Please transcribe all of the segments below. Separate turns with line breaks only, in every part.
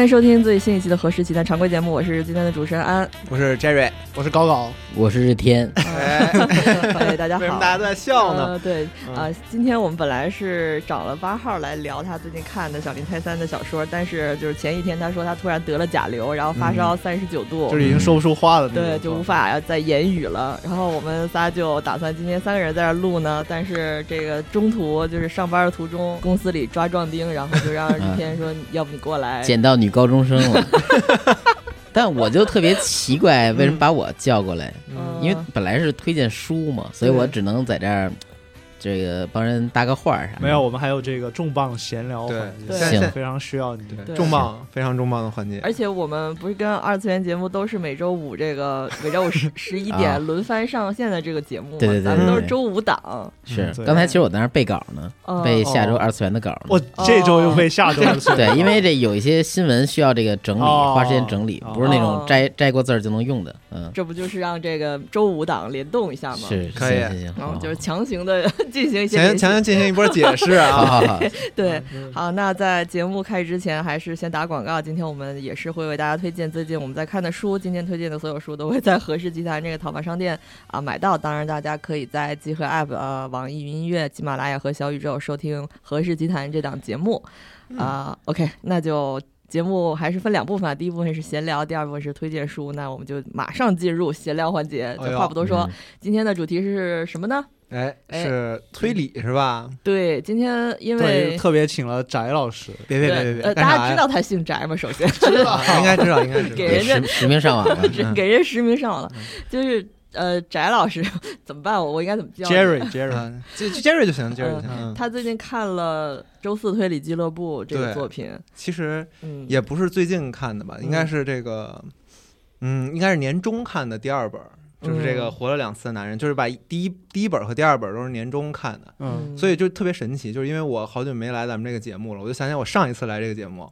迎收听最新一期的《何时奇谈》常规节目，我是今天的主持人 安。
我是 Jerry，
我是高高，
我是日天，
哎，
哎，大家
为什
好
么。大家都在笑呢？
呃、对
嗯
啊、今天我们本来是找了八号来聊他最近看的小林泰三的小说，但是就是前一天他说他突然得了甲流，然后发烧
嗯
三十九度，
就是已经说不出话了那种，
呃对，就无法再言语了。然后我们仨就打算今天三个人在这儿录呢，但是这个中途就是上班的途中，公司里抓壮丁，然后就让日天说，要不你过来。
捡到女高中生了。但我就特别奇怪，为什么把我叫过来？
嗯
因为本来是推荐书嘛，所以我只能在这儿，这个帮人搭个话儿啥的。
没有，我们还有这个重磅闲聊环节，
对
对
行
非常需要你。
对
对
重磅，非常重磅的环节。
而且我们不是跟二次元节目都是每周五这 个每周五十十一点轮番上线的这个节目嘛，
啊对对对
咱们都是
对
周五档。
是
嗯对
刚才其实我在那儿背稿呢，
嗯
背下周二次元的稿呢。
我这周又被下周了，
哦对，因 为这有一些新闻需要这个整理，
哦
花时间整理，
哦
不是那
哦
种摘摘过字儿就能用的。嗯，
这不就是让这个周五档联动一下吗？
是，
可以
行行行，
然
好
后
好
就是强行的 进行一些
强行
联系
强行进行一波解释
好
啊！
好好，
对，好，那在节目开始之前，还是先打广告。今天我们也是会为大家推荐最近我们在看的书，今天推荐的所有书都会在和氏集团这个淘宝商店啊买到。当然，大家可以在集合 App、呃、网易云音乐、喜马拉雅和小宇宙收听和氏集团这档节目。
嗯
啊、OK，那就。节目还是分两部分啊，第一部分是闲聊，第二部分是推荐书。那我们就马上进入闲聊环节。就
哎呦
话不多说，
嗯
今天的主题是什么呢？
哎，
哎
是推理是吧？
对，今天因
对，
为
特别请了翟老 师，
别别别别别，
呃，
干
大
啥
家
呀
知道他姓翟吗？首先，
知道， 应 该知道，应该知道。
给人家
实实名上网啊了。
嗯
只给人实名上网了， 就是呃，翟老师怎么办？我我应该怎么叫你
Jerry Jerry，
嗯，就就 Jerry 就行，Jerry 就行。嗯
他最近看了《周四推理俱乐部》这个
对
作品，
其实
嗯，
也不是最近看的吧，应该是这个，嗯，应该是年中看的第二本，就是这个《
嗯
活了两次的男人》，就是把第一第一本和第二本都是年中看的。
嗯，
所以就特别神奇，就是因为我好久没来咱们这个节目了，我就想起我上一次来这个节目，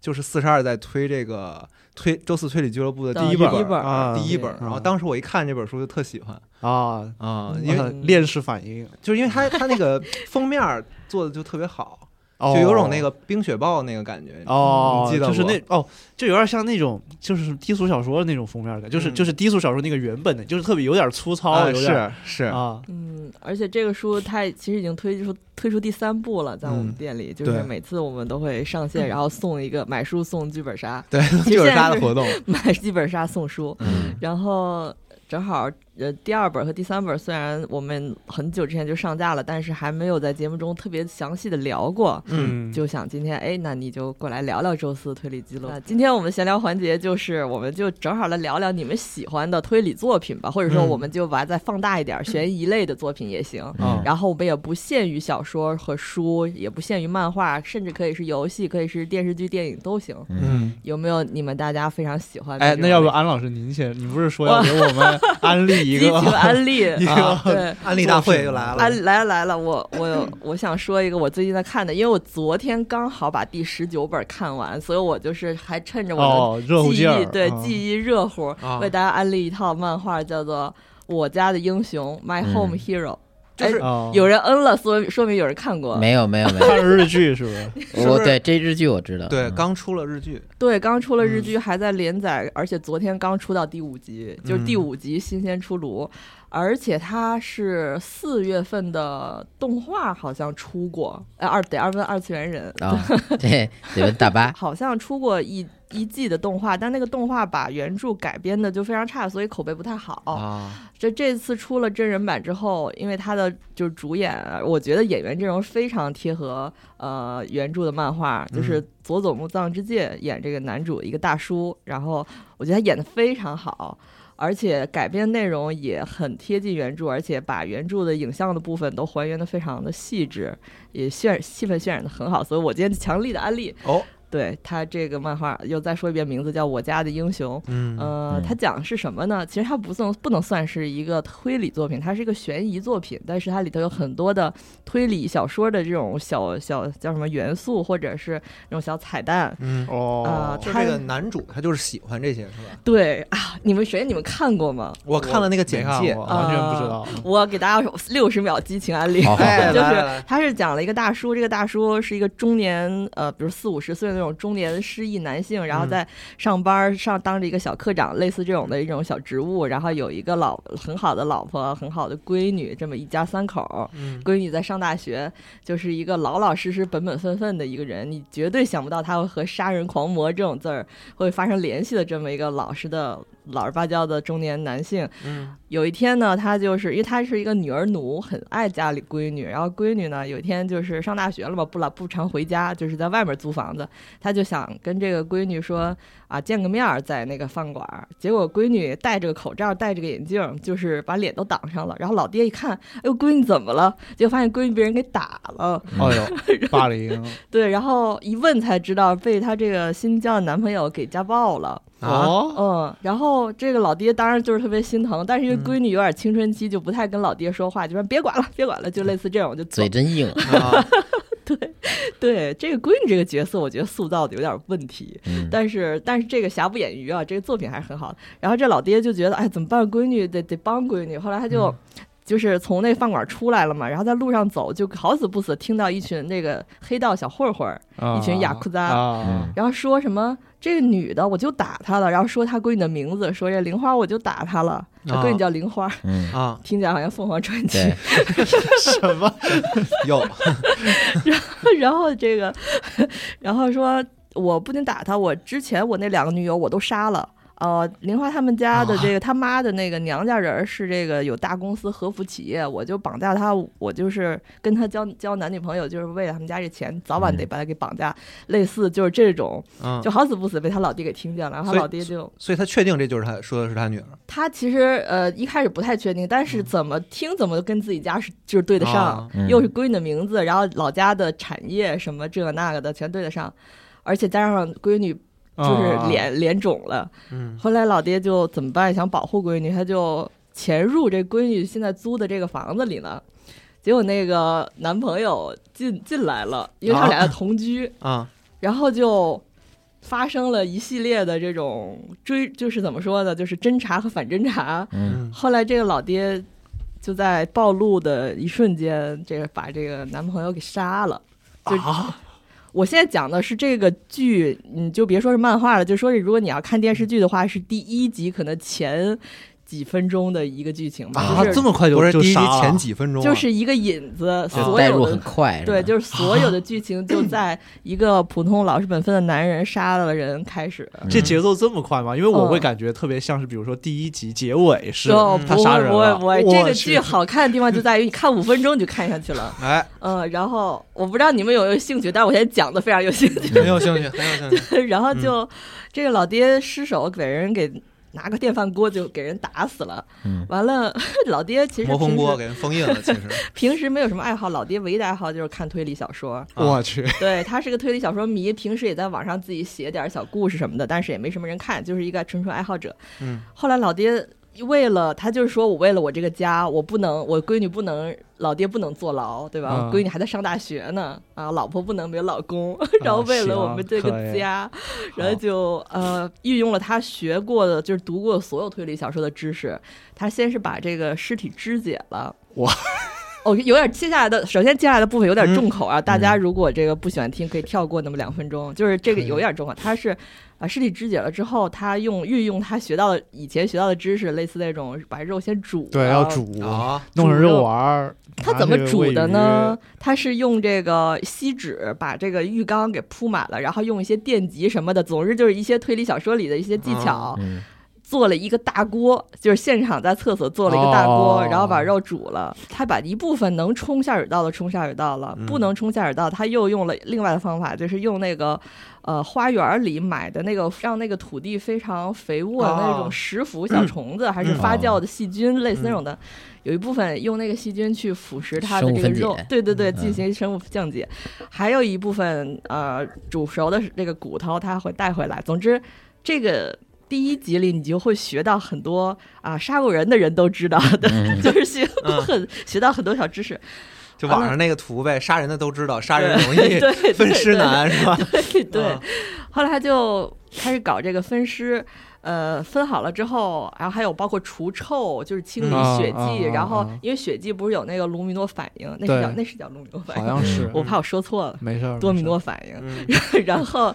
就是四十二在推这个推周四推理俱乐部的第
第哦
一
第一
本，
本儿
啊
第一本。
对
然后当时我一看这本书就特喜欢
啊，
啊，
嗯
因为
啊链式反应，
就是因为它它那个封面儿做的就特别好，
哦
就有种那个冰雪暴那个感觉。
哦，
你记得
就是
我
那哦，就有点像那种就是低俗小说的那种封面感，就是
嗯
就是低俗小说那个原本的，就是特别有点粗糙，
啊，
有点
是是，
啊，
嗯，而且这个书它其实已经推出推出第三部了，在我们
嗯
店里，就是
对嗯
每次我们都会上线，然后送一个买书送剧本杀，
对，
其实
就
现
是
在
他的
是
活动，
买剧本杀送书，
嗯，
然后正好呃第二本和第三本虽然我们很久之前就上架了，但是还没有在节目中特别详细的聊过。
嗯，
啊
就想今天，哎，那你就过来聊聊周四推理记录。那今天我们闲聊环节就是，我们就正好来聊聊你们喜欢的推理作品吧，或者说
嗯
我们就把它再放大一点，悬疑类的作品也行。
嗯
然后我们也不限于小说和书，也不限于漫画，甚至可以是游戏，可以是电视剧、电影都行。
嗯，
有没有你们大家非常喜欢的
哎，
这
那
种
要不
类
安老师您先，你不是说要给我们安利一
激情
个？
安利
一个
啊，对。
安利大会又来
啊
了，，
来了来了， 我我我想说一个我最近在看的，因为我昨天刚好把第十九本看完，所以我就是还趁着我
哦，热
的
乎
记
劲
忆、
儿，
对、
啊
记忆热乎，
啊
为大家安利一套漫画，叫做《我家的英雄》（My
嗯
Home Hero）。
就是
哦
有人嗯了，说说明有人看过。
没有没有没有，
看日剧是不是？
是不
我
是
对这日剧我知道，
对，
嗯
刚出了日剧，
对，刚出了日
嗯
剧，还在连载，而且昨天刚出到第五集，就是第
嗯
五集新鲜出炉，而且它是四月份的动画好像出过，呃二得二问二次元人，
啊，对对大巴，
好像出过一一季的动画，但那个动画把原著改编的就非常差，所以口碑不太好。
哦
啊，
这这次出了真人版之后，因为他的就是主演，我觉得演员阵容非常贴合呃原著的漫画，就是佐佐木藏之介演这个男主一个大叔，然后我觉得他演的非常好。而且改编内容也很贴近原著，而且把原著的影像的部分都还原的非常的细致，也渲气氛渲染的很好，所以我今天强力的安利
哦，
对他这个漫画，又再说一遍名字叫《我家的英雄》。
嗯
呃，它讲是什么呢？其实它不算不能算是一个推理作品，它是一个悬疑作品，但是它里头有很多的推理小说的这种小小叫什么元素，或者是那种小彩蛋。
嗯，
哦
啊，
就
他
这个男主他就是喜欢这些是吧？
对啊，你们谁你们看过吗？
我看了那个简介，
我完全不知道
啊。我给大家六十秒激情安利。
好好
哎
好，
就
来来
是
来
他是讲了一个大叔，这个大叔是一个中年呃，比如四五十岁的那种中年失意男性，然后
嗯
在上班儿上当着一个小科长，类似这种的一种小职务，然后有一个老很好的老婆，很好的闺女，这么一家三口儿，
嗯
闺女在上大学，就是一个老老实实、本本分分的一个人，你绝对想不到他会和杀人狂魔这种字儿会发生联系的这么一个老实的、老实巴交的中年男性。
嗯
有一天呢，他就是因为他是一个女儿奴，很爱家里闺女。然后闺女呢，有一天就是上大学了嘛，不老不常回家，就是在外面租房子。他就想跟这个闺女说啊，见个面儿在那个饭馆儿。结果闺女戴着个口罩，戴着个眼镜，就是把脸都挡上了。然后老爹一看，哎呦，闺女怎么了？结果发现闺女被人给打了。
哎呦，霸凌，
对，然后一问才知道被她这个新交的男朋友给家暴了。
啊，
哦，
嗯，然后这个老爹当然就是特别心疼，但是因为
嗯
闺女有点青春期，就不太跟老爹说话，就说别管了，别管了，就类似这种就走
嘴。真 硬。
啊
对这个闺女这个角色，我觉得塑造的有点问题，
嗯，
但是但是这个瑕不掩瑜啊，这个作品还是很好的。然后这老爹就觉得，哎，怎么办？闺女得得帮闺女。后来他就。就是从那饭馆出来了嘛，然后在路上走，就好死不死听到一群那个黑道小混混儿，一群雅库扎
哦啊
嗯，
然后说什么这个女的我就打她了，然后说她闺女的名字，说这玲花我就打她了，她
哦
闺女叫玲花，
嗯，
啊，
听起来好像凤凰传奇。
对，
什么？
有，
然后这个，然后说我不仅打她，我之前我那两个女友我都杀了。呃，玲花他们家
啊
的这个他妈的那个娘家人儿是这个有大公司和服企业，我就绑架她，我就是跟她交交男女朋友，就是为了他们家这钱，早晚得把她给绑架。类似就是这种，
嗯
就，好死不死被她老爹给听见了，然后她
所以
老爹就
所以他确定这就是他说的是他女儿，
他其实呃一开始不太确定，但是怎么听怎么跟自己家是就是对得上，
嗯啊
嗯
又是闺女的名字，然后老家的产业什么这个那个的全对得上，而且加上闺女
啊
就是脸、脸肿了，
嗯
后来老爹就怎么办？想保护闺女，他就潜入这闺女现在租的这个房子里呢。结果那个男朋友进进来了，因为他俩同居，
啊，
然后就发生了一系列的这种追，就是怎么说呢，就是侦查和反侦查。
嗯，
嗯
后来这个老爹就在暴露的一瞬间，这个把这个男朋友给杀了。就
啊，
我现在讲的是这个剧，你就别说是漫画了，就说是如果你要看电视剧的话，是第一集可能前几分钟的一个剧情吧，
啊
就，是
这么快就
不是
就
第一集
杀了
前几分钟啊，，
就是一个引子，
就
所
代
有
入
的
很快，是吧
对，就是所有的剧 情就在一个普通老实本分的男人杀了人开始。
这节奏这么快吗？因为我
嗯
会感觉特别像是，比如说第一集结尾是
哦，
他
不
杀
会
人
不会
了，
不会，
我
这个
去
剧好看的地方就在于你看五分钟就看下去了
哎，
嗯，然后我不知道你们有没有兴趣，但是我现在讲的非常有兴趣，
很有兴趣，很有兴 趣，
然后就、这个老爹失手给人给拿个电饭锅就给人打死了，
嗯
完了 老爹其实
魔风
平
锅
时
给人封 印了，其实，
平时没有什么爱好，老爹唯一的爱好就是看推理小说，
啊
我去，
对他是个推理小说迷，平时也在网上自己写点小故事什么的，但是也没什么人看，就是一个纯纯爱好者。
嗯
后来老爹为了他就是说我为了我这个家，我不能我闺女不能，老爹不能坐牢，对吧？
嗯啊
我闺女还在上大学呢，啊，老婆不能没有老公，然后为了我们这
行
个
可以
家，然后
好
就呃运用了他学过的，就是读过所有推理小说的知识。他先是把这个尸体肢解了，
哇！
哦，有点接下来的，首先接下来的部分有点重口啊，
嗯
大家如果这个不喜欢听，可以跳过那么两分钟，就是这个有点重口。他是把尸体肢解了之后，他用运用他学到的以前学到的知识，类似那种把肉先煮、
对，要。煮，
啊，
弄成
煮肉
肉丸儿。
他
拿
怎么
这个
煮
喂
的
鱼
呢？？他是用这个锡纸把这个浴缸给铺满了，然后用一些电极什么的，总之就是一些推理小说里的一些技
啊
巧，
嗯
做了一个大锅，就是现场在厕所做了一个大锅，
哦
然后把肉煮了。他把一部分能冲下水道的冲下水道了，
嗯
不能冲下水道，他又用了另外的方法，就是用那个。呃，花园里买的那个让那个土地非常肥沃的那
哦
种食腐 小虫子，还是发酵的细菌，类似那种的，有一部分用那个细菌去腐蚀它的
嗯生物
这个
分解
肉，对对对，
嗯
进行生物降解，还有一部分呃煮熟的这个骨头，它会带回来。总之，这个第一集里你就会学到很多啊，杀过人的人都 知道的，就是学
嗯
很学到很多小知识。
就网上那个图呗，杀人的都知道，杀人容
对
易，
对，
分尸难是吧？
对对。
啊
后来他就开始搞这个分尸，呃分好了之后，然后还有包括除臭，就是清理
嗯
血
啊
迹，
啊
然后
啊
因为血迹不是有那个卢米诺反应，那是叫
对
那是叫卢米诺反
好
应，
像 是
我怕我说错了，
没事儿，
多米
没事儿
诺反应，
嗯，
然后。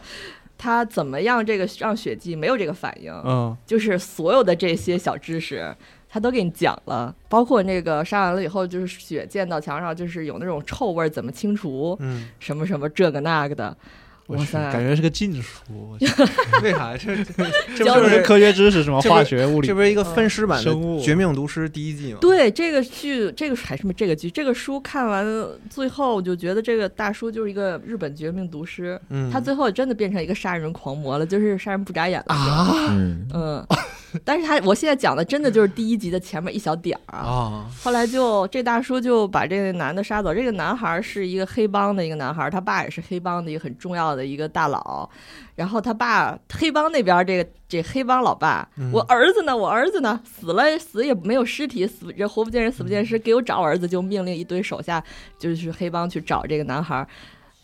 他怎么样？这个让血迹没有这个反应，
嗯
就是所有的这些小知识，他都给你讲了，包括那个杀完了以后，就是血溅到墙上，就是有那种臭味儿怎么清除，
嗯，
什么什么这个那个的，
我
哇
去，
塞
感觉是个禁书，
为啥这这这
教
不
这
你
是
是
科学知识是吗？
这不
化学、物理
这，不是一个分尸版的
生物
《绝命毒师》第一季
嗯
吗？
对这个剧，这个还是什么这个剧，这个书看完最后，我就觉得这个大叔就是一个日本绝命毒师，
嗯，
他最后真的变成一个杀人狂魔了，就是杀人不眨眼了。
啊
嗯，
嗯，但是他我现在讲的真的就是第一集的前面一小点儿
哦
啊，
啊，
后来就这大叔就把这个男的杀走。这个男孩是一个黑帮的一个男孩，他爸也是黑帮的一个很重要的一个大佬。然后他爸黑帮那边这个这黑帮老爸，
嗯
我儿子呢？我儿子呢？死了死也没有尸体，死人活不见人，死不见尸，给我找我儿子！就命令一堆手下就是黑帮去找这个男孩。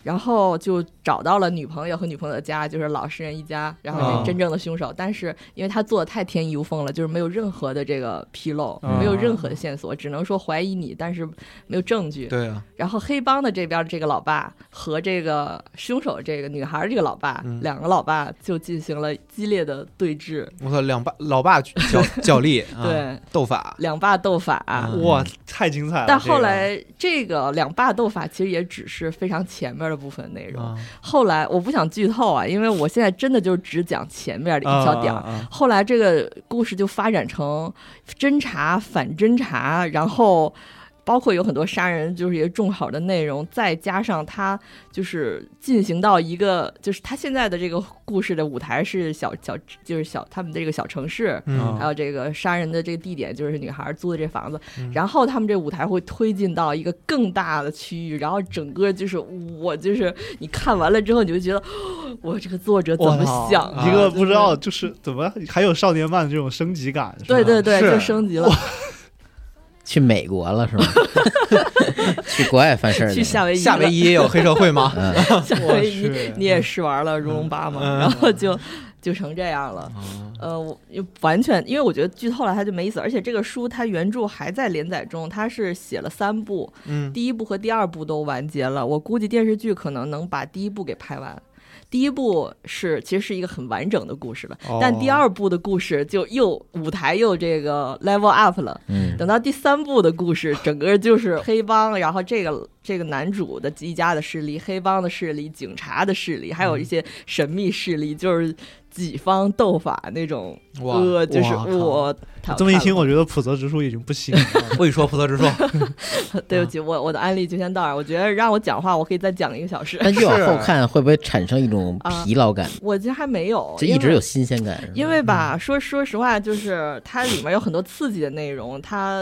然后就找到了女朋友和女朋友的家，就是老实人一家，然后这
啊
真正的凶手。但是因为他做的太天衣无缝了，就是没有任何的这个纰漏，
嗯
啊
没有任何的线索，只能说怀疑你，但是没有证据。
对啊，
然后黑帮的这边这个老爸和这个凶手这个女孩这个老爸，
嗯
两个老爸就进行了激烈的对峙，
我操，两爸老爸 角角力，啊
对，
斗法，
两霸斗法。
嗯
啊哇，太精彩了！
但
这个
后来这个两霸斗法其实也只是非常前面的部分内容。
啊
后来我不想剧透啊，因为我现在真的就只讲前面的一小点儿。
啊啊啊
后来这个故事就发展成侦查、反侦查，然后包括有很多杀人就是一些重口的内容，再加上他就是进行到一个就是他现在的这个故事的舞台是小小就是小他们这个小城市。
嗯
啊
还有这个杀人的这个地点就是女孩租的这房子，
嗯
然后他们这舞台会推进到一个更大的区域，然后整个就是我就是你看完了之后你就觉得， 哦我这个作者怎
我
么
操
想啊的？
一个
就
不知
是
道就是怎么还有少年漫这种升级感，是吧
对对对，
是
就升级了，
去美国 了是吗？去国外犯事儿
去
去
夏威夷了，
夏威夷也有黑社会吗？
嗯，
夏
我
威夷
去，
你也试玩了《如龙八》嘛，
嗯
然后就就成这样了。
哦
呃，我又完全因为我觉得剧透了它就没意思，而且这个书它原著还在连载中，它是写了三部，
嗯，
第一部和第二部都完结了。我估计电视剧可能能把第一部给拍完。第一部是其实是一个很完整的故事了，
哦
但第二部的故事就又舞台又这个 level up 了，
嗯
等到第三部的故事，整个就是黑帮，然后这个这个男主的一家的势力、黑帮的势力、警察的势力，还有一
嗯
些神秘势力，就是几方斗法那种。
哇，
呃，就是
哇
我
这么一听，
我
我觉得普泽直树已经不 行了。
未说葡萄之
啊
树，
对
嗯
不起，我我的案例就先到这儿。我觉得让我讲话，我可以再讲一个小时。
哎
但越往后看，会不会产生一种
啊
疲劳感？
我其实还没有，
就一直有新鲜
嗯
感，是吧
哦因为吧，说说实话，就是它里面有很多刺激的内容，它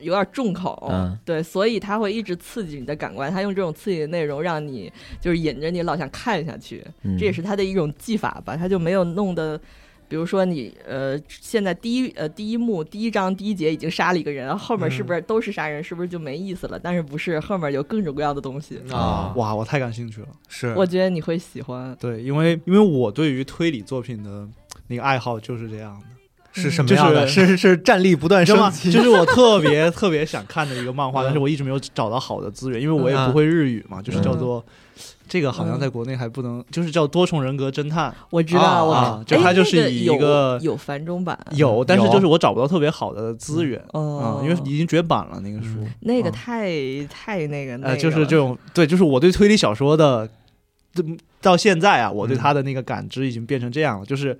有点重口，
嗯
对，所以它会一直刺激你的感官。它用这种刺激的内容让你就是引着你老想看下去，
嗯
这也是它的一种技法吧。它就没有弄的，比如说你呃，现在第一呃第一幕第一章第一节已经杀了一个人，后面是
嗯
不是都是杀人，是不是就没意思了？但是不是，后面有各种各样的东西，
嗯
啊，
哇，我太感兴趣了。
是
我觉得你会喜欢。
对，因为因为我对于推理作品的那个爱好就是这样的。
是什么样的？
就是
是是战力不断
你知道
升
吗？
啊级，
就是我特别 特别想看的一个漫画，
嗯
但是我一直没有找到好的资源，因为我也
嗯
不会日语嘛，就是
嗯
叫做这个
嗯
好像在国内还不能，就是叫多重人格侦探，
我知道，
啊
我
啊就它就是
哎那
以
有
一个
有繁中版，
有，但是
嗯有嗯
就是我找不到特别好的资源
哦
啊，，因为已经绝版了那个书。
那个
啊
太、太那个，那
呃，
个
就是这种对，就是我对推理小说的，这到现在啊，
嗯
我对它的那个感知已经变成这样了。就是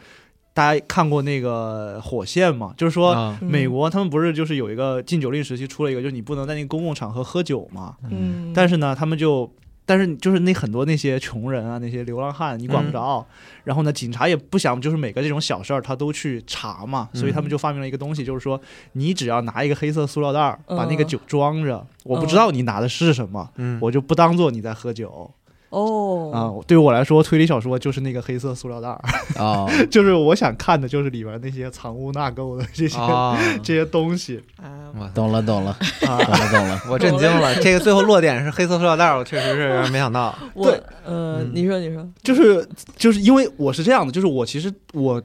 大家看过那个《火线》嘛，就是说、
啊
嗯
美国他们不是就是有一个禁酒令时期出了一个，就是你不能在那个公共场合喝酒嘛。
嗯
嗯，
但
是
是呢，他们就。但是就是那很多那些穷人啊，那些流浪汉，你管不
嗯
着。然后呢，警察也不想，就是每个这种小事儿他都去查嘛，
嗯
所以他们就发明了一个东西，就是说你只要拿一个黑色塑料袋儿把那个
嗯
酒装着，我不知
嗯
道你拿的是什么，
嗯
我就不当做你在喝酒
哦
啊、对于我来说，推理小说就是那个黑色塑料袋儿，
哦，
就是我想看的就是里边那些藏污纳垢的这些、
啊，
这些东西
啊
我
懂了懂了
啊。
懂了懂了，
我震惊了，这个最后落点是黑色塑料袋儿，我确实是没想 到。
我
对
呃，
嗯
你说你说，
就是就是因为我是这样的，就是我其实我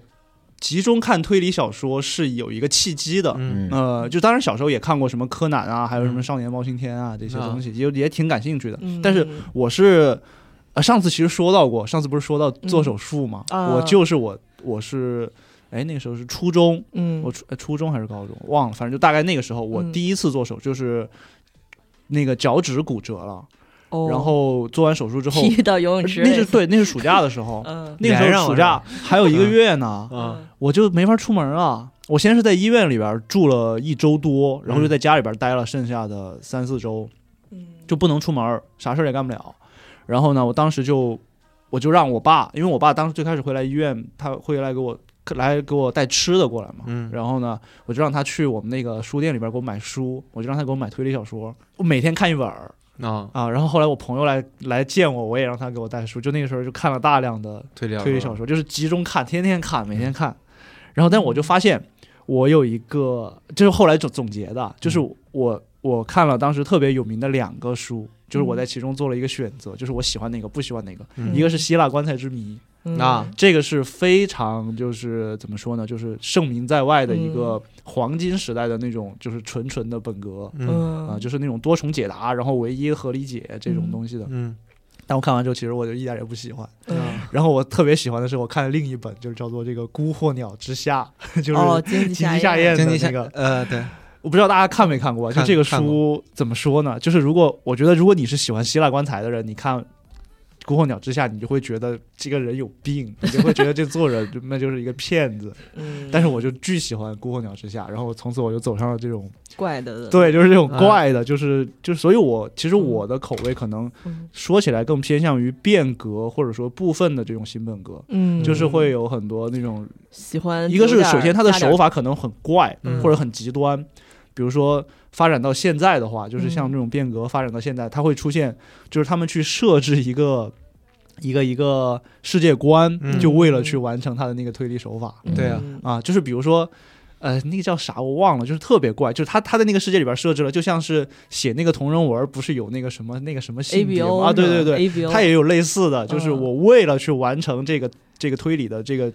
集中看推理小说是有一个契机的。
嗯
嗯
呃，就当然小时候也看过什么柯南啊，还有什么
嗯
少年包青天啊这些
啊
东西，就也挺感兴趣的。
嗯
但是我是，呃，上次其实说到过，上次不是说到做手术嘛，
嗯啊
我就是我我是，哎，那个时候是初中，
嗯，
我初呃初中还是高中忘了，反正就大概那个时候，我
嗯
第一次做手就是那个脚趾骨折了，
哦
然后做完手术之后，
踢 到游泳池里，，
那是对，那是暑假的时候
嗯
那个时
连上
候
了
暑假还有一个月呢，
啊，
我就没法出门了。我先是在医院里边住了一周多，然后就
嗯
在家里边待了剩下的三四周，
嗯
就不能出门儿，啥事儿也干不了。然后呢，我当时就我就让我爸，因为我爸当时最开始回来医院，他会来给我来给我带吃的过来嘛。
嗯
然后呢，我就让他去我们那个书店里边给我买书，我就让他给我买推理小说，我每天看一本儿
啊，
啊。然后后来我朋友来来见我，我也让他给我带书，就那个时候就看了大量的
推理啊
推理小说，就是集中看，天天看，每天看。然后，但我就发现，我有一个，就是后来总总结的，就是我我看了当时特别有名的两个书，就是我在其中做了一个选择，就是我喜欢哪个，不喜欢哪个。
嗯
一个是希腊棺材之谜，
嗯
啊
这个是非常就是怎么说呢，就是盛名在外的一个黄金时代的那种，就是纯纯的本格
嗯
嗯
啊、就是那种多重解答，然后唯一合理解这种东西的。
嗯
但我看完之后，其实我就一点也不喜欢。
嗯
然后我特别喜欢的是，我看了另一本，就是叫做这个《孤惑鸟之下》， 就是
哦，经济
金鸡
下
下咽
经
的
济下
那个。
呃对，
我不知道大家看没看过，啊就
看
这个
看
书怎么说呢？就是如果我觉得，如果你是喜欢希腊棺材的人，你看《孤惑鸟之下》，你就会觉得这个人有病，你就会觉得这作者那就是一个骗子。
嗯，
但是我就巨喜欢《孤惑鸟之下》，然后从此我就走上了这种
怪的，
对，就是这种
啊
怪的，就是就所以我，其实我的口味可能
嗯
说起来更偏向于变革，或者说部分的这种新本格。
嗯，
就是会有很多那种，
喜欢
一个是首先它的手
法，
法可能很怪
嗯
或者很极端，比如说发展到现在的话，就是像
嗯
这种变革发展到现在，它会出现就是他们去设置一个一个一个世界观，
嗯
就为了去完成他的那个推理手法
嗯
对啊
啊，就是比如说。呃，那个叫啥我忘了，就是特别怪，就是他他在那个世界里边设置了，就像是写那个同人文，不是有那个什么那个什么
，A
性
B
别
O
吗啊，对对对，
，A B O，
他也有类似的，就是
嗯
我为了去完成这个这个推理的这个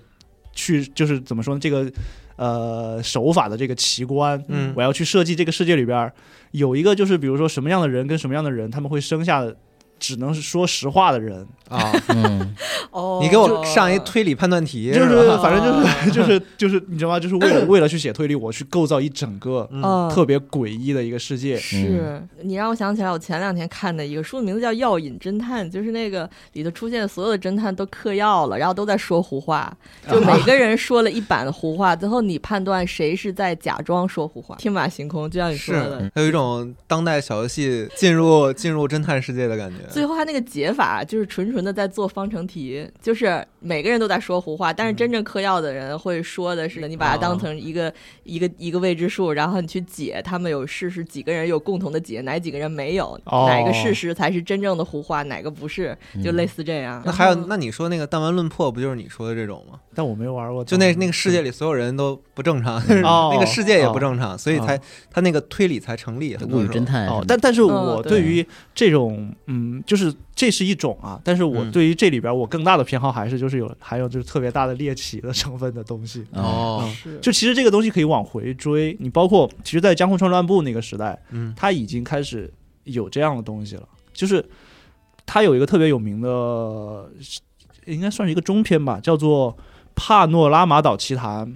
去，就是怎么说呢，这个呃手法的这个奇观，
嗯
我要去设计这个世界里边儿有一个就是比如说什么样的人跟什么样的人，他们会生下只能是说实话的人，
啊，
嗯，
哦，
你给我上一推理判断题，
就是
吧
是 反正就是就是就是你知道吗？就是为了为了去写推理，我去构造一整个
哦，
特别诡异的一个世界。
是你让我想起来，我前两天看的一个书，名字叫《药引侦探》，就是那个里头出现的所有的侦探都嗑药了，然后都在说胡话，就每个人说了一版的胡话，最后你判断谁是在假装说胡话，天马行空，就像你说的
是。，还有一种当代小游戏进入进入侦探世界的感
最
觉。
后他那个解法就是纯纯的在做方程题，就是每个人都在说胡话，但是真正嗑药的人会说的是，你把它当成一个、一个一个未知数，然后你去解，他们有事是几个人有共同的解，哪几个人没有，
哦
哪个事实才是真正的胡话，哪个不是，
嗯
就类似这样。
那嗯还有，
然后
那你说那个弹丸论破，不就是你说的这种吗？
但我没玩过，
就那那个世界里所有人都不正常，那
哦
个世界也不正常，所以才他那个推理才成立。很
物
多
语
时候
侦探
哦，但但是我
对
对于这种，嗯，就是这是一种啊，但是我
嗯
对于这里边我更大的偏好还是就是有含有就是特别大的猎奇的成分的东西。
哦，
哦，
是
就其实这个东西可以往回追，你包括其实，在江户川乱步那个时代，
嗯
他已经开始有这样的东西了，就是他有一个特别有名的，应该算是一个中篇吧，叫做《帕诺拉马岛奇谭》。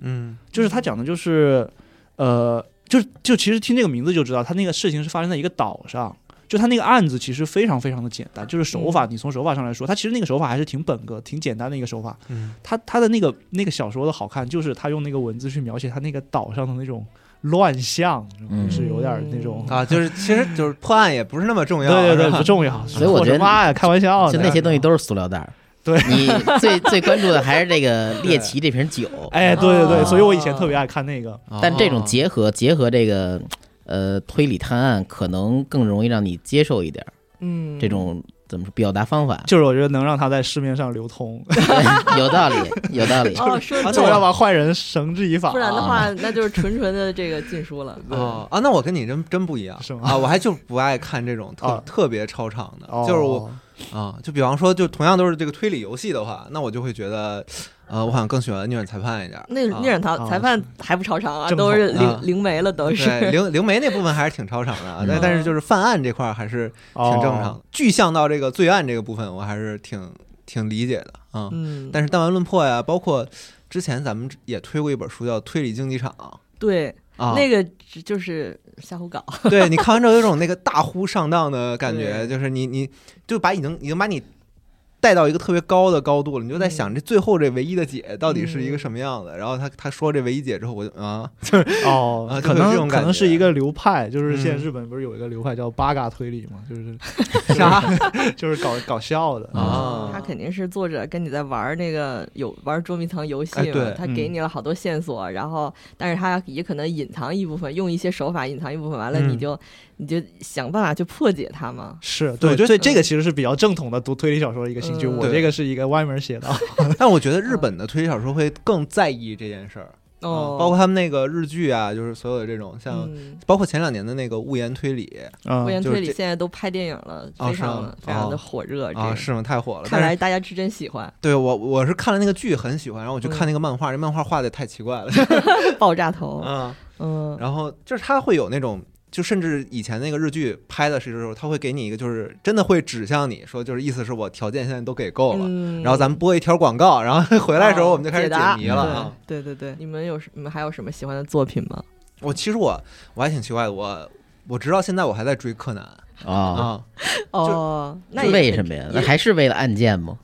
嗯
就是他讲的就是，呃，就是就其实听这个名字就知道，他那个事情是发生在一个岛上。就他那个案子其实非常非常的简单，就是手法，你从手法上来说，他其实那个手法还是挺本格、挺简单的一个手法。
嗯
他他的那个那个小说的好看，就是他用那个文字去描写他那个岛上的那种乱象，
嗯
就是有点那种。
啊，就是其实就是破案也不是那么重要，
对对
是
对，
吧
不重要。
所以我觉得
说什么呀，开玩
哦
笑呢，
就那些东西都是塑料袋儿。
对
你最最关注的还是这个 猎奇这瓶酒，
哎，对对对，
哦
所以我以前特别爱看那个。。
哦
但这种结合结合这个呃推理探案，可能更容易让你接受一点儿
嗯
这种怎么说表达 方法
就是我觉得能让它在市面上流通，
对有道理，有道理。
哦，说
而
对
且啊我要
了，
把坏人绳之以法。
不然的话，那就是纯纯的这个禁书了。
哦啊，那我跟你真真不一样
是吗
啊，我还就不爱看这种特
啊
特别超长的
哦，
就是我啊，就比方说，就同样都是这个推理游戏的话，那我就会觉得呃，我好像更喜欢逆转裁判一点。
那
啊
逆转裁
啊
裁判还不超常啊，
正
都
好
是
啊
灵灵媒了，都是。
对，灵灵媒那部分还是挺超常的啊，但
嗯
但是就是犯案这块儿还是
哦
挺正常的。具象到这个罪案这个部分，我还是挺挺理解的啊。
嗯，
但是弹丸论破呀，包括之前咱们也推过一本书叫《推理竞技场》
对，
啊，
那个只就是瞎胡搞。
对你看完之后有种那个大呼上当的感觉，
对
就是你你就把已经已经把你带到一个特别高的高度了，你就在想
嗯
这最后这唯一的解到底是一个什么样子。然后他他说这唯一解之后，我就 啊，
哦
啊，
可
就会有这
能
种
可
感觉
能是一个流派，就是现在
嗯
日本不是有一个流派叫八嘎推理嘛， 就是
啥
就是搞搞笑的嗯
啊
他肯定是作者跟你在玩儿那个有玩儿捉迷藏游戏
哎
嘛，
对
他给
嗯
你了好多线索，然后但是他也可能隐藏一部分，用一些手法隐藏一部分，完了你
嗯
就、你就想办法去破解它嘛。
是
对
对，
我觉得
所以这个其实是比较正统的读推理小说的一个兴
嗯
趣。我这个是一个歪门邪道，
但我觉得日本的推理小说会更在意这件事儿，
哦，
啊包括他们那个日剧啊，就是所有的这种像，
嗯，
包括前两年的那个《误言推理啊
不言
嗯，
就是
推理
这
现在都拍电影了，
哦
非
是
常、
吗
非常的
哦
火热。》这
啊，
个
是吗？太火了，
看
但
来
是
大家是真喜欢
对我我是看了那个剧很喜欢，然后
嗯
我去看那个漫画，这漫画画的太奇怪了，
爆炸头。
嗯，
嗯，
然后就是他会有那种。就甚至以前那个日剧拍的时候，他会给你一个，就是真的会指向你说，就是意思是我条件现在都给够了，
嗯
然后咱们播一条广告，然后 回来的时候我们就开始
哦解
解
答嗯
谜了啊。
对对对对，你们有什你们还有什么喜欢的作品吗？
我其实我我还挺奇怪的，我我直到现在我还在追柯南
啊，
啊，
哦，那也
为什么呀？那还是为了案件吗？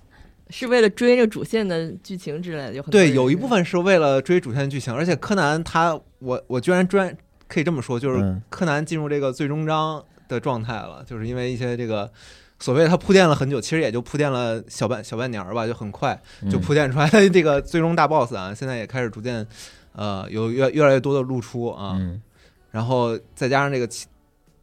是为了追那个主线的剧情之类的，有很多
对，
人
有一
是
部分是为了追主线剧情，而且柯南他，我我居然居然可以这么说，就是
嗯
柯南进入这个最终章的状态了，就是因为一些这个所谓他铺垫了很久，其实也就铺垫了小半小半年儿吧，就很快
嗯
嗯
就铺垫出来了这个最终大 boss 啊，现在也开始逐渐呃有越越来越多的露出啊，
嗯
然后再加上这个青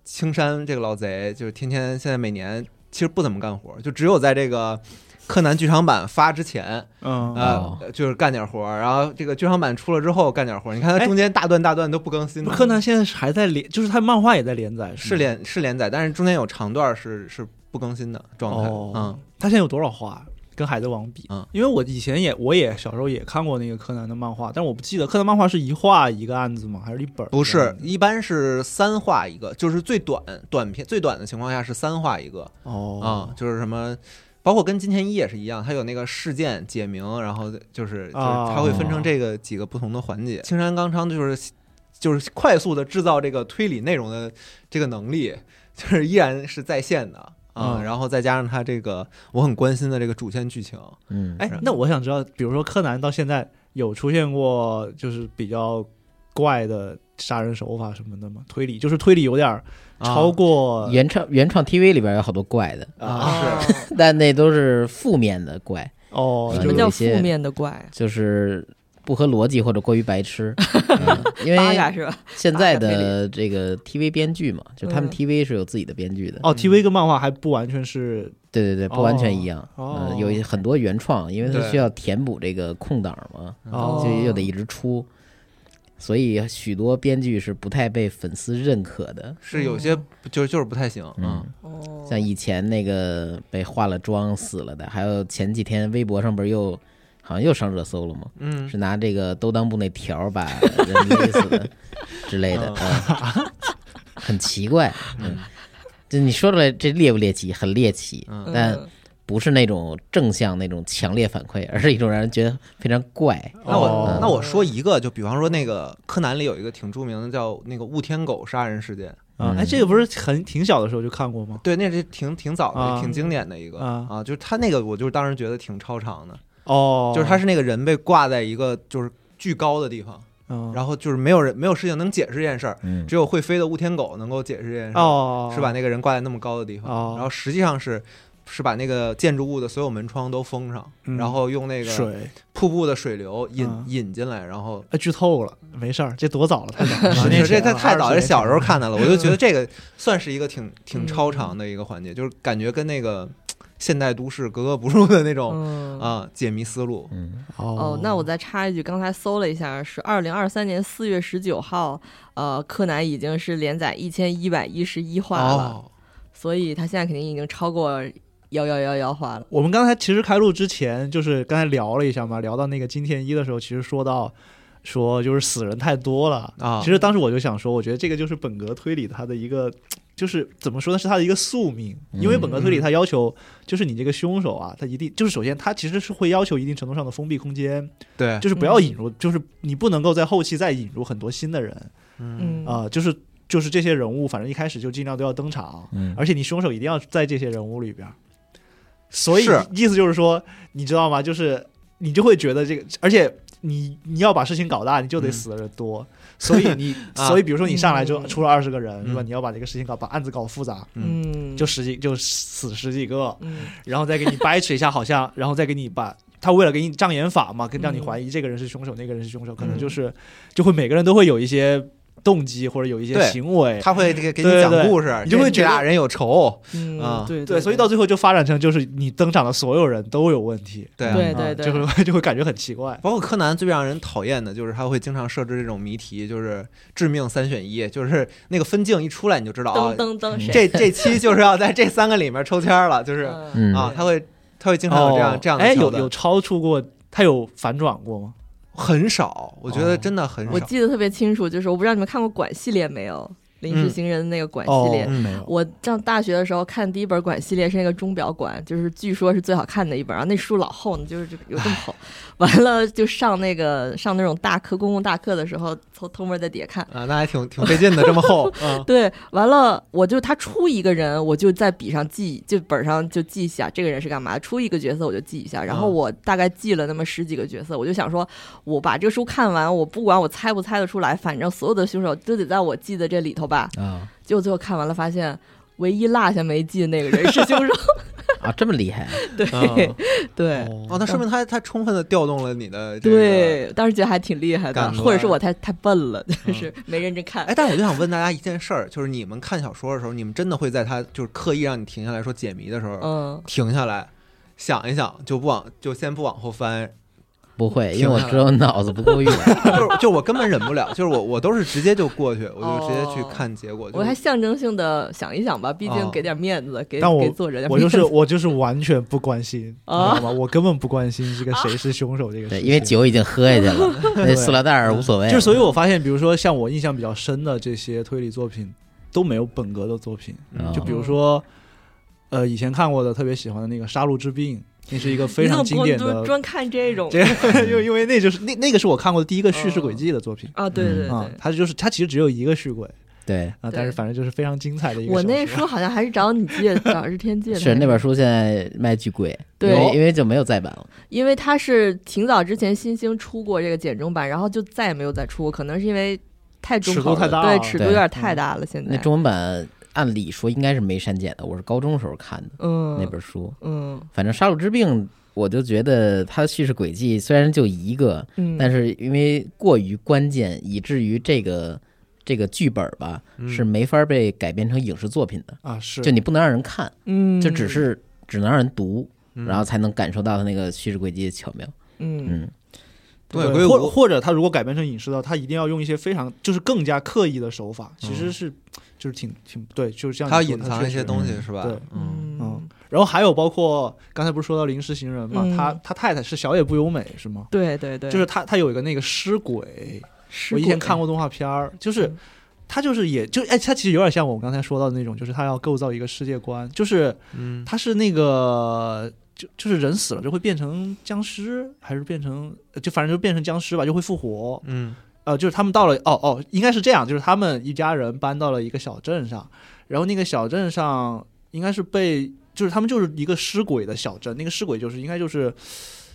青山这个老贼，就是天天现在每年其实不怎么干活，就只有在这个柯南剧场版发之前。
嗯
啊、呃，就是干点活儿，然后这个剧场版出了之后干点活儿，你看它中间大段大段都不更新的。
哎柯南现在是还在连，就是他漫画也在连载，
是
吗
连是连载，但是中间有长段是是不更新的状态。
哦，他现在有多少话？跟海贼王比，
嗯
因为我以前也我也小时候也看过那个柯南的漫画，但我不记得柯南漫画是一画一个案子吗？还是一本？
嗯，不是，，一般是三话一个，就是最短短片最短的情况下是三话一个啊、
哦
就是什么。包括跟金田一也是一样，它有那个事件解明，然后就是就是
哦
它会分成这个几个不同的环节。青山刚昌就是就是快速的制造这个推理内容的这个能力，就是依然是在线的啊、
嗯
然后再加上他这个我很关心的这个主线剧情，啊
嗯，
哎
是，
那我想知道，比如说柯南到现在有出现过就是比较怪的杀人手法什么的吗？推理就是推理有点儿
啊
超过、
呃
原创原创 TV 里边有好多怪的，
哦
啊
但那都是负面的怪，
哦，
什
就
么
有
叫
一
负
些
面的怪啊？
就是不合逻辑或者过于 白痴。嗯因
八嘎
为
是吧？
现在的这个 TV 编剧嘛，就
嗯
他们 TV 是有自己的编剧的，
哦，TV 跟漫画还不完全是
对对对，不完全一样。
哦
嗯，有一很多原创，因为它
对
需要填补这个空档嘛，
哦
就又得一直出，所以许多编剧是不太被粉丝认可的。
是有些就就是不太行啊、
嗯
哦，
像以前那个被化了妆死了的，还有前几天微博上不是又好像又上热搜了吗？
嗯，
是拿这个兜裆部那条儿 把人勒死的之类的，嗯很奇怪。嗯，就你说出来这猎不猎奇？很猎奇，
嗯
但
嗯
不是那种正向那种强烈反馈，而是一种让人觉得非常怪。
那我、
哦
那我说一个，就比方说那个柯南里有一个挺著名的叫那个雾天狗杀人事件，
啊，哎，
嗯
这个不是很挺小的时候就看过吗？
对，那是挺挺早的、
啊
挺经典的一个
啊
就是他那个，我就是当时觉得挺超常的，
哦，
就是他是那个人被挂在一个就是巨高的地方，
嗯，
然后就是没有人没有事情能解释这件事儿，
嗯
只有会飞的雾天狗能够解释这件事儿，
哦，
是把？那个人挂在那么高的地方，
哦
然后实际上是是把那个建筑物的所有门窗都封上，
嗯
然后用那个
水
瀑布的水流引、
啊
引进来，然后
哎剧透了，没事儿，这多早了，太 早了，啊十 年
是啊这
前
太太
了
早，这小时候，看的了，我就 觉得这个算是一个挺
嗯
挺超常的一个环节，就是感觉跟那个现代都市格格不入的那种
嗯
啊解谜思路。
嗯
20年前了
哦，那我再插一句，刚才搜了一下，是二零二三年四月十九号，呃，柯南已经是连载一千一百一十一话了，
哦，
所以他现在肯定已经超过摇摇摇摇花了。
我们刚才其实开录之前，就是刚才聊了一下嘛，聊到那个金田一的时候，其实说到说就是死人太多了
啊
其实当时我就想说，我觉得这个就是本格推理它的一个，就是怎么说呢，是它的一个宿命。
嗯
因为本格推理它要求，就是你这个凶手啊，他一定就是首先他其实是会要求一定程度上的封闭空间，
对，
就是不要引入，就是你不能够在后期再引入很多新的人
嗯
哦
啊、就是就是这些人物，反正一开始就尽量都要登场，
嗯，
而且你凶手一定要在这些人物里边儿。所以
是
意思就是说，你知道吗？就是你就会觉得这个，而且你你要把事情搞大，你就得
嗯
死的人多。所以你，
啊
所以比如说你上来就
嗯
出了二十个人，是吧？
嗯
你要把这个事情搞，把案子搞复杂，
嗯
嗯，
就是十几就死十几个，
嗯
然后再给你掰扯一下，好像， 然后再给你把。他为了给你障眼法嘛，跟让
嗯
你怀疑这个人是凶手，那个人是凶手，可能就是就会每个人都会有一些动机或者有一些
对
行为，
他会这个给
嗯对
你讲
对
故事，
你就会
这
觉得
俩人有仇，
嗯
啊
对
对，所以到最后就发展成就是你登场的所有人都有问题，
对啊
对
啊
对对，
就会 就会感觉很奇怪。
包括柯南最让人讨厌的就是他会经常设置这种谜题，就是致命三选一，就是那个分镜一出来你就知道啊
噔，噔噔谁
这这期就是要在这三个里面抽签了，就是
嗯
嗯
啊，他会他会经常有这
哦
样这样的
哎，
桥
有
段
有超出过，他有反转过吗？
很少，我觉
哦
得真的很
我
少。
记得特别清楚，就是我不知道你们看过《管》系列没有，临时
嗯
行人的那个《管》
哦
系列。，
没有。
我上大学的时候看第一本管系列是那个钟表馆，就是据说是最好看的一本，然后那书老厚呢，就是就有这么厚。完了就上那个上那种大课公共大课的时候，偷偷摸在底下看。
啊，那还挺挺费劲的，这么 厚，嗯，
对，完了我就他出一个人，我就在笔上记，就本上就记一下这个人是干嘛的；出一个角色我就记一下，然后
嗯
我大概记了那么十几个角色，我就想说，我把这个书看完，我不管我猜不猜得出来，反正所有的凶手都得在我记的这里头吧。
嗯
啊
结果最后看完了，发现唯一落下没记的那个人是 凶手。
啊，这么厉害，
对、
嗯
对、
哦，那说明他他充分的调动了你的这个。
对，当时觉得还挺厉害的
感，觉啊
或者是我太太笨了，就是没认真看。
哎，但我就想问大家一件事儿，就是你们看小说的时候，你们真的会在他就是刻意让你停下来说解谜的时候，
嗯，
停下来想一想，就不往就先不往后翻，
不会，因为
挺
我
好
只有脑子不够 用。
就是就我根本忍不了，就是我我都是直接就过去，我就直接去看结果。就
我还象征性的想一想吧，毕竟
哦
给点面子，给
啊但我
给作者点
我
面
就是
子。
我就是完全不关心，你知
啊
道吗？我根本不关心这个谁是凶手这个事
对，
情。
因为酒已经喝下去 了，那塑料袋儿无所谓了。
就是所以我发现，比如说像我印象比较深的这些推理作品，都没有本格的作品。
嗯
就比如说，呃，以前看过的特别喜欢的那个《杀戮之病》，那是一个非
你怎么
常
不
经典
就
的
专看这种
这个，因为因为那就是那那个是我看过的第一个叙事轨迹的作品
啊？对对对。
啊、它就是它其实只有一个续轨
对，
啊，但
对
是反正就是非常精彩的一个
我
小啊
那
说
书好像还是找你借，找日天借的。
是那本，书现在卖巨贵，
对
因为因为就没有再版了。
因为它是挺早之前新星出过这个简中版，然后就再也没有再出过，可能是因为太中
尺度
口了
太大
对
了嗯
尺度有
对
点太大了。现在
那中文版按理说应该是没删减的，我是高中时候看的
嗯
那本书。
嗯
反正《杀戮之病》，我就觉得它的叙事轨迹虽然就一个，
嗯，
但是因为过于关键，以至于这个这个剧本吧
嗯
是没法被改编成影视作品的，
啊是
就你不能让人看，
嗯
就只是只能让人读，
嗯
然后才能感受到它那个叙事轨迹的巧妙。
嗯
嗯，
东野
对
圭
或
吾，
或者他如果改编成影视的话，他一定要用一些非常就是更加刻意的手法，其实是、就是挺挺对，就是这样。
他嗯要隐藏一些东
确
西
实
是吧
对？
嗯，
嗯然后还有包括刚才不是说到临时行人嘛，
嗯
他他太太是小野不由美是吗？
对对对，
就是他他有一个那个尸鬼，
是
我以前看过动画片儿，就是
嗯
他就是也就哎，他其实有点像我们刚才说到的那种，就是他要构造一个世界观，就是
嗯，
他是那个就就是人死了就会变成僵尸，还是变成就反正就变成僵尸吧，就会复活，
嗯，
呃，就是他们到了，哦哦，应该是这样，就是他们一家人搬到了一个小镇上，然后那个小镇上应该是被，就是他们就是一个尸鬼的小镇，那个尸鬼就是应该就是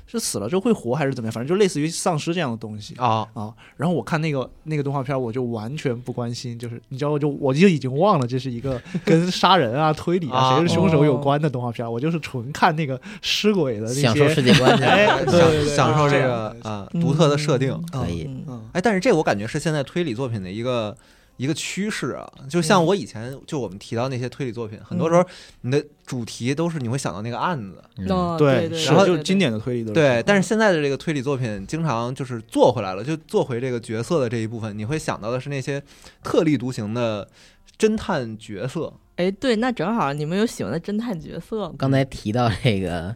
是死了之后会活还是怎么样，反正就类似于丧尸这样的东西。
哦，
啊、然后我看那个那个动画片，我就完全不关心，就是你知道，我就我就已经忘了这是一个跟杀人啊、推理啊、
啊
谁是凶手有关的动画片，我就是纯看那个尸鬼的那
享受
些，
世界 观去了。
哎，对对对
享享受这
样
个
的
啊独特的设定，
嗯
可以
嗯
嗯
哎，但是这我感觉是现在推理作品的一个一个趋势啊。就像我以前就我们提到那些推理作品，很多时候你的主题都是你会想到那个案子，
嗯
哦对
对，
对，
是
然后
就是经典的推理的人
对。但是现在的这个推理作品，经常就是做回来了，就做回这个角色的这一部分，你会想到的是那些特立独行的侦探角色，
哎，对，那正好你们有喜欢的侦探角色吗？
刚才提到这个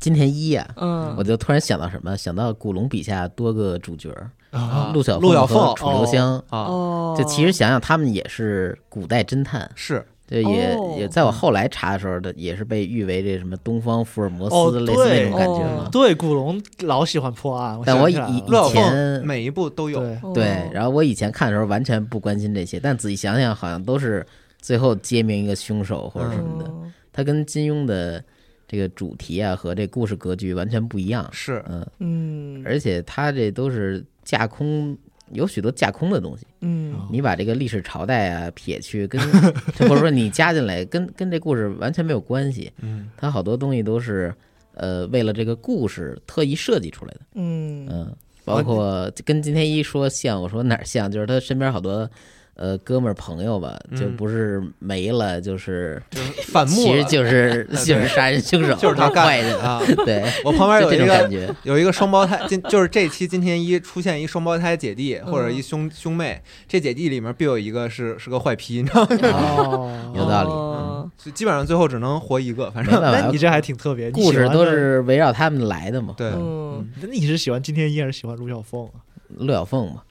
金田一啊，
嗯
我就突然想到什么，想到古龙笔下多个主角儿，
啊
陆小
陆小
凤
凤
和楚留香。
啊，
哦，
就其实想想，他们也是古代侦探，
是
这也、
哦
也在我后来查的时候的，也是被誉为这什么东方福尔摩
哦
斯类似那
对
种感觉嘛。
对，古龙老喜欢破案，
但
想
我
起来
以
了
陆小
以前
凤每一部都有，
嗯对
哦
对，然后我以前看的时候完全不关心这些，但仔细想想，好像都是最后揭明一个凶手或者什么的。
嗯
它跟金庸的这个主题啊和这故事格局完全不一样，
是
嗯，
嗯
而且它这都是架空，有许多架空的东西。
嗯
你把这个历史朝代啊撇去，跟 或者说你加进来，跟跟这故事完全没有关系。
嗯，
它好多东西都是呃为了这个故事特意设计出来的。
嗯
嗯，包
哦
括跟今天一说像，我说哪儿像， 就是他身边好多呃哥们儿朋友吧，就
嗯
不是没了，就是
就是反目
其
了，
实就是
对
就是杀人凶手，
就是他干
坏
的
人，
啊。
对，
我旁边
就
有
这
一
种感
个
觉，
有一个双胞胎，今就是这期金田一出现一双胞胎姐弟或
嗯
者一兄兄妹，这姐弟里面必有一个是是个坏皮，你知道吗？
啊
啊
哦，
有道理。
哦
就基本上最后只能活一个，反
没
正
办
那
法
你，这还挺特别，你
故
喜
事
欢
都
的。
是围绕他们来的嘛，
对，
嗯
那你是喜欢金天一还是喜欢陆小凤啊？
陆小凤嘛，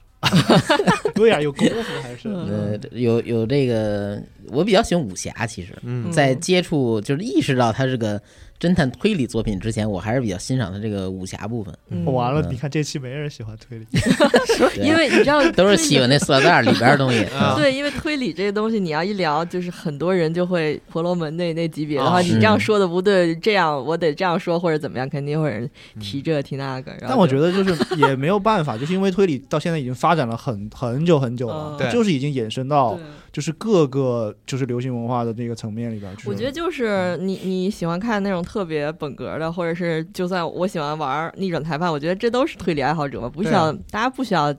对呀、有功夫还是？
呃，有有这个，我比较喜欢武侠，其实，
嗯
在接触就是意识到它是个侦探推理作品之前，我还是比较欣赏它这个武侠部分，
嗯
我完了，
嗯
你看这期没人喜欢推理，
对
因为你知道
都是喜欢那塑料袋儿里边儿的东西。
啊
对，因为推理这个东西，你要一聊，就是很多人就会婆罗门那那级别的话，
啊
你这样
哦是
说的不对，这样我得这样说或者怎么样，肯定会有人
嗯
提这提那个。然
但
后
我
就
觉得就是 也没有办法，就是因为推理到现在已经发展了很很久很久
嗯，
了
对
就是已经衍生到
对
哦
就是各个就是流行文化的那个层面里边去了。
我觉得 就是你你喜欢看那种特别本格的，或者是就算我喜欢玩逆转裁判，我觉得这都是推理爱好者嘛，不需要、大家不需要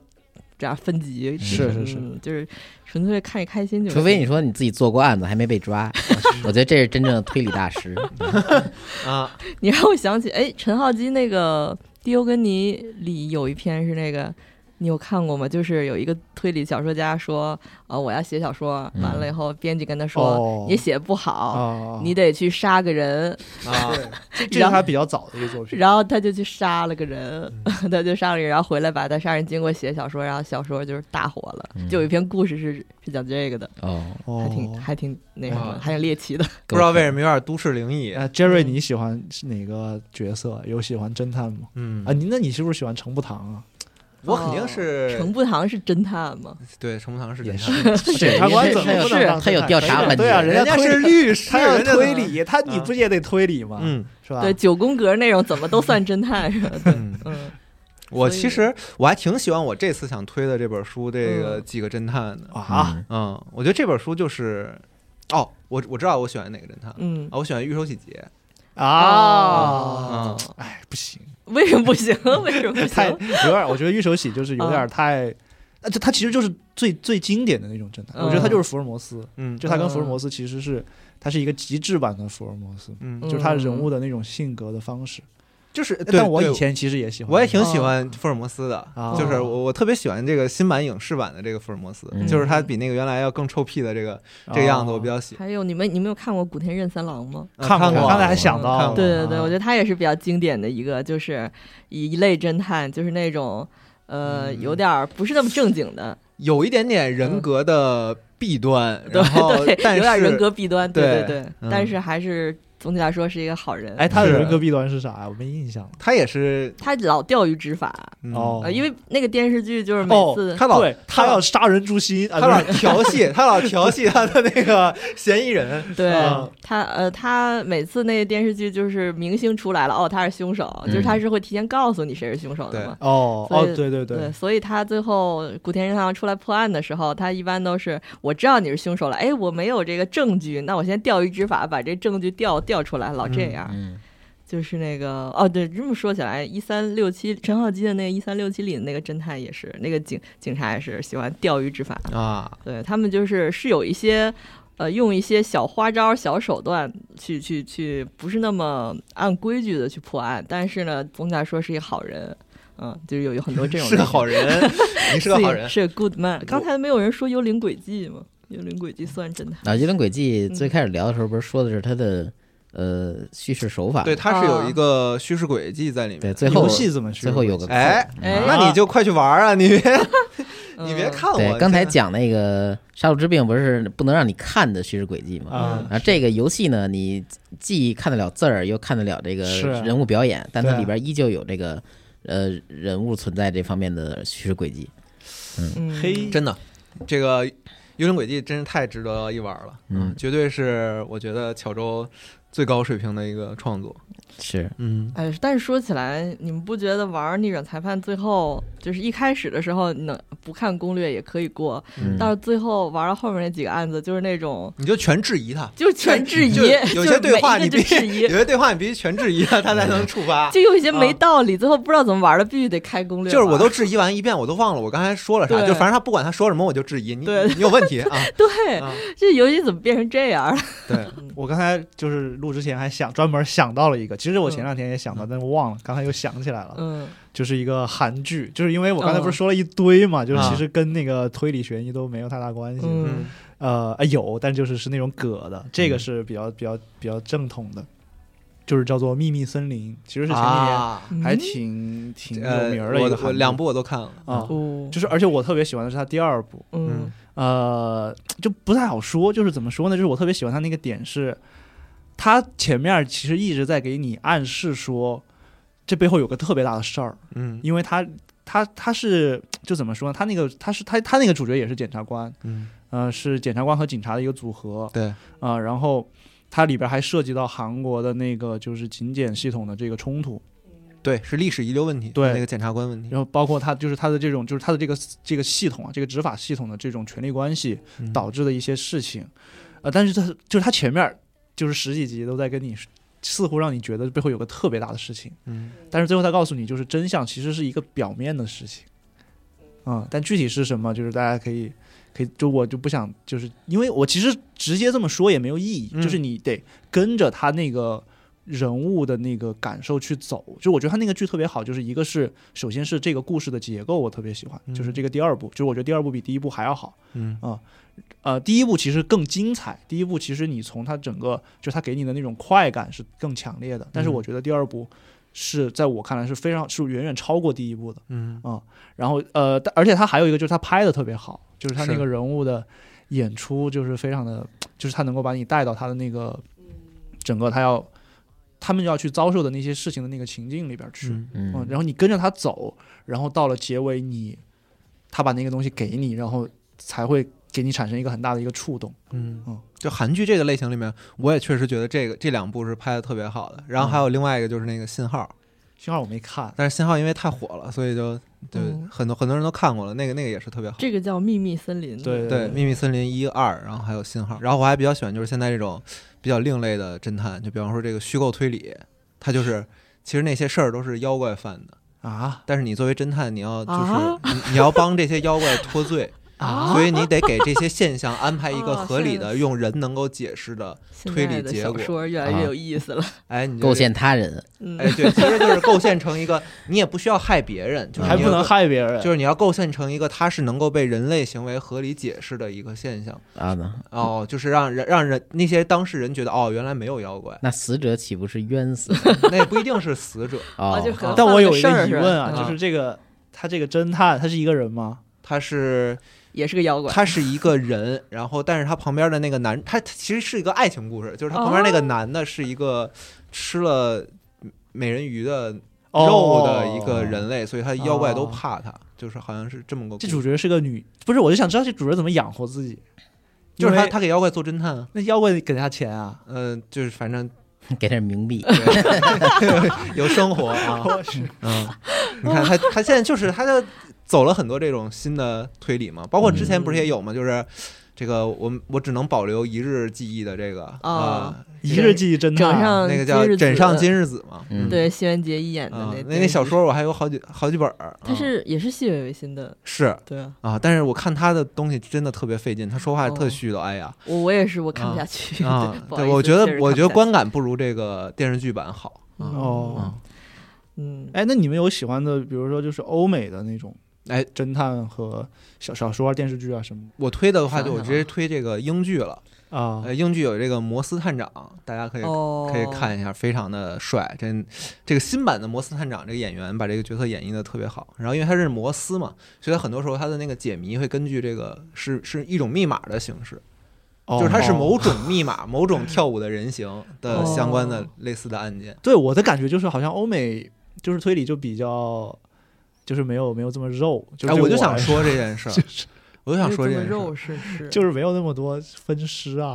这样分级，
是是是
嗯就是纯粹看着开心就行。
除非你说你自己做过案子还没被抓，我觉得这是真正的推理大师。
啊，
你让我想起，哎，陈浩基那个《迪欧根尼》里有一篇是那个，你有看过吗？就是有一个推理小说家说，呃，我要写小说，
嗯
完了以后，编辑跟他说，
哦
你写不好，
啊，
你得去杀个人，
啊，
这这是他比较早的一个作品。
然后他就去杀了个人，
嗯
他就杀了人，然后回来把他杀人经过写小说，然后小说就是大火了，
嗯
就有一篇故事是是讲这个的，
哦，
哦啊
还挺还挺那什么
哇，
还挺猎奇的。
不知道为什么有点都市灵异，
呃，Jerry，
嗯
你喜欢是哪个角色？有喜欢侦探吗？
嗯
啊，，你那你是不是喜欢程步堂啊？
我肯定是
程步堂是侦探吗？
对程步堂是
也
侦
是
探，
是
察官怎
他
么
有
不能当
他有
侦探
调查环节，
对啊，人家
家
推
是律师，
他要
人家
推理，他
啊
你不也得推理吗？，
嗯
是吧？
对，九宫格那种怎么都算侦 探是吧？对，
嗯。
嗯
我
所以
其实我还挺喜欢我这次想推的这本书，这个几个侦探的。
啊，
嗯
嗯，我觉得这本书就是，哦，我我知道我喜欢哪个侦探，
嗯
啊，我喜嗯欢玉手洗洁，
啊
哦，
哎，不行，
为什么不 行？为什么 不
太有
行？嗯
点儿，我觉得玉手洗就是有点儿太，啊，就他其实就是最最经典的那种侦探，
嗯
我觉得他就是福尔摩斯，
嗯，
就他跟福尔摩斯其实是，他是一个极致版的福尔摩斯，
嗯
就是他人物的那种性格的方式。
就是，呃对
但我
对
以前其实也喜欢，
我也挺喜欢福尔摩斯的，
哦
就是我我特别喜欢这个新版影视版的这个福尔摩斯，
嗯
就是他比那个原来要更臭屁的这个、
啊
这个样子，我比较喜欢。
还有你们，你们有看过古田任三郎吗？
呃
啊看
看
过，
过
刚才还想到
看
了，嗯
过
对对对，我觉得
得
他也是比较经典的一个，就是一类侦探，就是那种呃
嗯
有点儿不是那么正经的，
有一点点人格的弊端，
对
然后
对，
但是
有点人格弊端，对
对
对，
嗯
但是还是总体来说是一个好人。
哎，他的
是
人格弊端是啥呀？我没印象了。
他也是、
他老钓鱼执法，
嗯、
哦
呃，因为那个电视剧就是 每
哦
次
他老
对他要杀人诛心啊！
他老
就是
调戏，他老调戏他的那个嫌疑人，
对
啊
他呃，他每次那个电视剧就是明星出来了，哦，他是凶手，
嗯
就是他是会提前告诉你谁是凶手的嘛。
哦
所
哦，
以
对对
对，，所以他最后古田任三郎出来破案的时候，他一般都是我知道你是凶手了，哎，我没有这个证据，那我先钓鱼执法把这证据调调出来，老这样。
嗯，
就是那个哦，对，这么说起来，一三六七陈浩基的那一三六七里的那个侦探也是，那个警警察也是喜欢钓鱼执法，
啊，
对他们就是是有一些，呃，用一些小花招、小手段去去去，不是那么按规矩的去破案，但是呢，总体来说是一个好人，嗯，就是有有很多这种
是个啊
人
好人，你是个好人，
是 good man。刚才没有人说幽灵轨迹吗？幽灵轨迹算侦探，
啊，《幽灵轨迹》
嗯
最开始聊的时候，不是说的是它的呃叙事手法吗？
对，它是有
啊
一个叙事轨迹在里面。
对，最后
游戏怎么去？
最后有个
哎
扣
哎
那你就快去玩儿啊！你别你别
嗯
看我。
对，刚才
现在
讲那个《杀戮之病》不是不能让你看的叙事轨迹吗？
嗯
啊，
啊，这个游戏呢，你既看得了字儿，又看得了这个
是
人物表演，但它
对
里边依旧有这个呃人物存在这方面的叙事轨迹。
嗯
嘿
真的，这个《幽灵轨迹》真是太值得一玩了，
嗯，
绝对是我觉得巧周最高水平的一个创作。
是
嗯，
哎，但是说起来，你们不觉得玩逆转裁判最后就是一开始的时候，能不看攻略也可以过，
嗯
到最后玩到后面那几个案子，就是那种
你就全质疑他，
就是全质疑，
就有些对话你
就
必
是
须，
每一个就质疑，
有些对话你必须全质疑他，他才能触发。
就有一些没道理，最后不知道怎么玩的，必须得开攻略
就
玩。
是我都质疑完一遍，我都忘了我刚才说了啥，
对
就反正他不管他说什么，我就质疑你，
对
你有问 题啊！
对
啊，
这游戏怎么变成这样了？
对，
嗯
我刚才就是录之前还想专门想到了一个，其实我前两天也想到，但是忘了，刚才又想起来了，
嗯
就是一个韩剧，就是因为我刚才不是说了一堆嘛，就是
啊
其实跟那个推理悬疑都没有太大关系，
嗯
嗯，
呃，啊有，但就是是那种葛的，这个是比较比较比较正统的，就是叫做《秘密森林》，其实是前几年
啊，
还
嗯
挺挺有
呃
名儿，的一个
我
韩
我
剧
两部我都看了，
啊，
哦，
就是而且我特别喜欢的是它第二部，
嗯
呃，就不太好说，就是怎么说呢？就是我特别喜欢他那个点是，他前面其实一直在给你暗示说，这背后有个特别大的事儿，
嗯
因为他他他是就怎么说呢？他那个他是他他那个主角也是检察官，
嗯，
呃，是检察官和警察的一个组合
对，
啊、然后。它里边还涉及到韩国的那个就是警检系统的这个冲突，
对，是历史遗留问题，
对
那个检察官问题
然后包括它就是它的这种就是它的这个这个系统啊，这个执法系统的这种权力关系，
嗯
导致的一些事情，呃，但是它就是它前面儿就是十几集都在跟你说，似乎让你觉得背后有个特别大的事情，
嗯
但是最后他告诉你，就是真相其实是一个表面的事情，啊、但具体是什么，就是大家可以可以，就我就不想，就是因为我其实直接这么说也没有意义，
嗯
就是你得跟着他那个。人物的那个感受去走，就我觉得他那个剧特别好，就是一个是首先是这个故事的结构我特别喜欢，
嗯
就是这个第二部，就是我觉得第二部比第一部还要好，
嗯
呃，第一部其实更精彩，第一部其实你从它整个就它给你的那种快感是更强烈的，但是
嗯
我觉得第二部是在我看来是非常是远远超过第一部的。
嗯
然后呃，但而且它还有一个就是它拍的特别好，就是它那
是
个人物的演出就是非常的，就是它能够把你带到他的那个整个他要他们要去遭受的那些事情的那个情境里边去。
嗯
嗯，
嗯
然后你跟着他走，然后到了结尾你，他把那个东西给你，然后才会给你产生一个很大的一个触动。
嗯
嗯，
就韩剧这个类型里面，我也确实觉得这个这两部是拍的特别好的。
嗯
然后还有另外一个就是那个信号，
幸好我没看，
但是信号因为太火了，所以就对、
嗯
很多很多人都看过了，那个那个也是特别好。
这个叫秘密森林。
对
对，《秘密森林》一二，然后还有信号，然后我还比较喜欢就是现在这种比较另类的侦探，就比方说这个虚构推理，它就是其实那些事儿都是妖怪犯的，
啊
但是你作为侦探，你要就是、
啊
你你要帮这些妖怪脱罪，
啊
所以你得给这些现象安排一个
啊
合理
现在
的、用人能够解释的
现
推理
在的
结
小
果
说越来越有意思了。
哎，你就
构陷他人，
嗯
哎，对，其实就是构陷成一个，你也不需要害别人，就是
还
你
不
要
能
构，
害别人，
就是你要构陷成一个它是能够被人类行为合理解释的一个现象。
啊呢？，
哦，就是让人让人那些当事人觉得哦，原来没有妖怪
那死者岂不是冤死？
那也不一定是死者，
啊
哦，
就可能
但我有一
犯了
个
事
疑
儿
问啊，
是吧嗯
就是这个他这个侦探他是一个人吗？
他是
也是个妖怪。
他是一个人，然后但是他旁边的那个男，他其实是一个爱情故事，就是他旁边那个男的是一个吃了美人鱼的肉的一个
哦，
人类，所以他妖怪都
哦
怕他，就是好像是这么个故
这
事。
主角是个女，不是，我就想知道这主角怎么养活自己，
就是
因
他，
为
他给妖怪做侦探啊，
那妖怪给他钱啊，
嗯、就是反正
给点冥币，
有生活啊，嗯，你看他他现在就是他就走了很多这种新的推理嘛，包括之前不是也有嘛，就是这个我们我只能保留一日记忆的这个
哦
啊，
一日记忆侦
整
探啊，
上
那个叫
日子
枕上今日子嘛，
嗯
对谢元杰一演的
啊，
那
那那小，说我还有好几好几本儿，
他
啊
是也是细微维新的，
是
对啊，
啊，但是我看他的东西真的特别费劲，他说话特絮叨，哎 呀
我我也是我看不下去
啊
哦 ，不好
对，
意思
我觉
确
得
实
我
看
觉
不下
得
去
观感不如这个电视剧版好啊
嗯
哦，
啊
嗯，
哎，那你们有喜欢的，比如说就是欧美的那种
哎，
侦探和小小说、电视剧啊什么
我推的话，就我
想想啊
直接推这个英剧了。
啊
呃，英剧有这个《摩斯探长》，大家可以
哦，
可以看一下，非常的帅。真，这个新版的摩斯探长这个演员把这个角色演绎的特别好。然后因为他是摩斯嘛，所以他很多时候他的那个解谜会根据这个是是一种密码的形式，
哦
就是它是某种密码、某种跳舞的人形的相关的
哦
类似的案件。
对我的感觉就是，好像欧美就是推理就比较，就是没有没有这么肉，就是
哎，
对
我
我
就想
来，
说这件事儿，我就想说这
这么
件事儿。
肉 是是
就是没有那么多分尸啊，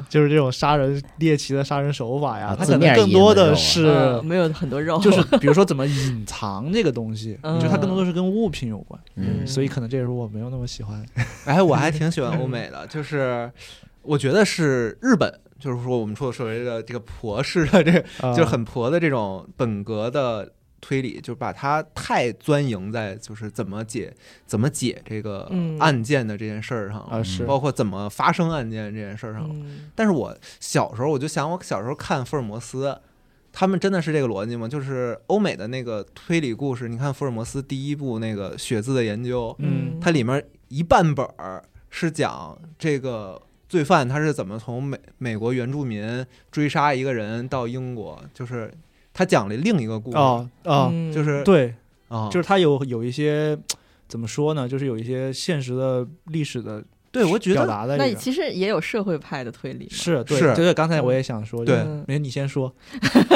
哦，
就是这种杀人猎奇的杀人手法呀
啊，
它
字
可
面
能
儿
更
也
多
没有
的
啊
是
呃没有很多
嗯
肉，
就是 比如说怎么隐藏这个东西，
嗯
就它更多的是跟物品有关，
嗯
嗯
所以可能这也是我没有那么喜欢。
哎，我还挺喜欢欧美的，就是我觉得是日本，就是说我们说所谓的这个婆式的这个
呃
就是很婆的这种本格的推理，就把它太钻营在就是怎么解怎么解这个
嗯
案件的这件事儿上了，
啊是
包括怎么发生案件这件事儿上了。
嗯
但是我小时候我就想，我小时候看福尔摩斯，他们真的是这个逻辑吗？就是欧美的那个推理故事，你看福尔摩斯第一部那个血字的研究，
嗯
它里面一半本儿是讲这个罪犯他是怎么从美美国原住民追杀一个人到英国，就是他讲了另一个故事，
啊啊，
嗯
哦就是
对，
啊，
就是它有有一些怎么说呢，就是有一些现实的历史的
对我觉
表
得
达在
那
里面。
其实也有社会派的推理嘛，
是对，
是
就是刚才我也想说，
对
就是没有你先说，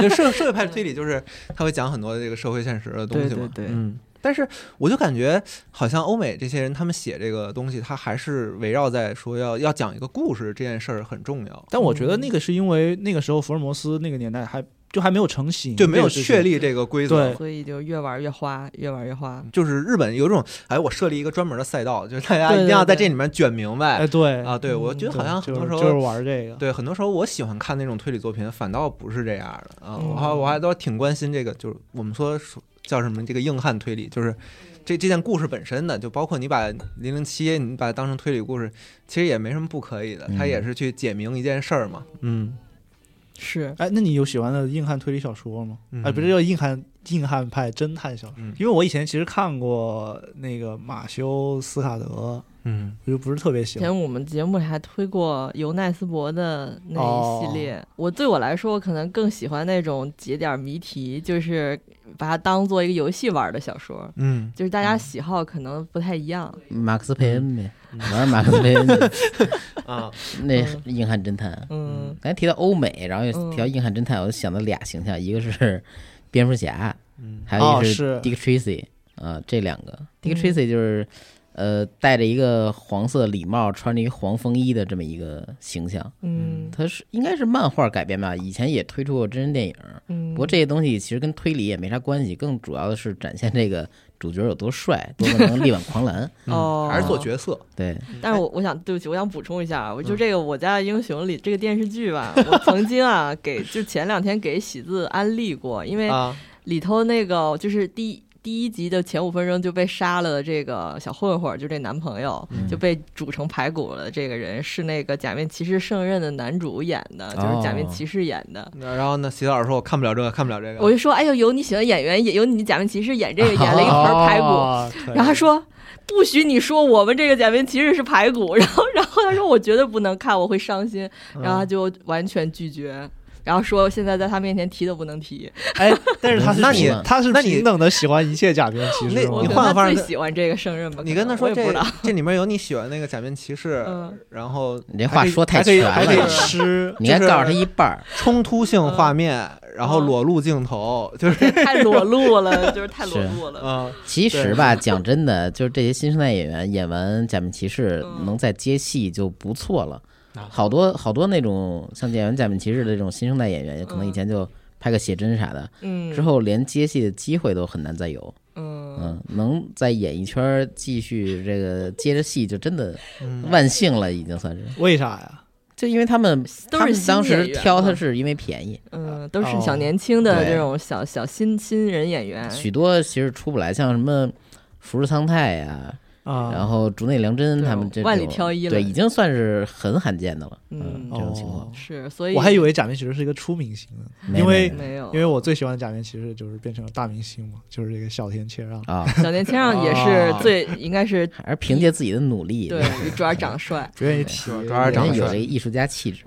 就社社会派推理就是他会讲很多这个社会现实的东西嘛，
对对对
嗯。但是我就感觉，好像欧美这些人，他们写这个东西，他还是围绕在说要要讲一个故事这件事儿很重要，
但我觉得那个是因为那个时候福尔摩斯那个年代还就还没有成型，
就没有确
立。
立这个规则
对。
所以就越玩越花，越玩越花。
就是日本有一种，哎，我设立一个专门的赛道， 就是大家
对
一
对
定要在
对
这里面卷明白
哎，对，嗯
啊。对，我觉得
对
好像很
就
多
是
时
就是
候，
玩这个，
对很多时候我喜欢看那种推理作品，反倒不是这样的啊。
嗯
我还我还都挺关心这个，就是我们说叫什么这个硬汉推理，就是这这件故事本身的，就包括你把零零七你把它当成推理故事，其实也没什么不可以的，它
嗯
也是去解明一件事儿嘛。嗯，
是，
哎，那你有喜欢的硬汉推理小说吗？
嗯
哎，不是叫硬汉硬汉派侦探小说，
嗯
因为我以前其实看过那个马修斯卡德，我
嗯，
就不是特别喜
以
欢。
前我们节目里还推过尤奈斯伯的那一系列。我对我来说，我可能更喜欢那种解点儿谜题，就是把它当做一个游戏玩儿的小说。
嗯，
就是大家喜好可能不太一样，
马克思佩恩呗，玩马克思佩恩
啊，
那
嗯
硬汉侦探。
嗯，
刚才提到欧美，然后又
嗯
提到硬汉侦探，我就想到俩形象，一个是蝙蝠侠，
嗯
还有
哦
一个
是
Dick Tracy，呃，这两个 Dick
嗯
Tracy 就是呃戴着一个黄色礼帽，穿着一个黄风衣的这么一个形象，
嗯
他是应该是漫画改编吧，以前也推出过真人电影，
嗯，
不过这些东西其实跟推理也没啥关系，更主要的是展现这个主角有多帅，多么能力挽狂澜。
哦，
还是做角色，
对，
但是我我想，对不起，我想补充一下啊，我就这个《我家的英雄》里这个电视剧吧，我曾经啊给就前两天给喜字安利过，因 为
啊，
里头那个就是第一第一集的前五分钟就被杀了的这个小混混儿，就这男朋友、
嗯
就被煮成排骨了。这个人是那个《假面骑士圣刃》的男主演的，就是《假面
哦
骑士》演的。
那然后呢，洗澡师说我看不了这个，看不了这个，
我就说，哎呦，有你喜欢的演员，也有你《假面骑士》演这个，演了一盘儿排骨。
啊
哦可以
然后他说：“不许你说我们这个假面骑士是排骨。” 然后，然后他说：“我绝对不能看，我会伤心。”
嗯
然后他就完全拒绝，然后说：“现在在他面前提都不能提。
嗯
哎，但是他是
那
平
你
等他是
那你
平等的喜欢一切假面骑
那
士吗
我
你
可
换
能
个法
他最
儿跟
喜欢这个圣刃吧。
你
可
跟
能
他说
我也不
这
知道。
这里面有你喜欢那个假面骑士，
嗯
然后
你这话说太
还可
全
以还可以还可
了
以，吃
你应该
就是
告诉他一半儿。
冲突性画面，然后
嗯
裸露镜头，就是
这 太裸露了，就是太裸露了。
啊，
其实吧，讲真的，就是这些新生代演员演完《假面骑士》
嗯
能再接戏就不错了
啊。
好多好多那种像演完《假面骑士》的这种新生代演员，可能
嗯
以前就拍个写真啥的，
嗯，
之后连接戏的机会都很难再有。
嗯，
嗯，能再演一圈儿继续这个接着戏，就真的
嗯
万幸了，已经算是。
为啥呀？
就因为他们
都
他
是
们
新
当
演
时
员
挑他
嘛
是因为便宜，
嗯，都是
哦
小年轻的
对
这种小小新新人演员。
许多其实出不来，像什么福士康泰呀、
啊，
然后竹内良真
对
他们这
万里
种
挑一了
对，已经算是很罕见的了。
嗯
这种情况
哦
是，哦所以
我还以为假面骑士是一个出明星呢，
没
因为
没有，
因为我最喜欢的假面骑士就是变成了大明星嘛，就是这个小田切让。
啊，
小年轻上也是
啊
最应该是
还是凭借自己的努力，
对，主要长帅
不愿意提，
主要是长
人
得
家有
帅
这艺术家气质。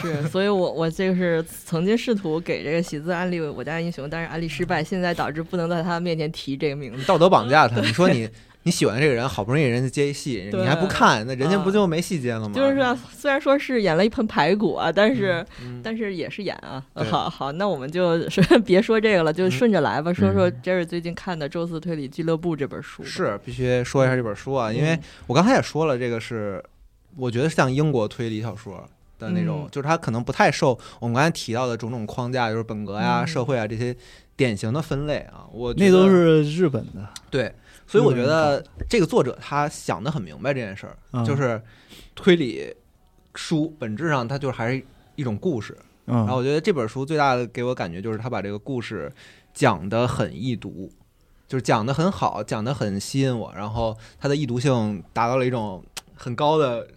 是，所以我我这个是曾经试图给这个喜字安利我家英雄，但是安利失败，现在导致不能在他面前提这个名字。
道德绑架他。你 说你你喜欢这个人，好不容易人家接一戏，
对
你还不看，那人家
啊
不就没戏接了吗？
就是啊虽然说是演了一盆排骨啊，但是、
嗯，
但是也是演啊。
对嗯
好好，那我们就是别说 这个了，就顺着来吧，说说 Jerry 最近看的《周四推理俱乐部》这本书。
是必须说一下这本书啊，因为
嗯
我刚才也说了，这个是我觉得像英国推理小说。的那种
嗯，
就是它可能不太受我们刚才提到的种种框架，就是本格呀、
嗯
社会啊这些典型的分类啊。我觉
那都
得
是日本的，
对，所以我觉
日本
得这个作者他想的很明白这件事儿，
嗯
就是推理书本质上它就是还是一种故事。
嗯
然后我觉得这本书最大的给我感觉就是他把这个故事讲得很易读，就是讲得很好，讲得很吸引我，然后它的易读性达到了一种很高的。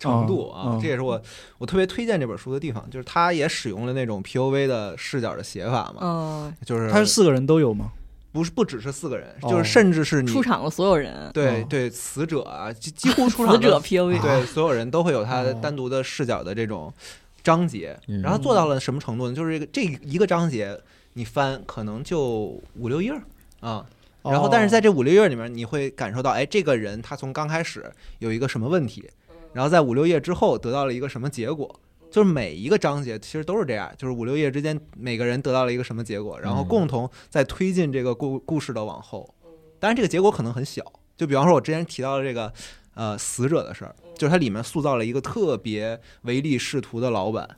程度啊，
嗯嗯
这也是我我特别推荐这本书的地方，就是它也使用了那种 POV 的视角的写法嘛，
嗯、
就是
他是四个人都有吗？
不是不只是四个人，
哦
就是甚至是你
出场了所有人，
对
哦
对，死者啊，几几乎出场
死
的
者 POV，、
对所有人都会有他的
哦
单独的视角的这种章节，
嗯
然后做到了什么程度呢？就是这个这一个章节你翻可能就五六页儿啊。然
哦
后，但是在这五六页儿里面，你会感受到，哎，这个人他从刚开始有一个什么问题，然后在五六页之后得到了一个什么结果，就是每一个章节其实都是这样，就是五六页之间每个人得到了一个什么结果，然后
嗯
共同在推进这个故故事的往后。当然，这个结果可能很小，就比方说我之前提到的这个呃死者的事儿，就是它里面塑造了一个特别唯利是图的老板，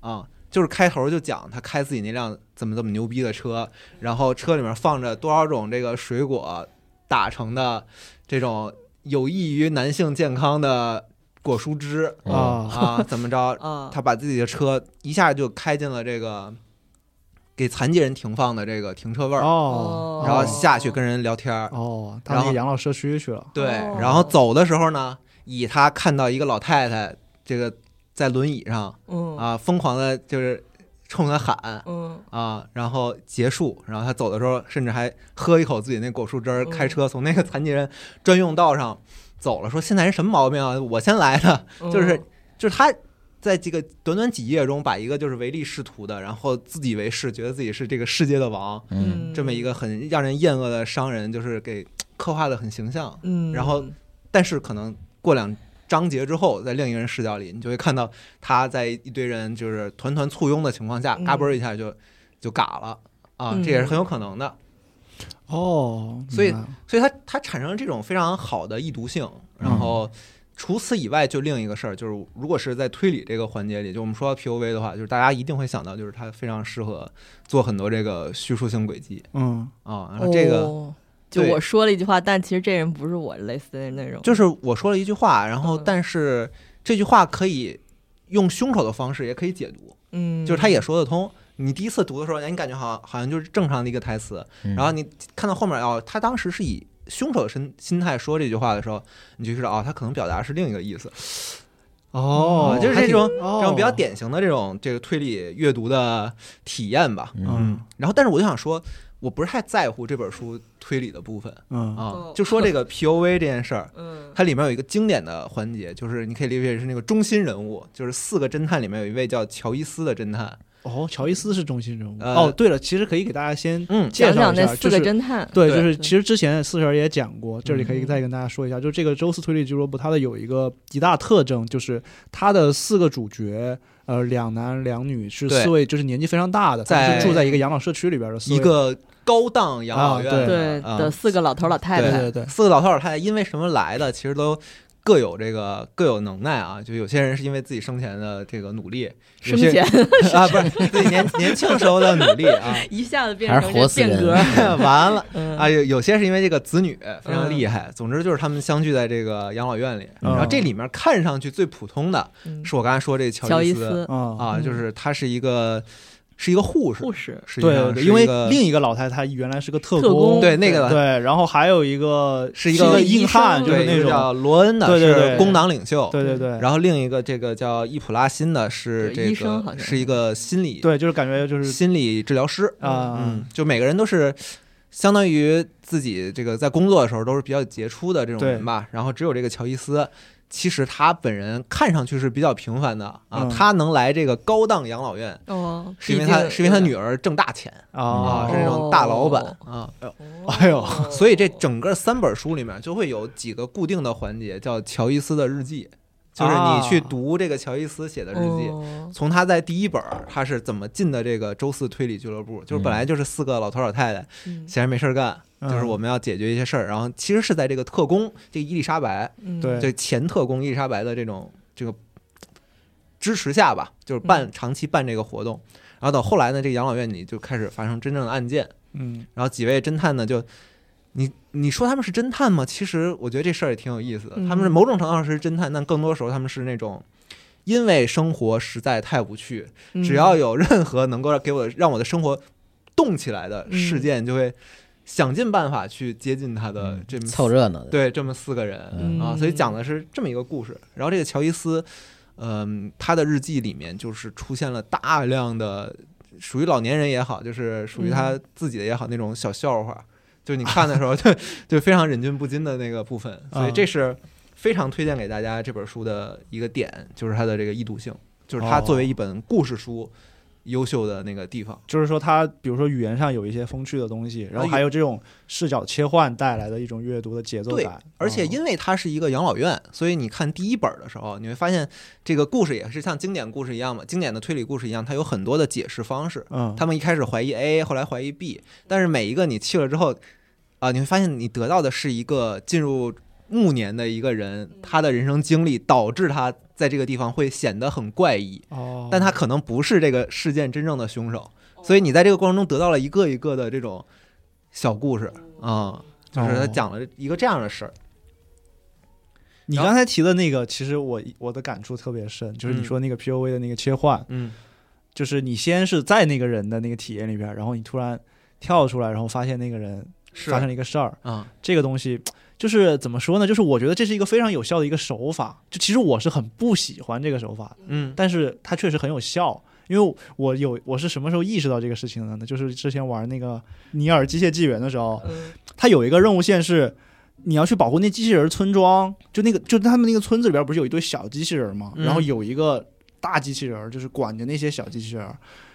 啊，就是开头就讲他开自己那辆怎么怎么牛逼的车，然后车里面放着多少种这个水果打成的这种有益于男性健康的果蔬汁
嗯
啊，
啊，怎么 着？
啊，
他把自己的车一下就开进了这个给残疾人停放的这个停车位儿，
哦，
然后
哦
下去跟人聊天儿，
哦，他
然
那
后
个养老社区去了，
对，
哦
然后走的时候呢，以他看到一个老太太这个在轮椅上
哦
嗯
啊，疯狂的就是冲他喊，
嗯，
啊，然后结束，然后他走的时候，甚至还喝一口自己那果蔬汁儿，
嗯
开车从那个残疾人专用道上走了，说现在人什么毛病啊？我先来的，
嗯
就是就是他在这个短短几页中，把一个就是唯利是图的，然后自以为是，觉得自己是这个世界的王，
嗯，
这么一，个很让人厌恶的商人，就是给刻画的很形象。
嗯，
然后但是可能过两章节之后，在另一个人视角里，你就会看到他在一堆人就是团团簇拥的情况下，
嗯
嘎嘣儿一下就就嘎了啊，
嗯
这也是很有可能的。
哦，
所以
明白了
所以它它产生了这种非常好的易读性。然
嗯
后除此以外，就另一个事儿就是，如果是在推理这个环节里，就我们说到 POV 的话，就是大家一定会想到，就是它非常适合做很多这个叙述性轨迹
嗯，
啊。然后这个、
哦就
对
我说了一句话，但其实这人不是我，类似的那种，
就是我说了一句话，然后
嗯
但是这句话可以用凶手的方式也可以解读，
嗯，
就是他也说得通。你第一次读的时候，哎，你感觉好像好像就是正常的一个台词，
嗯
然后你看到后面哦，他当时是以凶手的身心态说这句话的时候，你就知道哦，他可能表达是另一个意思，
哦
啊，就是
还
这
挺
种
哦
这种比较典型的这种这个推理阅读的体验吧。
嗯
然后，但是我就想说，我不是太在乎这本书推理的部分
嗯
啊
哦，
就说这个 POV 这件事儿，
嗯，
它里面有一个经典的环节，就是你可以理解是那个中心人物，就是四个侦探里面有一位叫乔伊斯的侦探。
哦，乔伊斯是中心人物。
呃
哦，对了，其实可以给大家先
嗯
介
讲
绍
讲
一
那
下，
四
就
个
是
侦探，
对，
对
就是
对
其实之前四婶也讲过，这里可以
嗯
再跟大家说一下，就这个周四推理俱乐部，它的有一个一大特征，就是它的四个主角，呃，两男两女是
对
四位，就是年纪非常大的，他们
在
是住在一个养老社区里边的四位
一个高档养老院
啊
对
啊
的四个老头老太
对
太，
对对，
四个老头老太太因为什么来的，其实都各有这个各有能耐啊。就有些人是因为自己生前的这个努力，有
生
些
前
啊不是自己年年轻时候的努力啊，
一下子变
还是
成
活
这
死
变
人
革，
完了。
嗯
啊，有有些是因为这个子女非常厉害，总之就是他们相聚在这个养老院里。
嗯
然后这里面看上去最普通的
嗯
是我刚才说这
乔
乔
伊
斯，
斯，
啊
啊，
嗯
就是他是一个是一个护士
护，士，
实际
对
上是
对对，
一
因为
个
另一个老太太原来是个特
特工
对那个
对，然后还有一个
是一
是一
个
个
医
硬
生
汉，就是
对一
那
个
种，
叫罗恩的
对对对
是工党领袖，
对对对，
然后另一个这个叫伊普拉辛的是
对
这
医生好
个
像
是一个心理
对，就是感觉就是
心理治疗师，
啊，
嗯，就每个人都是相当于自己这个在工作的时候都是比较杰出的这种
对
人吧。然后只有这个乔伊斯，其实他本人看上去是比较平凡的啊，
嗯
他能来这个高档养老院。
哦，
是因为他
毕竟
是因为他女儿挣大钱啊，
啊，
是那种大老板啊，
哦
哎呦
所以这整个三本书里面就会有几个固定的环节，叫乔伊斯的日记，就是你去读这个乔伊斯写的日记，
哦
从他在第一本儿他是怎么进的这个周四推理俱乐部，就是本来就是四个老头老太太
嗯
闲着没事儿干，
嗯
就是我们要解决一些事儿，然后其实是在这个特工这个伊丽莎白，
嗯
对
这前特工伊丽莎白的这种这个支持下吧，就是办长期办这个活动，然后到后来呢，这个养老院里就开始发生真正的案件，
嗯
然后几位侦探呢就。你你说他们是侦探吗？其实我觉得这事儿也挺有意思的。
嗯
他们是某种程度上是侦探，但更多时候他们是那种，因为生活实在太无趣，
嗯
只要有任何能够给我让我的生活动起来的事件，就会想尽办法去接近他的这么
嗯凑热闹的，
对这么四个人
嗯
啊，所以讲的是这么一个故事。然后这个乔伊斯，嗯，他的日记里面就是出现了大量的属于老年人也好，就是属于他自己的也好那种小笑话，就你看的时候就就非常忍俊不禁的那个部分。所以这是非常推荐给大家这本书的一个点，就是它的这个易读性，就是它
哦
作为一本故事书。优秀的那个地方，
就是说他比如说语言上有一些风趣的东西，然后
啊
还有这种视角切换带来的一种阅读的节奏
对
感，
而且
嗯
因为它是一个养老院，所以你看第一本儿的时候，你会发现这个故事也是像经典故事一样嘛，经典的推理故事一样，它有很多的解释方式。
嗯，
他们一开始怀疑 A，后来怀疑 B，但是每一个你去了之后，啊、你会发现你得到的是一个进入暮年的一个人，他的人生经历导致他在这个地方会显得很怪异，
哦，
但他可能不是这个事件真正的凶手，所以你在这个过程中得到了一个一个的这种小故事啊、就是他
哦
讲了一个这样的事儿。
你刚才提的那个，其实我我的感触特别深，就是你
嗯
说那个 P O V 的那个切换，
嗯
就是你先是在那个人的那个体验里边，然后你突然跳出来，然后发现那个人
是
发生了一个事儿，
啊，
这个东西。就是怎么说呢？就是我觉得这是一个非常有效的一个手法。就其实我是很不喜欢这个手法的，
嗯
但是它确实很有效。因为我有我是什么时候意识到这个事情的呢？就是之前玩那个《尼尔：机械纪元》的时候，
嗯
它有一个任务线是你要去保护那机器人村庄，就那个就他们那个村子里边不是有一堆小机器人吗？
嗯
然后有一个大机器人，就是管着那些小机器人。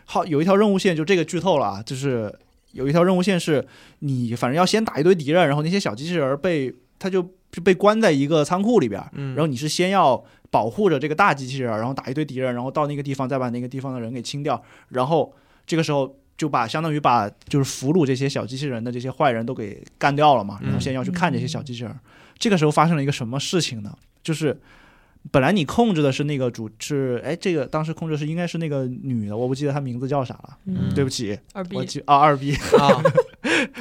好，有一条任务线，就这个剧透了啊，就是有一条任务线是你反正要先打一堆敌人，然后那些小机器人被他就就被关在一个仓库里边，
嗯
然后你是先要保护着这个大机器人，然后打一堆敌人，然后到那个地方再把那个地方的人给清掉，然后这个时候就把相当于把就是俘虏这些小机器人的这些坏人都给干掉了嘛，
嗯
然后先要去看这些小机器人。这个时候发生了一个什么事情呢？就是本来你控制的是那个主是哎，这个当时控制的是应该是那个女的，我不记得她名字叫啥了，
嗯
对不起，
二
我
B
记啊二 B。
啊，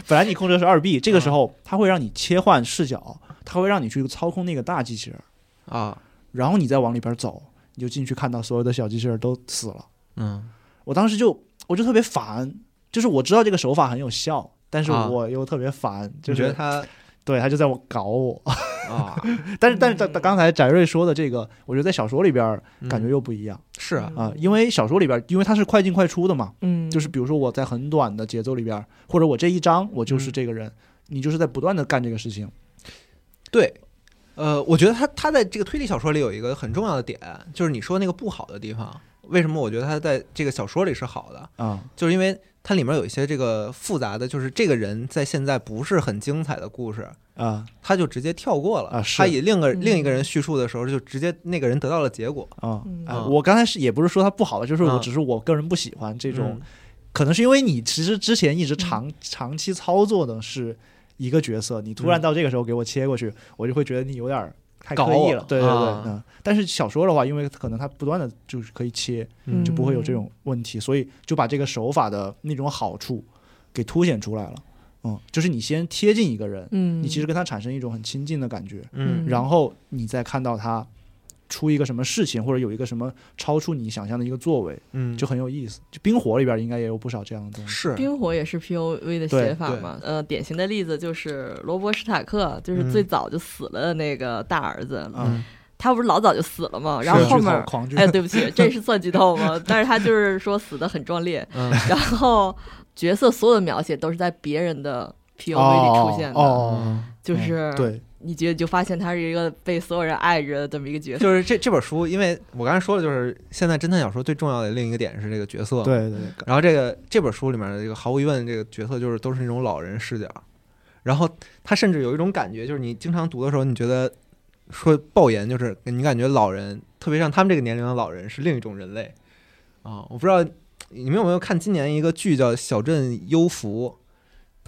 本来你控制的是二 B，这个时
嗯
候它会让你切换视角，它会让你去操控那个大机器人。
啊，
然后你再往里边走，你就进去看到所有的小机器人都死了。
嗯，
我当时就我就特别烦，就是我知道这个手法很有效，但是
啊
我又特别烦，
就
就
觉
是
得他
对他就在我搞我。
啊，
但是但是他
嗯
他刚才翟瑞说的这个，我觉得在小说里边
嗯
感觉又不一样
是啊，
啊、因为小说里边因为它是快进快出的嘛，
嗯
就是比如说我在很短的节奏里边，或者我这一章我
嗯
就是这个人，你就是在不断的干这个事情。
对。呃，我觉得他他在这个推理小说里有一个很重要的点，就是你说那个不好的地方，为什么我觉得他在这个小说里是好的，
啊、
就是因为它里面有一些这个复杂的，就是这个人在现在不是很精彩的故事，
啊
他就直接跳过了，
啊是
他以另一个
嗯
另一个人叙述的时候，就直接那个人得到了结果，
啊
嗯！
哎我刚才是也不是说它不好的，就是我
啊
只是我个人不喜欢这
这
种可能是因为你其实之前一直
嗯
长长期操作的是一个角色，你突然到这个时候给我切过去，我就会觉得你有点儿太刻
搞
意
我
了。对对对，
啊
嗯。但是小说的话，因为可能它不断的就是可以切，
嗯
就不会有这种问题，所以就把这个手法的那种好处给凸显出来了。嗯，就是你先贴近一个人，
嗯，
你其实跟他产生一种很亲近的感觉，
嗯
嗯
然后你再看到他出一个什么事情，或者有一个什么超出你想象的一个作为，
嗯，
就很有意思。就冰火里边应该也有不少这样的东西。
是
冰火也是 P O V 的写法嘛？呃，典型的例子就是罗伯·史塔克，就是
嗯
最早就死了的那个大儿子，
啊
嗯，
他不是老早就死了 嘛？然后
狂
后
剧透
面，
狂剧
哎，对不起，这是算剧透吗？但是他就是说死的很壮烈，
嗯
然后角色所有的描写都是在别人 的 P O V 里出现的，嗯
哦，
嗯
就是
对，
你觉得你就发现他是一个被所有人爱着的这么一个角色。
就是这这本书，因为我刚才说了，就是现在侦探小说最重要的另一个点是这个角色，。
对对，
然后这个这本书里面的这个毫无疑问，这个角色就是都是那种老人视角，然后他甚至有一种感觉，就是你经常读的时候，你觉得说爆言就是你感觉老人，特别像他们这个年龄的老人是另一种人类啊。我不知道你们有没有看今年一个剧叫《小镇幽浮》，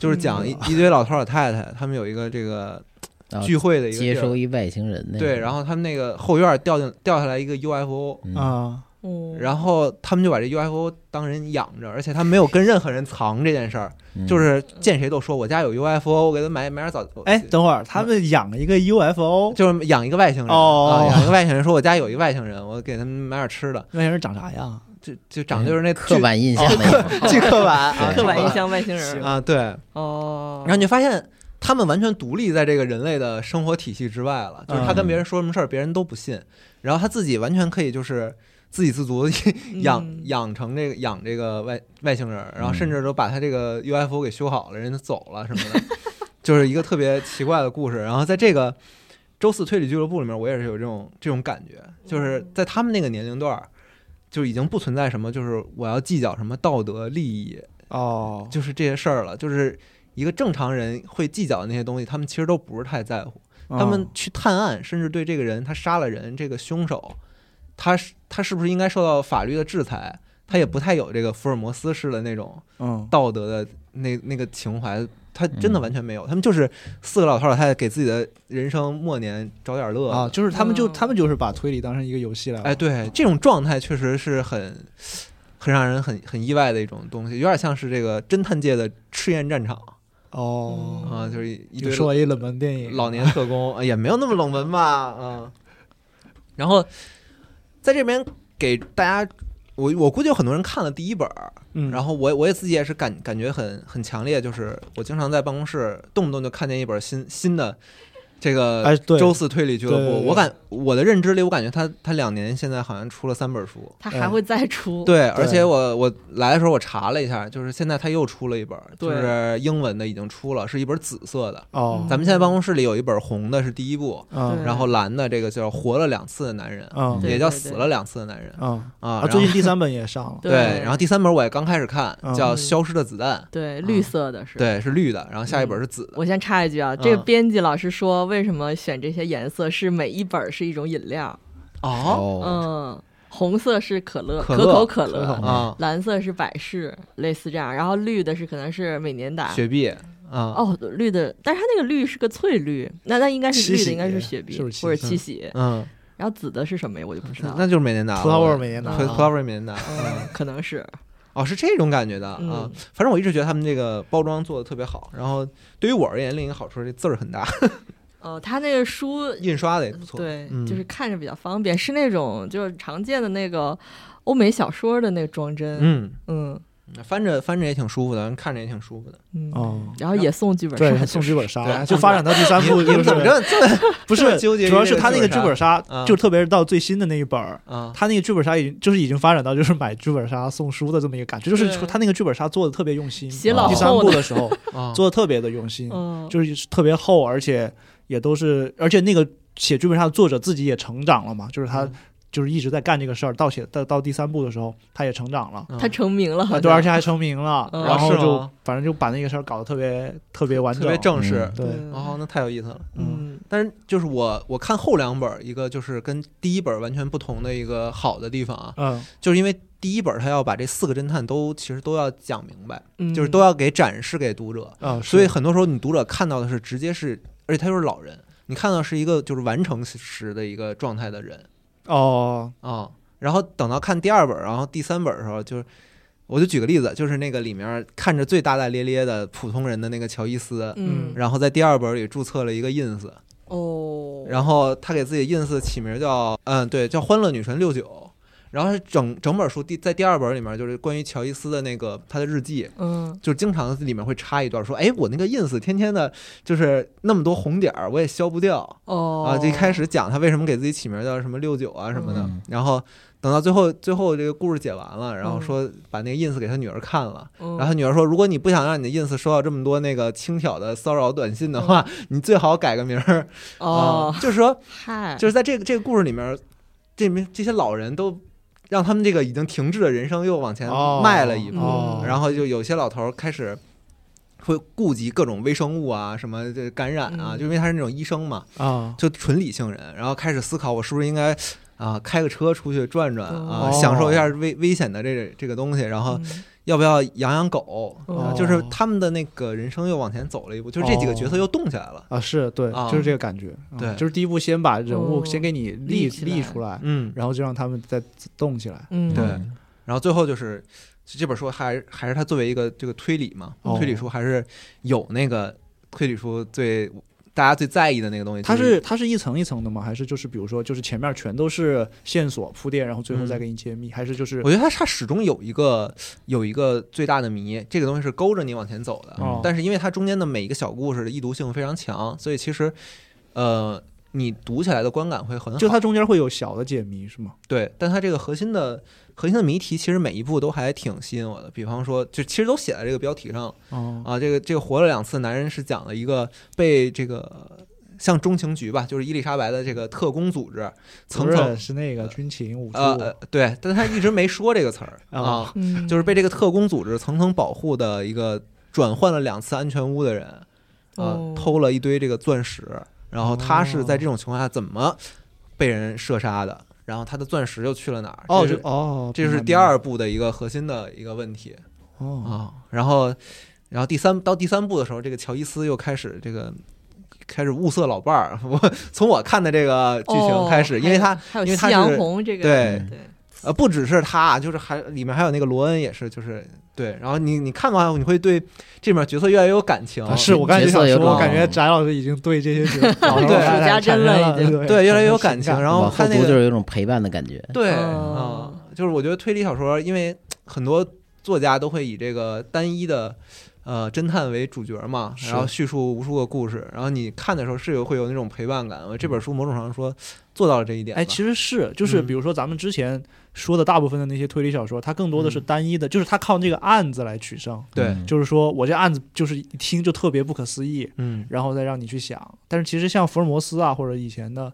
就是讲一一堆老头老太太，他们有一个这个
嗯啊
聚会的一个地
接
儿
收一外星人那
对，然后他们那个后院掉进掉下来一个 UFO，
啊，
啊，
嗯
然后他们就把这 UFO 当人养着，而且他没有跟任何人藏这件事儿，
嗯
就是见谁都说我家有 UFO，我给他买买点早。呃
哎，等会儿他们养了一个 UFO，
就是养一个外星人
哦
啊，养一个外星人，说我家有一外星人，我给他们买点吃的，
外星人长 啥样？
就就长得就是那
刻板印象那种，
巨刻板哦 啊，
对
刻板印象外星人
啊，对，
哦
然，后你就发现。他们完全独立在这个人类的生活体系之外了，就是他跟别人说什么事儿，别人都不信，然后他自己完全可以就是自给自足，养
嗯
养成这个养这个外外星人儿，然后甚至都把他这个 UFO 给修好了，人家走了什么的，就是一个特别奇怪的故事。然后在这个周四推理俱乐部里面，我也是有这种这种感觉，就是在他们那个年龄段儿，就已经不存在什么就是我要计较什么道德利益，
哦，
就是这些事儿了，就是。一个正常人会计较的那些东西，他们其实都不是太在乎。
哦嗯
他们去探案，甚至对这个人他杀了人这个凶手，他是他是不是应该受到法律的制裁？他也不太有这个福尔摩斯式的那种
嗯，
道德的那那个情怀，他真的完全没有。他们就是四个老头老太太给自己的人生末年找点乐
啊，就是他们就
嗯
他们就是把推理当成一个游戏来玩。
呃哎，对，这种状态确实是很很让人很很意外的一种东西，有点像是这个侦探界的赤焰战场
哦，
啊、就是一一
就
堆
说一冷门电影，
老年特工，呃也没有那么冷门吧，嗯。然后在这边给大家，我我估计有很多人看了第一本儿，
嗯，
然后我我也自己也是感感觉很很强烈，就是我经常在办公室动不动就看见一本新新的这个
哎对
周四推理俱乐
对对
部，
对
我感我的认知里，我感觉他他两年现在好像出了三本书。
他还会再出，
嗯对，而且我我来的时候我查了一下，就是现在他又出了一本儿，就
对
是英文的已经出了，是一本紫色的。
哦，
咱们现在办公室里有一本红的是第一部，
嗯
对
然后蓝的这个叫活了两次的男人，
嗯
哦对
也叫死了两次的男人
嗯
啊
啊，。最
然
近
后
第三本也上了，
对，然后第三本我也刚开始看
嗯，
叫《消失的子弹
对绿色的是》，。嗯
对，嗯是绿的，然后下一本是紫的。
我先插一句啊，这个编辑老师说，为什么选这些颜色是每一本是一种饮料？
哦
哦，
嗯，红色是可乐，
可
可
乐
口可
可口
乐；嗯
啊，
蓝色是百事，类似这样。然后绿的是可能是美年达。
雪碧啊，
哦，绿的，但是它那个绿是个翠绿，那那应该是
七喜
绿的，应该是雪碧
是不是七喜
或者七喜。
嗯，
然后紫的是什么呀？我就不知道
那
了。
就是美年达了，
葡萄味儿美年达
葡葡萄味儿美年达。
嗯，可能是
哦，是这种感觉的啊
嗯。
反正我一直觉得他们这个包装做的特别好，然后对于我而言，另一个好处是这字儿很大，
哦，他那个书
印刷的也不错。
对
嗯，
就是看着比较方便，是那种就是常见的那个欧美小说的那个装帧。
嗯，
嗯
翻着翻着也挺舒服的，看着也挺舒服的。
嗯
哦
然后也送剧本杀，
对，
就
送
是
剧本 杀，
对
就发展到第三 部，
你
就
们怎么
是
着这么
不
这
是
么纠结于
主要
这
是
个
他那
剧
个
本
剧本杀
嗯，
就特别是到最新的那一本儿。
啊？
他那个剧本杀已经就是已经发展到就是买剧本杀送书的这么一个感觉，就是
对
他那个剧本杀做的特别用心。
写
老
第三
厚
部
的
的时候
啊
做的特别的用心，
嗯，
就是特别厚，而且也都是，而且那个写剧本杀的作者自己也成长了嘛，就是他
嗯
就是一直在干这个事儿，到写到到第三部的时候他也成长了。
嗯
他成名了，好
啊，
像
对，而且还成名了，
嗯
然后
是
就
吗
反正就把那个事儿搞得特别特别完整，
特别正式。
嗯
对，
哦，那太有意思了。
嗯，
嗯
但是就是我我看后两本儿，一个就是跟第一本儿完全不同的一个好的地方啊，
嗯，
就是因为第一本儿他要把这四个侦探都其实都要讲明白，
嗯，
就是都要给展示给读者，
啊，
所以
是
很多时候你读者看到的是直接是，而且他又是老人，你看到是一个就是完成时的一个状态的人
哦，
啊、然后等到看第二本儿，然后第三本儿的时候，就是我就举个例子，就是那个里面看着最大大咧咧的普通人的那个乔伊斯，
嗯
然后在第二本里注册了一个 ins，
哦，
然后他给自己 ins 起名叫嗯对叫欢乐女神六九，然后是整整本书第在第二本里面就是关于乔伊斯的那个他的日记，
嗯
就经常里面会插一段说，哎，我那个 ins 天天的，就是那么多红点儿，我也消不掉
哦
啊。就一开始讲他为什么给自己起名叫什么六九啊什么的
嗯，
然后等到最后最后这个故事解完了，然后说把那个 ins 给他女儿看了，
嗯，
然后他女儿说，如果你不想让你的 ins 收到这么多那个轻佻的骚扰短信的话，你最好改个名儿啊
嗯哦，
就是说
嗨，
就是在这个这个故事里面，这名这些老人都让他们这个已经停滞的人生又往前
哦
迈了一步。
哦，
然后就有些老头儿开始会顾及各种微生物啊，什么这感染啊，
嗯
就因为他是那种医生嘛，
啊，
就纯理性人，然后开始思考我是不是应该啊开个车出去转转啊，
哦
享受一下危危险的这这个东西，然后
嗯
要不要养养狗、啊
哦
就是他们的那个人生又往前走了一步，就是这几个角色又动起来了。
啊，是对，
啊
就是这个感觉，啊
对
就是第一步先把人物
哦
先给你立
立起来
立出来，
嗯，
然后就让他们再自动起来。
嗯
对然后最后就是这本书还还是他作为一个这个推理嘛，
哦
推理书还是有那个推理书最大家最在意的那个东西，
它
就是
是它是一层一层的吗？还是就是比如说就是前面全都是线索铺垫，然后最后再
嗯
给你揭秘？还是就是
我觉得它它始终有一个有一个最大的谜，这个东西是勾着你往前走的。
哦
但是因为它中间的每一个小故事的易读性非常强，所以其实，呃，你读起来的观感会很好。
就它中间会有小的解谜是吗？
对，但它这个核心的核心的谜题，其实每一步都还挺吸引我的。比方说，就其实都写在这个标题上了
哦
啊。这个这个活了两次男人是讲了一个被这个像中情局吧，就是伊丽莎白的这个特工组织层
不
层
是是那个军情五处
呃呃对，但他一直没说这个词 儿啊。
哦
嗯
就是被这个特工组织层层保护的一个转换了两次安全屋的人，啊、
哦
偷了一堆这个钻石，然后他是
哦
在这种情况下怎么被人射杀的？然后他的钻石又去了哪儿？
哦
这
就是哦，
这是
明白
第二部的一个核心的一个问题
明白
啊、
哦
然后，然后第三到第三部的时候，这个乔伊斯又开始这个。开始物色老伴儿， 我从我看的这个剧情开始，
哦
因为他
还有
因为
夕
他是
阳红这个
对
对
呃，不只是他，就是还里面还有那个罗恩也是，就是对。然后你你看完后，你会对这里面角色越来越有感情，
啊是我刚才就想
角色有
说，
种
我感觉翟老师已经对这些角色搞
对
是加真了已经
对越来越有感情。然后
往后
他那
读就
个
是有一种陪伴的感觉。
对
哦
啊、就是我觉得推理小说，因为很多作家都会以这个单一的。呃，侦探为主角嘛，
是
然后叙述无数个故事，然后你看的时候是有会有那种陪伴感。我这本书某种程度上说做到了这一点吧。
嗯哎，其实是，就是比如说咱们之前说的大部分的那些推理小说，它更多的是
嗯
单一的，就是它靠这个案子来取胜，
对，
嗯
就是说我这案子就是一听就特别不可思议，
嗯，
然后再让你去想。但是其实像福尔摩斯啊，或者以前的，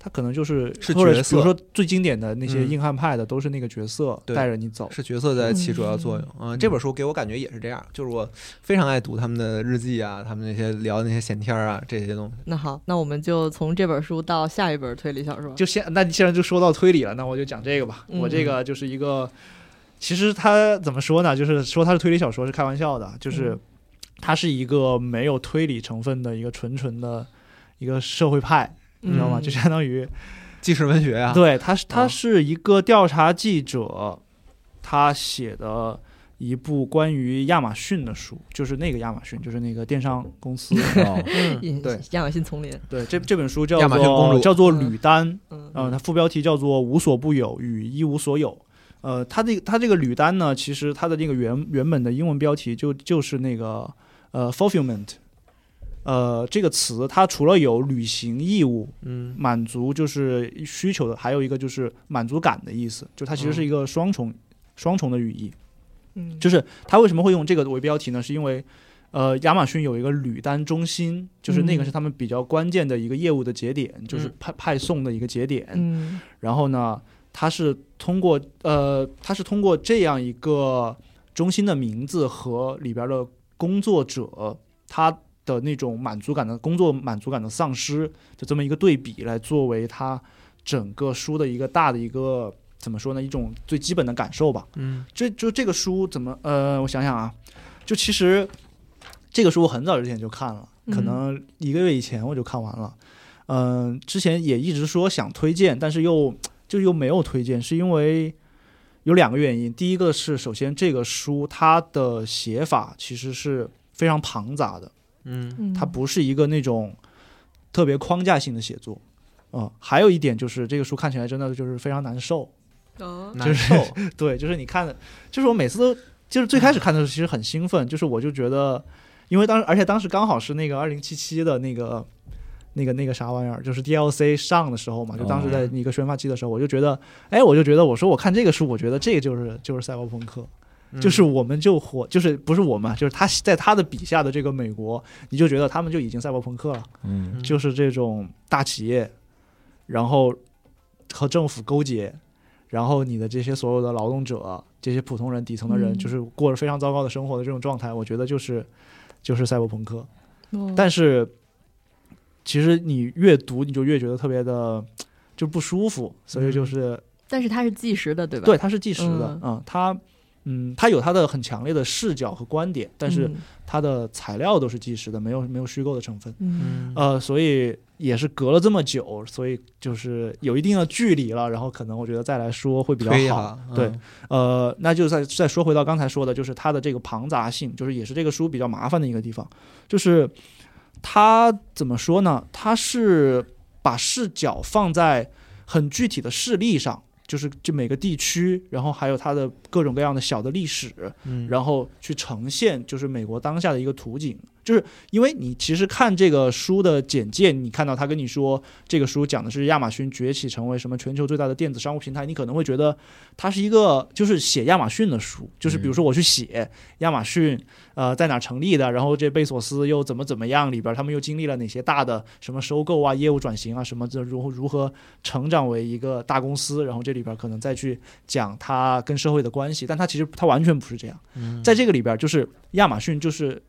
他可能就是
是
或者
角
比
色
如说最经典的那些
嗯
硬汉派的，都是那个角色
对
带着你走。
是角色在起主要作用。嗯、这本书给我感觉也是这样，就是我非常爱读他们的日记啊，他们那些聊的那些闲天儿啊，这些东西。
那好，那我们就从这本书到下一本推理小说。
就现，那你现在就说到推理了，那我就讲这个吧。
嗯
我这个就是一个，其实它怎么说呢？就是说它是推理小说是开玩笑的，就是
嗯
它是一个没有推理成分的一个纯纯的一个社会派，你知道吗？
嗯
就相当于
纪实文学啊，
对，他是他
啊
是一个调查记者，他写的一部关于亚马逊的书，就是那个亚马逊，就是那个电商公司。
哦，
嗯
对
亚马逊丛林，
对，这这本书叫
亚马逊公
做
主
叫做吕丹，
嗯
嗯、它副标题叫做《无所不有与一无所有》。呃，它这个它这个吕丹呢，其实它的那个原原本的英文标题就就是那个呃 fulfillment，呃这个词它除了有履行义务，
嗯
满足就是需求的，还有一个就是满足感的意思，就它其实是一个双重、双重的语义。
嗯，
就是它为什么会用这个为标题呢？是因为呃，亚马逊有一个履单中心，就是那个
嗯
是他们比较关键的一个业务的节点，就是
嗯
派派送的一个节点。
嗯
然后呢，它是通过呃，它是通过这样一个中心的名字和里边的工作者他的那种满足感的工作满足感的丧失的这么一个对比，来作为他整个书的一个大的一个怎么说呢，一种最基本的感受吧。
嗯
这就这个书怎么呃，我想想啊，就其实这个书我很早之前就看了，
嗯
可能一个月以前我就看完了。嗯、之前也一直说想推荐，但是又就又没有推荐，是因为有两个原因。第一个是，首先这个书它的写法其实是非常庞杂的，
嗯
嗯
它不是一个那种特别框架性的写作。嗯，还有一点就是这个书看起来真的就是非常难受，
哦，
难受，
对，就是你看的，就是我每次都，就是最开始看的时候其实很兴奋，就是我就觉得，因为当时而且当时刚好是那个二零七七的那个那个那个啥玩意儿，就是 DLC 上的时候嘛，就当时
哦
在一个宣发期的时候，我就觉得，哎，我就觉得我说我看这个书，我觉得这个就是就是赛博朋克。
嗯
就是我们就活，就是不是我们，就是他在他的笔下的这个美国，你就觉得他们就已经赛博朋克了，
嗯
嗯
就是这种大企业，然后和政府勾结，然后你的这些所有的劳动者，这些普通人、底层的人，
嗯
就是过着非常糟糕的生活的这种状态，我觉得就是就是赛博朋克。
哦嗯
但是其实你越读，你就越觉得特别的就不舒服，所以就是
但是它是计时的，对吧？
对，它是计时的
嗯，
嗯，它，嗯，它有它的很强烈的视角和观点，但是
嗯
它的材料都是计时的，没有没有虚构的成分，
嗯，
嗯
呃，所以也是隔了这么久，所以就是有一定的距离了，然后可能我觉得再来说会比
推一嗯
较好。
下，
对呃，那就再再说回到刚才说的，就是它的这个庞杂性，就是也是这个书比较麻烦的一个地方，就是它怎么说呢？它是把视角放在很具体的事例上，就是就每个地区，然后还有它的各种各样的小的历史，
嗯，
然后去呈现就是美国当下的一个图景。就是因为你其实看这个书的简介，你看到他跟你说这个书讲的是亚马逊崛起成为什么全球最大的电子商务平台，你可能会觉得它是一个就是写亚马逊的书，就是比如说我去写亚马逊呃在哪儿成立的，然后这贝索斯又怎么怎么样，里边他们又经历了哪些大的什么收购啊、业务转型啊什么这如何如何成长为一个大公司，然后这里边可能再去讲它跟社会的关系，但它其实它完全不是这样。
嗯
在这个里边儿，就是亚马逊就是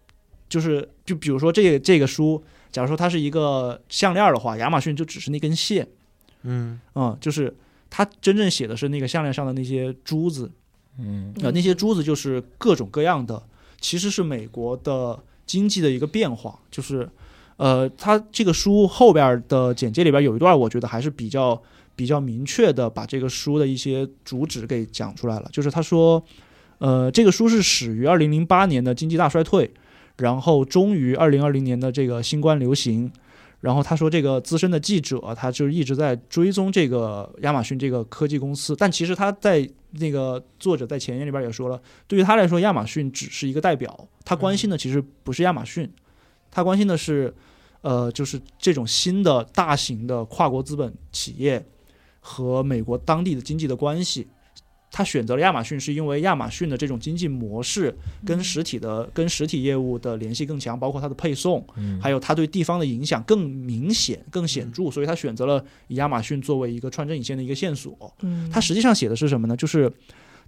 就是就比如说这个这个书，假如说它是一个项链儿的话，亚马逊就只是那根线，
嗯
嗯，就是它真正写的是那个项链上的那些珠子，
嗯
啊、那些珠子就是各种各样的，其实是美国的经济的一个变化，就是，呃，它这个书后边的简介里边有一段，我觉得还是比较比较明确的把这个书的一些主旨给讲出来了，就是他说，呃，这个书是始于二零零八年的经济大衰退，然后终于二零二零年的这个新冠流行。然后他说，这个资深的记者，他就一直在追踪这个亚马逊这个科技公司，但其实他在那个作者在前言里边也说了，对于他来说，亚马逊只是一个代表，他关心的其实不是亚马逊，他关心的是，呃，就是这种新的大型的跨国资本企业和美国当地的经济的关系。他选择了亚马逊，是因为亚马逊的这种经济模式跟实体的、跟实体业务的联系更强，包括它的配送，
嗯，
还有它对地方的影响更明显、更显著，所以他选择了以亚马逊作为一个穿针引线的一个线索。
嗯，
他实际上写的是什么呢？就是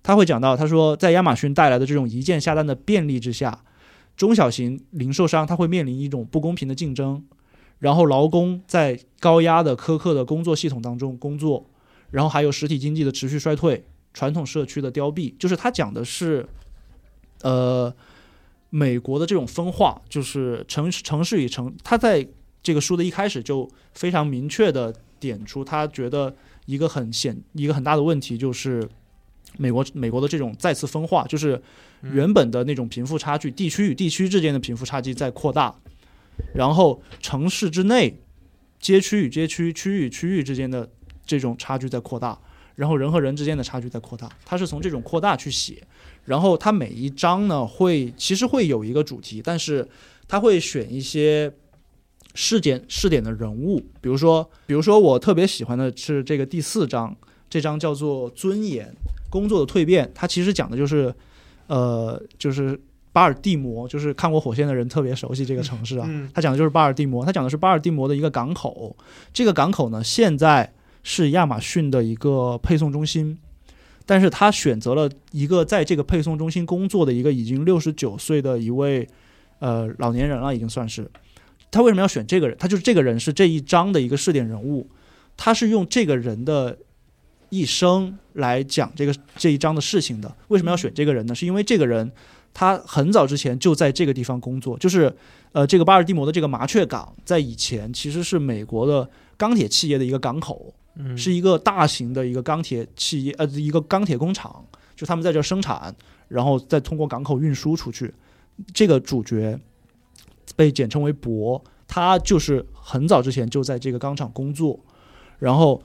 他会讲到，他说在亚马逊带来的这种一键下单的便利之下，中小型零售商他会面临一种不公平的竞争，然后劳工在高压的苛刻的工作系统当中工作，然后还有实体经济的持续衰退，传统社区的凋敝，就是他讲的是，呃，美国的这种分化，就是城城市与城，他在这个书的一开始就非常明确的点出，他觉得一个很显一个很大的问题就是。美国美国的这种再次分化，就是原本的那种贫富差距，地区与地区之间的贫富差距在扩大，然后城市之内、街区与街区、区域与区域之间的这种差距在扩大，然后人和人之间的差距在扩大。它是从这种扩大去写，然后它每一章呢会其实会有一个主题，但是它会选一些试点试点的人物，比如说，比如说我特别喜欢的是这个第四章，这章叫做《尊严：工作的蜕变》，它其实讲的就是，呃，就是巴尔的摩，就是看过火线的人特别熟悉这个城市啊。
嗯
他讲的就是巴尔的摩，他讲的是巴尔的摩的一个港口。这个港口呢，现在是亚马逊的一个配送中心，但是他选择了一个在这个配送中心工作的一个已经六十九岁的一位呃老年人了，已经算是。他为什么要选这个人？他就是这个人是这一章的一个试点人物，他是用这个人的一生来讲这个这一章的事情的。为什么要选这个人呢？是因为这个人他很早之前就在这个地方工作，就是呃，这个巴尔的摩的这个麻雀港，在以前其实是美国的钢铁企业的一个港口，
嗯
是一个大型的一个钢铁企业，呃，一个钢铁工厂，就他们在这儿生产，然后再通过港口运输出去。这个主角被简称为博，他就是很早之前就在这个钢厂工作，然后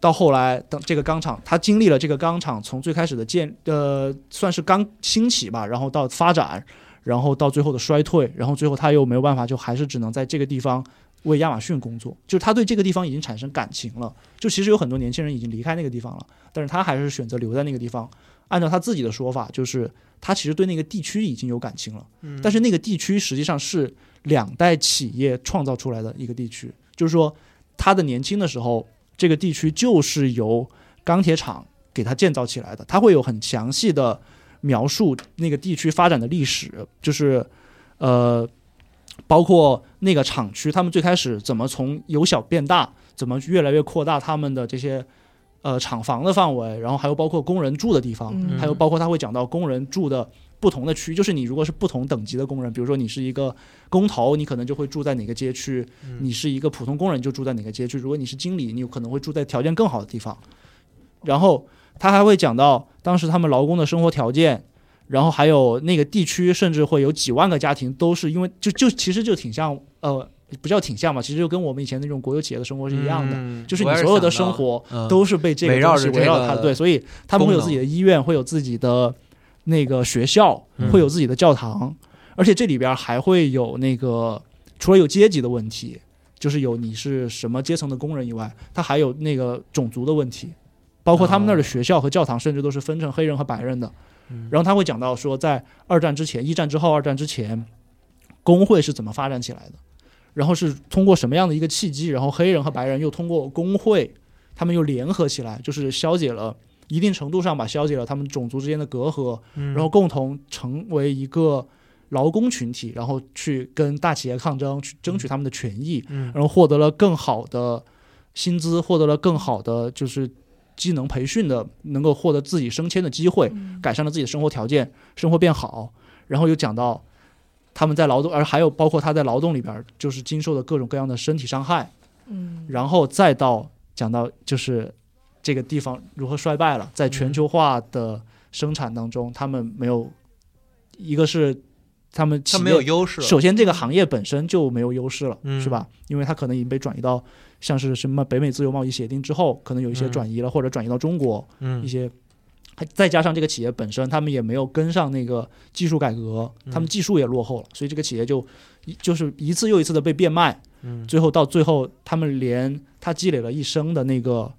到后来，当这个钢厂他经历了这个钢厂从最开始的建呃算是刚兴起吧，然后到发展，然后到最后的衰退，然后最后他又没有办法，就还是只能在这个地方为亚马逊工作，就是他对这个地方已经产生感情了。就其实有很多年轻人已经离开那个地方了，但是他还是选择留在那个地方。按照他自己的说法，就是他其实对那个地区已经有感情了。
嗯
但是那个地区实际上是两代企业创造出来的一个地区，就是说他的年轻的时候，这个地区就是由钢铁厂给他建造起来的，他会有很详细的描述那个地区发展的历史，就是呃，包括那个厂区他们最开始怎么从由小变大，怎么越来越扩大他们的这些。呃，厂房的范围，然后还有包括工人住的地方，
嗯
还有包括他会讲到工人住的不同的区，就是你如果是不同等级的工人，比如说你是一个工头，你可能就会住在哪个街区；
嗯
你是一个普通工人，就住在哪个街区。如果你是经理，你有可能会住在条件更好的地方。然后他还会讲到当时他们劳工的生活条件，然后还有那个地区，甚至会有几万个家庭都是因为就就其实就挺像呃，不叫挺像吧，其实就跟我们以前那种国有企业的生活是一样的，
嗯
就是
我
你
也
所有的
想到
生活
嗯
都是被这
围
个
绕
东西
着这
围绕它，
个
对，所以他们会有
功能
自己的医院，会有自己的那个学校
嗯，
会有自己的教堂，而且这里边还会有那个除了有阶级的问题，就是有你是什么阶层的工人以外，它还有那个种族的问题，包括他们那儿的学校和教堂甚至都是分成黑人和白人的。
嗯
然后他会讲到说，在二战之前、一战之后、二战之前，工会是怎么发展起来的，然后是通过什么样的一个契机，然后黑人和白人又通过工会，他们又联合起来，就是消解了一定程度上吧，消解了他们种族之间的隔阂，
嗯
然后共同成为一个劳工群体，然后去跟大企业抗争，去争取他们的权益，
嗯
然后获得了更好的薪资，获得了更好的就是技能培训的，能够获得自己升迁的机会，
嗯
改善了自己的生活条件，生活变好，然后又讲到他们在劳动，而还有包括他在劳动里边儿就是经受的各种各样的身体伤害，
嗯，
然后再到讲到就是这个地方如何衰败了，
嗯
在全球化的生产当中，他们没有一个是他们企
它
业
没有优势了，
首先这个行业本身就没有优势了，
嗯
是吧？因为它可能已经被转移到像是什么北美自由贸易协定之后，可能有一些
嗯
转移了，或者转移到中国一
嗯
些。还再加上这个企业本身，他们也没有跟上那个技术改革，
嗯
他们技术也落后了，所以这个企业就一就是一次又一次的被变卖，
嗯
最后到最后，他们连他积累了一生的那个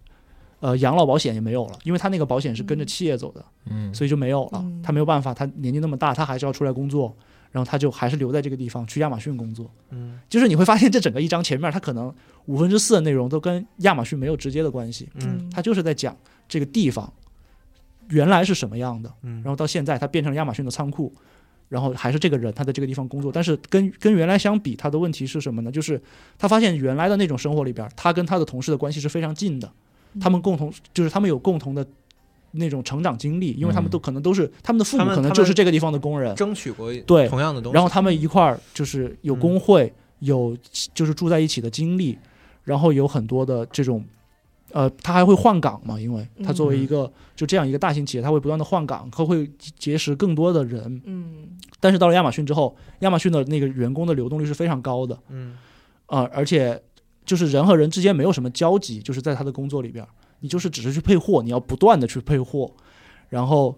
呃养老保险也没有了，因为他那个保险是跟着企业走的，
嗯
所以就没有了
嗯。
他没有办法，他年纪那么大，他还是要出来工作，然后他就还是留在这个地方去亚马逊工作。
嗯
就是你会发现，这整个一章前面，他可能五分之四的内容都跟亚马逊没有直接的关系，
嗯
他就是在讲这个地方原来是什么样的，
嗯，
然后到现在它变成了亚马逊的仓库，然后还是这个人他在这个地方工作，但是跟跟原来相比，他的问题是什么呢？就是他发现原来的那种生活里边，他跟他的同事的关系是非常近的，他们共同就是他们有共同的那种成长经历，因为他们都可能都是他们的父
嗯
母
他们
可能就是这个地方的工人，
争取过
对
同样的东西，
然后他们一块儿就是有工会，有就是住在一起的经历，然后有很多的这种，呃，他还会换岗嘛，因为他作为一个、就这样一个大型企业，他会不断的换岗，他会结识更多的人。
嗯
但是到了亚马逊之后，亚马逊的那个员工的流动率是非常高的，
嗯
啊、而且就是人和人之间没有什么交集，就是在他的工作里边儿，你就是只是去配货，你要不断的去配货，然后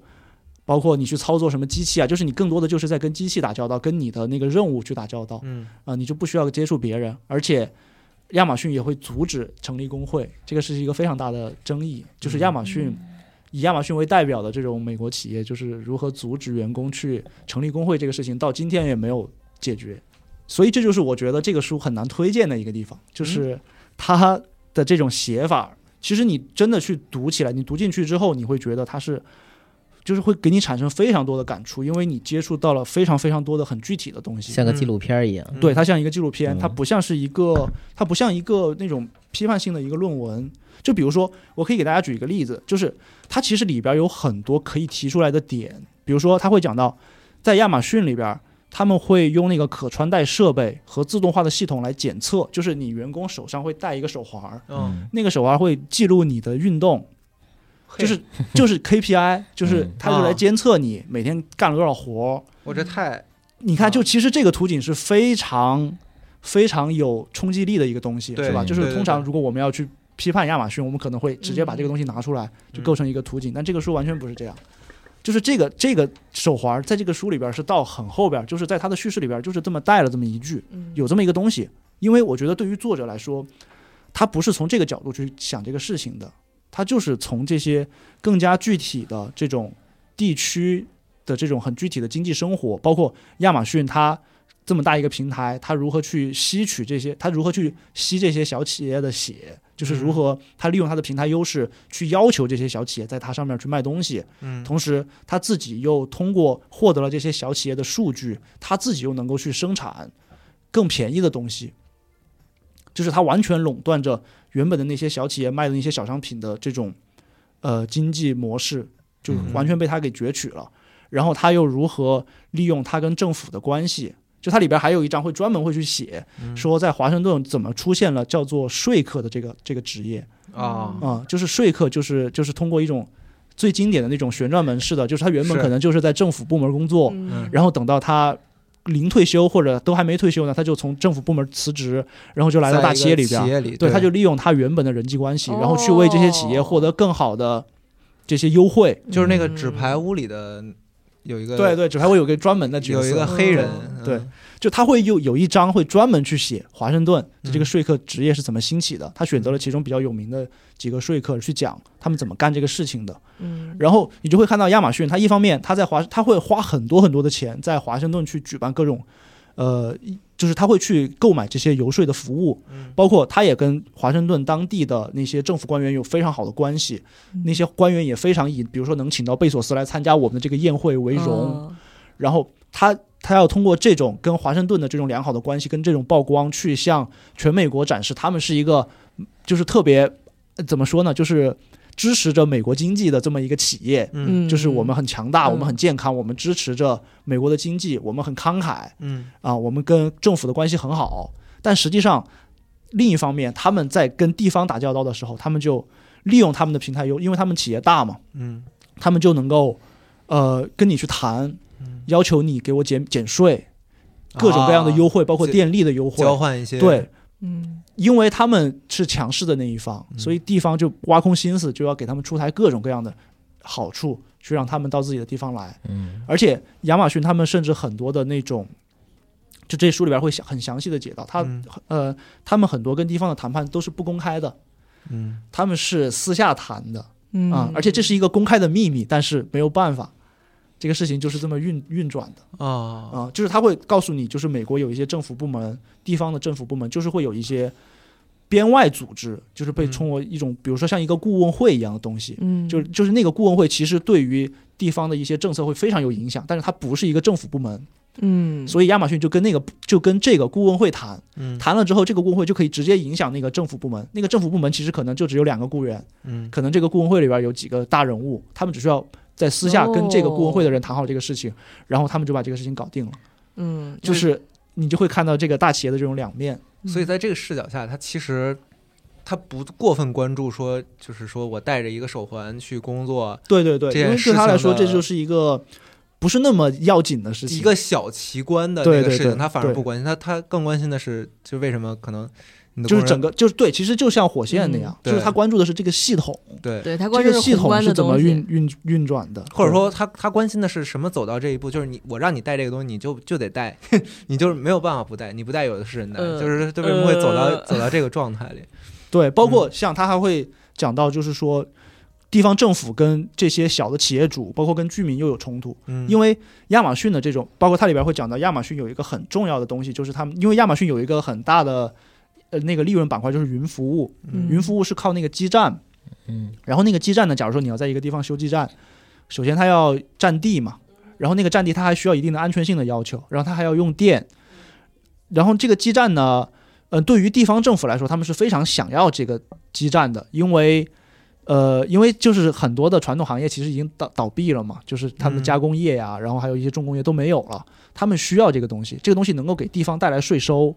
包括你去操作什么机器啊，就是你更多的就是在跟机器打交道，跟你的那个任务去打交道啊、
嗯
你就不需要接触别人，而且。亚马逊也会阻止成立工会，这个是一个非常大的争议。就是亚马逊以亚马逊为代表的这种美国企业，就是如何阻止员工去成立工会这个事情，到今天也没有解决。所以这就是我觉得这个书很难推荐的一个地方，就是它的这种写法，其实你真的去读起来，你读进去之后，你会觉得它是，就是会给你产生非常多的感触，因为你接触到了非常非常多的很具体的东西。
像个纪录片儿一样。
对，它像一个纪录片，
嗯
它不像是一个，它不像一个那种批判性的一个论文。就比如说，我可以给大家举一个例子，就是它其实里边有很多可以提出来的点，比如说它会讲到，在亚马逊里边，他们会用那个可穿戴设备和自动化的系统来检测，就是你员工手上会带一个手环儿，
嗯，
那个手环儿会记录你的运动，
嘿
就是就是 KPI，就是
嗯
它就来
啊
监测你每天干了多少活儿。
我这太
你看，
啊
就其实这个图景是非常非常有冲击力的一个东西，
对
是吧？
嗯
就是
对
通常
对
如果我们要去批判亚马逊，我们可能会直接把这个东西拿出来，
嗯
就构成一个图景。但这个书完全不是这样，就是这个这个手环在这个书里边是到很后边，就是在它的叙事里边就是这么带了这么一句，
嗯
有这么一个东西。因为我觉得对于作者来说，他不是从这个角度去想这个事情的，他就是从这些更加具体的这种地区的这种很具体的经济生活，包括亚马逊它这么大一个平台，它如何去吸取这些，它如何去吸这些小企业的血，就是如何它利用它的平台优势去要求这些小企业在它上面去卖东西，
嗯，
同时他自己又通过获得了这些小企业的数据，他自己又能够去生产更便宜的东西，就是他完全垄断着原本的那些小企业卖的那些小商品的这种呃经济模式，就
嗯
完全被他给攫取了。然后他又如何利用他跟政府的关系？就它里边还有一章会专门会去写，说在华盛顿怎么出现了叫做说客的这个这个职业，
啊，
啊、就是说客，就是就是通过一种最经典的那种旋转门式的，就是他原本
是
可能就是在政府部门工作，
嗯
然后等到他临退休或者都还没退休呢，他就从政府部门辞职，然后就来到大企业里边
企
儿，
业里，
对，他就利用他原本的人际关系，然后去
哦
为这些企业获得更好的这些优惠。
就是
嗯
那个纸牌屋里的有一个
对对，只还会有个专门的角
有一
色
个，黑人，嗯
对就他会有有一章会专门去写华盛顿
嗯
这个说客职业是怎么兴起的，他选择了其中比较有名的几个说客去讲他们怎么干这个事情的。
嗯
然后你就会看到亚马逊，它一方面它在华，它会花很多很多的钱在华盛顿去举办各种，呃，就是它会去购买这些游说的服务，
嗯
包括它也跟华盛顿当地的那些政府官员有非常好的关系，那些官员也非常以，比如说能请到贝索斯来参加我们的这个宴会为
嗯
荣，
哦
然后他他要通过这种跟华盛顿的这种良好的关系，跟这种曝光，去向全美国展示他们是一个嗯就是特别呃怎么说呢，就是支持着美国经济的这么一个企业。
嗯
嗯，
就是我们很强大，
嗯
我们很健康，我们支持着美国的经济，我们很慷慨
嗯
啊，我们跟政府的关系很好。但实际上，另一方面，他们在跟地方打交道的时候，他们就利用他们的平台优，因为他们企业大嘛，
嗯
他们就能够呃跟你去谈，
嗯，啊
要求你给我减减税，各种各样的优惠，包括
这
电力的优
啊交
惠。
换一些
对，
嗯
因为他们是强势的那一方，
嗯
所以地方就挖空心思，就要给他们出台各种各样的好处，去让他们到自己的地方来。
嗯
而且亚马逊他们甚至很多的那种，就这书里边会详很详细的解到，他、
嗯
呃，他们很多跟地方的谈判都是不公开的，
嗯
他们是私下谈的
嗯
啊、而且这是一个公开的秘密，但是没有办法，这个事情就是这么运运转的。
啊
啊、就是他会告诉你，就是美国有一些政府部门、地方的政府部门，就是会有一些编外组织，就是被
嗯
称为一种，比如说像一个顾问会一样的东西。
嗯
就就是那个顾问会，其实对于地方的一些政策会非常有影响，但是它不是一个政府部门，
嗯，
所以亚马逊就跟那个就跟这个顾问会谈，
嗯
谈了之后，这个顾问会就可以直接影响那个政府部门，那个政府部门其实可能就只有两个雇员，
嗯
可能这个顾问会里边有几个大人物，他们只需要在私下跟这个顾问会的人谈好这个事情，然后他们就把这个事情搞定了。
嗯
就是你就会看到这个大企业的这种两面。
嗯
所以在这个视角下，他其实他不过分关注说，就是说我带着一个手环去工作，
对对对
这
因
件
为
事
对他来
情
说，
的
这就是一个不是那么要紧的事情。
一个小奇观的那
对
个
对
事情，
对
他反而
对
不关心，他他更关心的是，就为什么可能你的
就是
工人
整个就是对，其实就像火线那样，
嗯
就是
对
他关注的是这个系统，
对
对他
这
关注
个系
宏
统
观
是
的
怎么
东
运
西，
运运转的，
或者说他他关心的是什么走到这一步，就是你我让你带这个东西，你就就得带， 你就是没有办法不带，你不带有的是人带，
嗯
呃
就是他为什么会走到、
呃
走到这个状态里？
对对，包括像他还会讲到，就是说。地方政府跟这些小的企业主，包括跟居民又有冲突，
嗯，
因
为
为亚马逊的这种，包括它里边会讲到亚马逊有一个很重要的东西，就是他们因为亚马逊有一个很大的呃那个利润板块就是云服务，
嗯
云服务是靠那个基站，
嗯
然后那个基站呢，假如说你要在一个地方修基站，首先它要占地嘛，然后那个占地它还需要一定的安全性的要求，然后它还要用电，然后这个基站呢，呃，对于地方政府来说，他们是非常想要这个基站的，因为。呃，因为就是很多的传统行业其实已经倒倒闭了嘛，就是他们的
嗯
加工业呀、然后还有一些重工业都没有了，他们需要这个东西，这个东西能够给地方带来税收，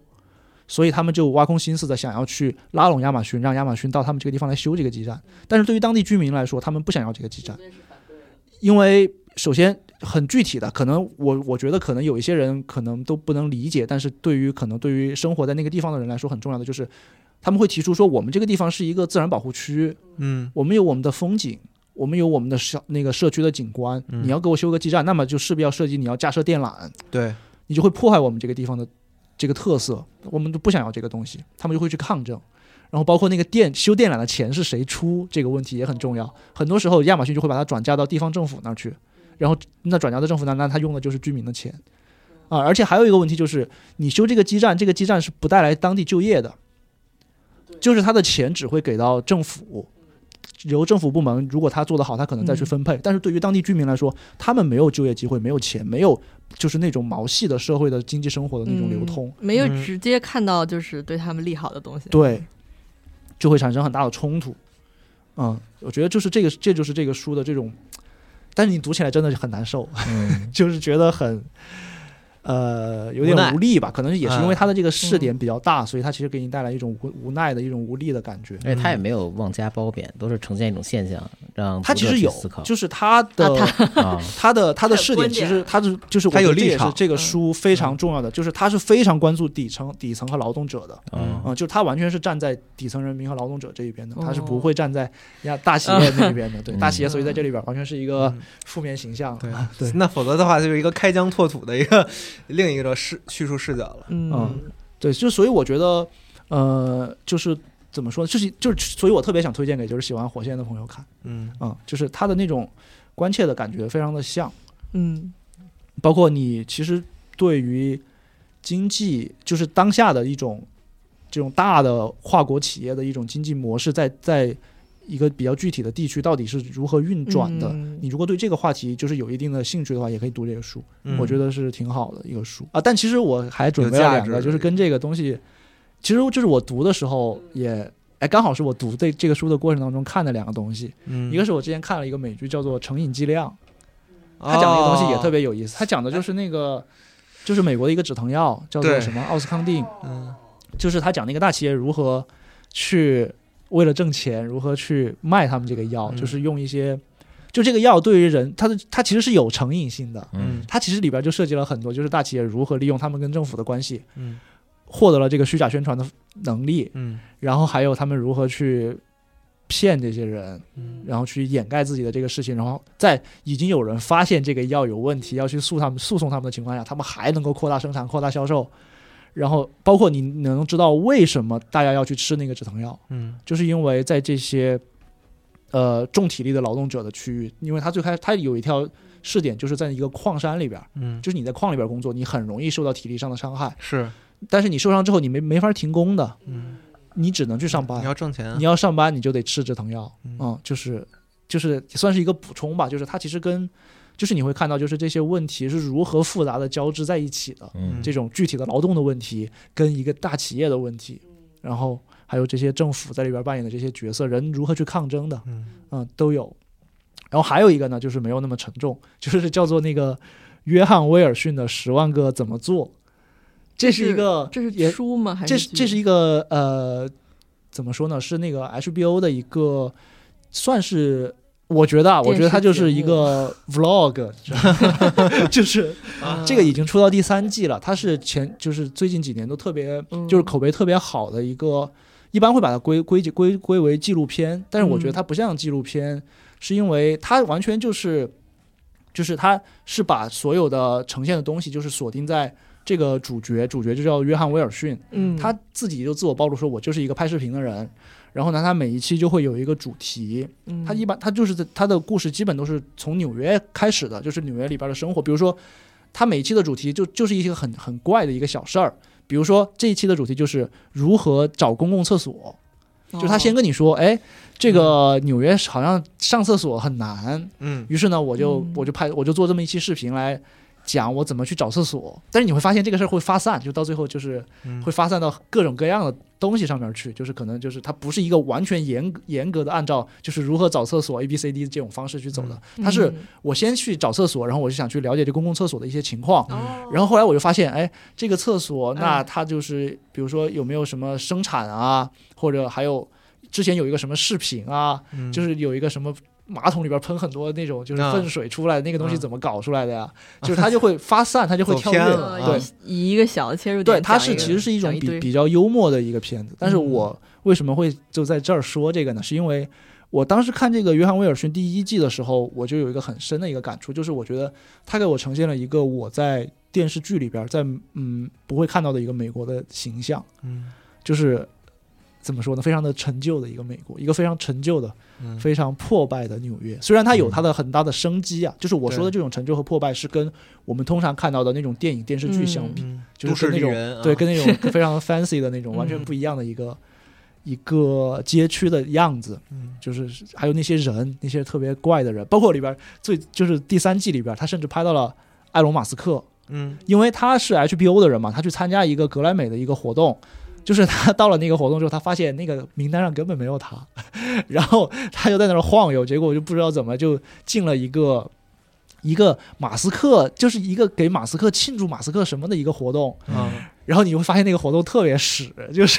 所以他们就挖空心思的想要去拉拢亚马逊，让亚马逊到他们这个地方来修这个基站。但是对于当地居民来说，他们不想要这个基站，因为首先很具体的，可能我我觉得可能有一些人可能都不能理解，但是对于可能对于生活在那个地方的人来说，很重要的就是他们会提出说，我们这个地方是一个自然保护区，
嗯
我们有我们的风景，我们有我们的社那个社区的景观，
嗯
你要给我修个基站，那么就势必要设计你要架设电缆，
对，
你就会破坏我们这个地方的这个特色，我们就不想要这个东西，他们就会去抗争。然后包括那个电修电缆的钱是谁出这个问题也很重要，很多时候亚马逊就会把它转嫁到地方政府那儿去，然后那转嫁到政府那儿，那他用的就是居民的钱啊。而且还有一个问题就是，你修这个基站，这个基站是不带来当地就业的，就是他的钱只会给到政府。由政府部门，如果他做得好，他可能再去分配。但是对于当地居民来说，他们没有就业机会，没有钱，没有就是那种毛细的社会的经济生活的那种流通，
没有
嗯
直接看到就是对他们利好的东西。
对，就会产生很大的冲突。嗯，我觉得就是这个，这就是这个书的这种，但是你读起来真的是很难受，
嗯
就是觉得很，呃，有
无
点
奈
无力吧。可能也是因为
嗯
它的这个试点比较大，所以它其实给你带来一种无无奈的一种无力的感觉。
而且他也没有妄加褒贬，都是呈现一种现象，让
它
读
嗯其
者
实
去
有
思 考，
就是它的、
啊，
他的
他
他的
有
试
观
点其
点
实他是就是我
他有
觉得这
立
也是
场
这个
嗯
书非常重要的，就是他是非常关注底层底层和劳动者的，
嗯
嗯，就是他完全是站在底层人民和劳动者这一边的，他是
哦
不会站在 呀大企业那一边的，对
嗯
大企业，所以在这里边完全是一个负面形象，
嗯对
对
那否则的话，就是一个开疆拓土的一个另一个视叙述视角了。
嗯
嗯对，就所以我觉得，呃，就是怎么说，就是就是，所以我特别想推荐给就是喜欢火线的朋友看，
嗯
嗯，就是他的那种关切的感觉非常的像。
嗯
包括你其实对于经济，就是当下的一种这种大的跨国企业的一种经济模式在，在一个比较具体的地区到底是如何运转的。
嗯
你如果对这个话题就是有一定的兴趣的话，也可以读这个书，
嗯
我觉得是挺好的一个书啊。但其实我还准备
有
了
价
两个，
值
就是跟这个东西，其实就是我读的时候也，哎，刚好是我读这这个书的过程当中看的两个东西，
嗯
一个是我之前看了一个美剧叫做《成瘾剂量》，
他
他讲的一个东西也特，别有意思，他讲的就是那个，就是美国的一个止疼药叫做
对
什么奥司康定，
嗯
就是他讲那个大企业如何去为了挣钱，如何去卖他们这个药，
嗯
就是用一些，就这个药对于人，它的它其实是有成瘾性的，
嗯
嗯
它其实里边就涉及了很多，就是大企业如何利用他们跟政府的关系，
嗯
获得了这个虚假宣传的能力，
嗯
然后还有他们如何去骗这些人，
嗯
然后去掩盖自己的这个事情，然后在已经有人发现这个药有问题，要去诉他们诉讼他们的情况下，他们还能够扩大生产、扩大销售，然后包括你能知道为什么大家要去吃那个止疼药，
嗯
就是因为在这些呃重体力的劳动者的区域，因为他最开他有一条试点就是在一个矿山里边儿，
嗯，
就是你在矿里边儿工作，你很容易受到体力上的伤害，
是，
但是你受伤之后你没没法停工的，
嗯，
你只能去上班
你。要挣钱啊
你，要上班，你就得吃止疼药，
嗯
嗯，就是就是也算是一个补充吧，就是它其实跟就是你会看到，就是这些问题是如何复杂的交织在一起的，
嗯
这种具体的劳动的问题跟一个大企业的问题，然后还有这些政府在里边扮演的这些角色，人如何去抗争的，
嗯
嗯，都有。然后还有一个呢，就是没有那么沉重，就是 叫做那个约翰威尔逊的《十万个怎么做》，这是一个
这是
也
书吗？还
这
是
是这是一个呃，怎么说呢？是那个 HBO 的一个，算是我觉得啊，我觉得它就是一 个 vlog，就是
嗯
啊
这个已经出到第三季了。它是前就是最近几年都特别
嗯
就是口碑特别好的一个，一般会把它归归归归为纪录片，但是我觉得
嗯
它不像纪录片，是因为它完全就是就是它是把所有的呈现的东西就是锁定在。这个主角，主角就叫约翰威尔逊，
嗯
他自己就自我暴露说，我就是一个拍视频的人。然后呢，他每一期就会有一个主题，
嗯
他一般他就是在他的故事基本都是从纽约开始的，就是纽约里边的生活。比如说，他每一期的主题就就是一些很很怪的一个小事儿，比如说这一期的主题就是如何找公共厕所，就是他先
哦
跟你说，哎，这个
嗯
纽约好像上厕所很难，
嗯
于是呢，我就
嗯
我就拍我就做这么一期视频来讲我怎么去找厕所。但是你会发现这个事儿会发散，就到最后就是
嗯
会发散到各种各样的东西上面去，就是可能就是它不是一个完全严格严格的按照就是如何找厕所 A B C D 这种方式去走的，它是
嗯
我先去找厕所，然后我就想去了解这公共厕所的一些情况。
哦
然后后来我就发现，哎，这个厕所，那
嗯
它就是，比如说有没有什么生产啊，或者还有之前有一个什么视频啊，
嗯
就是有一个什么马桶里边喷很多那种就是
啊
粪水出来，那个东西
啊
怎么搞出来的呀？就是它就会发散，它就会
走
跳
偏
跃
了
呃。
啊
对，
以以一个小的切入点讲
对，
一个，
它是其实是一种
讲一
比
堆
比较幽默的一个片子。但是
嗯
我为什么会就在这儿说这个呢？是因为我当时看这个约翰威尔逊第一季的时候，我就有一个很深的一个感触，就是我觉得他给我呈现了一个我在电视剧里边儿在嗯不会看到的一个美国的形象，
嗯
就是怎么说呢，非常的陈旧的一个美国，一个非常陈旧的、
嗯
非常破败的纽约。虽然它有
嗯
它的很大的生机啊，就是我说的
对
这种陈旧和破败是跟我们通常看到的那种电影电视剧相
嗯
比。
嗯
就是
都市
跟那
丽
种
人啊，
对，跟那种非常 fancy 的那种完全
嗯
不一样的一个、一个街区的样子，
嗯
就是还有那些人，那些特别怪的人，包括里边最就是第三季里边，他甚至拍到了埃隆·马斯克，
嗯
因为他是 HBO 的人嘛，他去参加一个格莱美的一个活动。就是他到了那个活动之后，他发现那个名单上根本没有他， 然后他就在那儿晃悠，结果我就不知道怎么就进了一个一个马斯克，就是一个给马斯克庆祝马斯克什么的一个活动，
啊
然后你会发现那个活动特别屎， 就是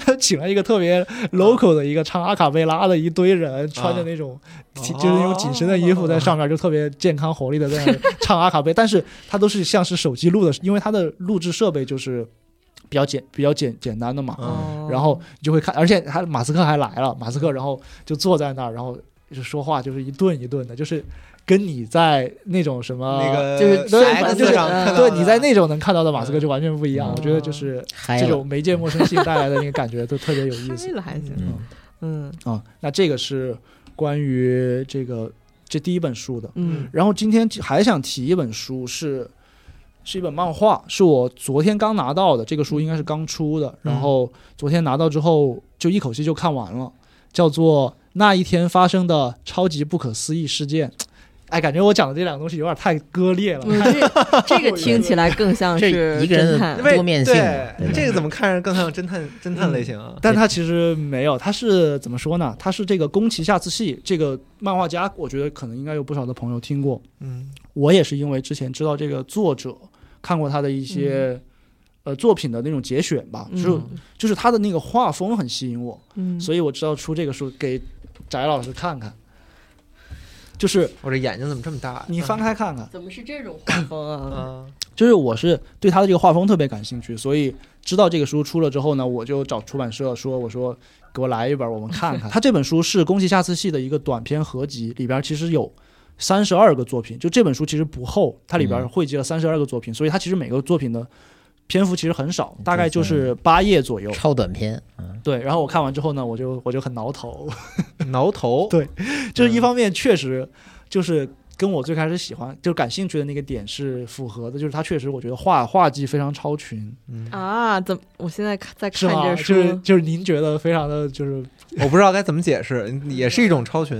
他请了一个特
啊
别 local 的一个唱阿卡贝拉的一堆人，穿着那种、紧就是那种紧身的衣
哦
服在上面，就特别健康活力的在那儿唱阿卡贝，但是他都是像是手机录的，因为他的录制设备就是比较简比较简简单的嘛，
嗯
嗯
哦
然后你就会看，而且还马斯克还来了，马斯克然后就坐在那儿，然后就说话就是一顿一顿的，就是跟你在那种什么
那。个
就是
对
对
X
呃就是嗯
上看到
对
的
你在那种能看到的马斯克就完全不一样，
嗯
我觉得就是
嗨
这
了，
种媒介陌生性带来的那个感觉都特别有意
嗨
思
了还行，
嗯
嗯
啊、那这个是关于这个这第一本书的，
嗯
然后今天还想提一本书是。是一本漫画，是我昨天刚拿到的。这个书应该是刚出的，然后昨天拿到之后就一口气就看完了，叫做《那一天发生的超级不可思议事件》。哎，感觉我讲的这两个东西有点太割裂了。
嗯，这这 个听起来更像
这
是
一个人
侦探
的多面性
对
对吧
这个怎么看着更像侦探侦探类型啊？
但他其实没有，他是怎么说呢？他是这个宫崎下次系这个漫画家，我觉得可能应该有不少的朋友听过。
嗯
我也是因为之前知道这个作者，看过他的一些、呃作品的那种节选吧，
嗯
就就是他的那个画风很吸引我，
嗯，
所以我知道出这个书给翟老师看看。就是
我这眼睛怎么这么大嗯呀？
你翻开看看，
怎么是这种画风
嗯
啊？
啊，
就是我是对他的这个画风特别感兴趣，所以知道这个书出了之后呢，我就找出版社说，我说给我来一本，我们看看。他这本书是宫崎下次系的一个短篇合集，里边其实有三十二个作品，就这本书其实不厚，它里边
嗯
汇集了三十二个作品，所以它其实每个作品的篇幅其实很少，大概就
这
是八页左右。
超短篇，嗯，
对，然后我看完之后呢，我就我就很挠头，
挠头，
对就是一方面确实就是跟我最开始喜欢就感兴趣的那个点是符合的，就是它确实我觉得画画技非常超群。
嗯
啊，怎么？我现在看在
是
看
吗？
这书，
就是就是您觉得非常的就是
我不知道该怎么解释，也是一种超群，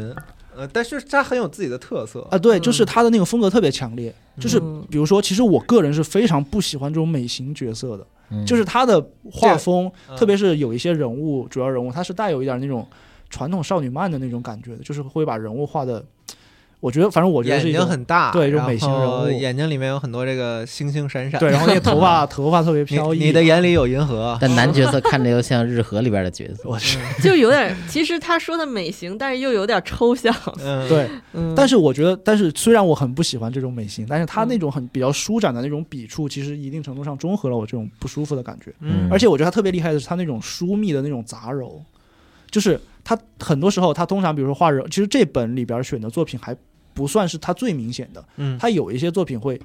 呃，但是它很有自己的特色
啊，对，就是他的那个风格特别强烈，就是
嗯
比如说，其实我个人是非常不喜欢这种美型角色的，
嗯
就是他的画风，
嗯
特别是有一些人物主要人物，他是带有一点那种传统少女漫的那种感觉的，就是会把人物画的，我觉得反正我觉得
眼
是一
睛
种
很大，
对一种
然后
美型人物
眼睛里面有很多这个星星闪闪。
对， 然后那个头 发头发特别飘
你
逸，啊
你的眼里有银河，
但男角色看着又像日和里边的角色，
我是
就有点，其实他说的美型，但是又有点抽象。
嗯，
对，
嗯，
但是我觉得，但是虽然我很不喜欢这种美型，但是他那
嗯
种很比较舒展的那种笔触，其实一定程度上中和了我这种不舒服的感觉。
嗯
而且我觉得他特别厉害的是他那种疏密的那种杂糅，就是他很多时候他通常比如说画人，其实这本里边选的作品还不算是他最明显的，
嗯，
他有一些作品会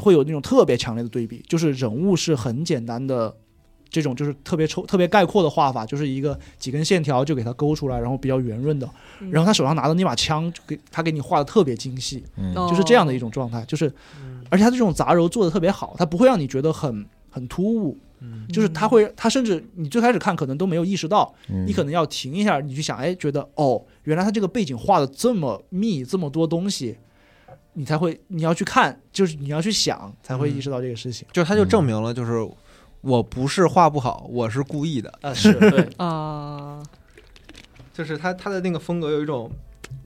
会有那种特别强烈的对比，就是人物是很简单的。这种就是特别抽、特别概括的画法，就是一个几根线条就给它勾出来，然后比较圆润的。
嗯
然后他手上拿的那把枪，就给他给你画的特别精细，
嗯
哦
就是这样的一种状态。就是，
嗯
而且他这种杂糅做的特别好，他不会让你觉得很很突兀，
嗯
就是他会，他甚至你最开始看可能都没有意识到，
嗯
你可能要停一下，你去想，哎，觉得哦，原来他这个背景画的这么密，这么多东西，你才会，你要去看，就是你要去想，才会意识到这个事情。
就是他就证明了，就是我不是画不好，我是故意的，
啊，是对，
啊，
就是他他的那个风格有一种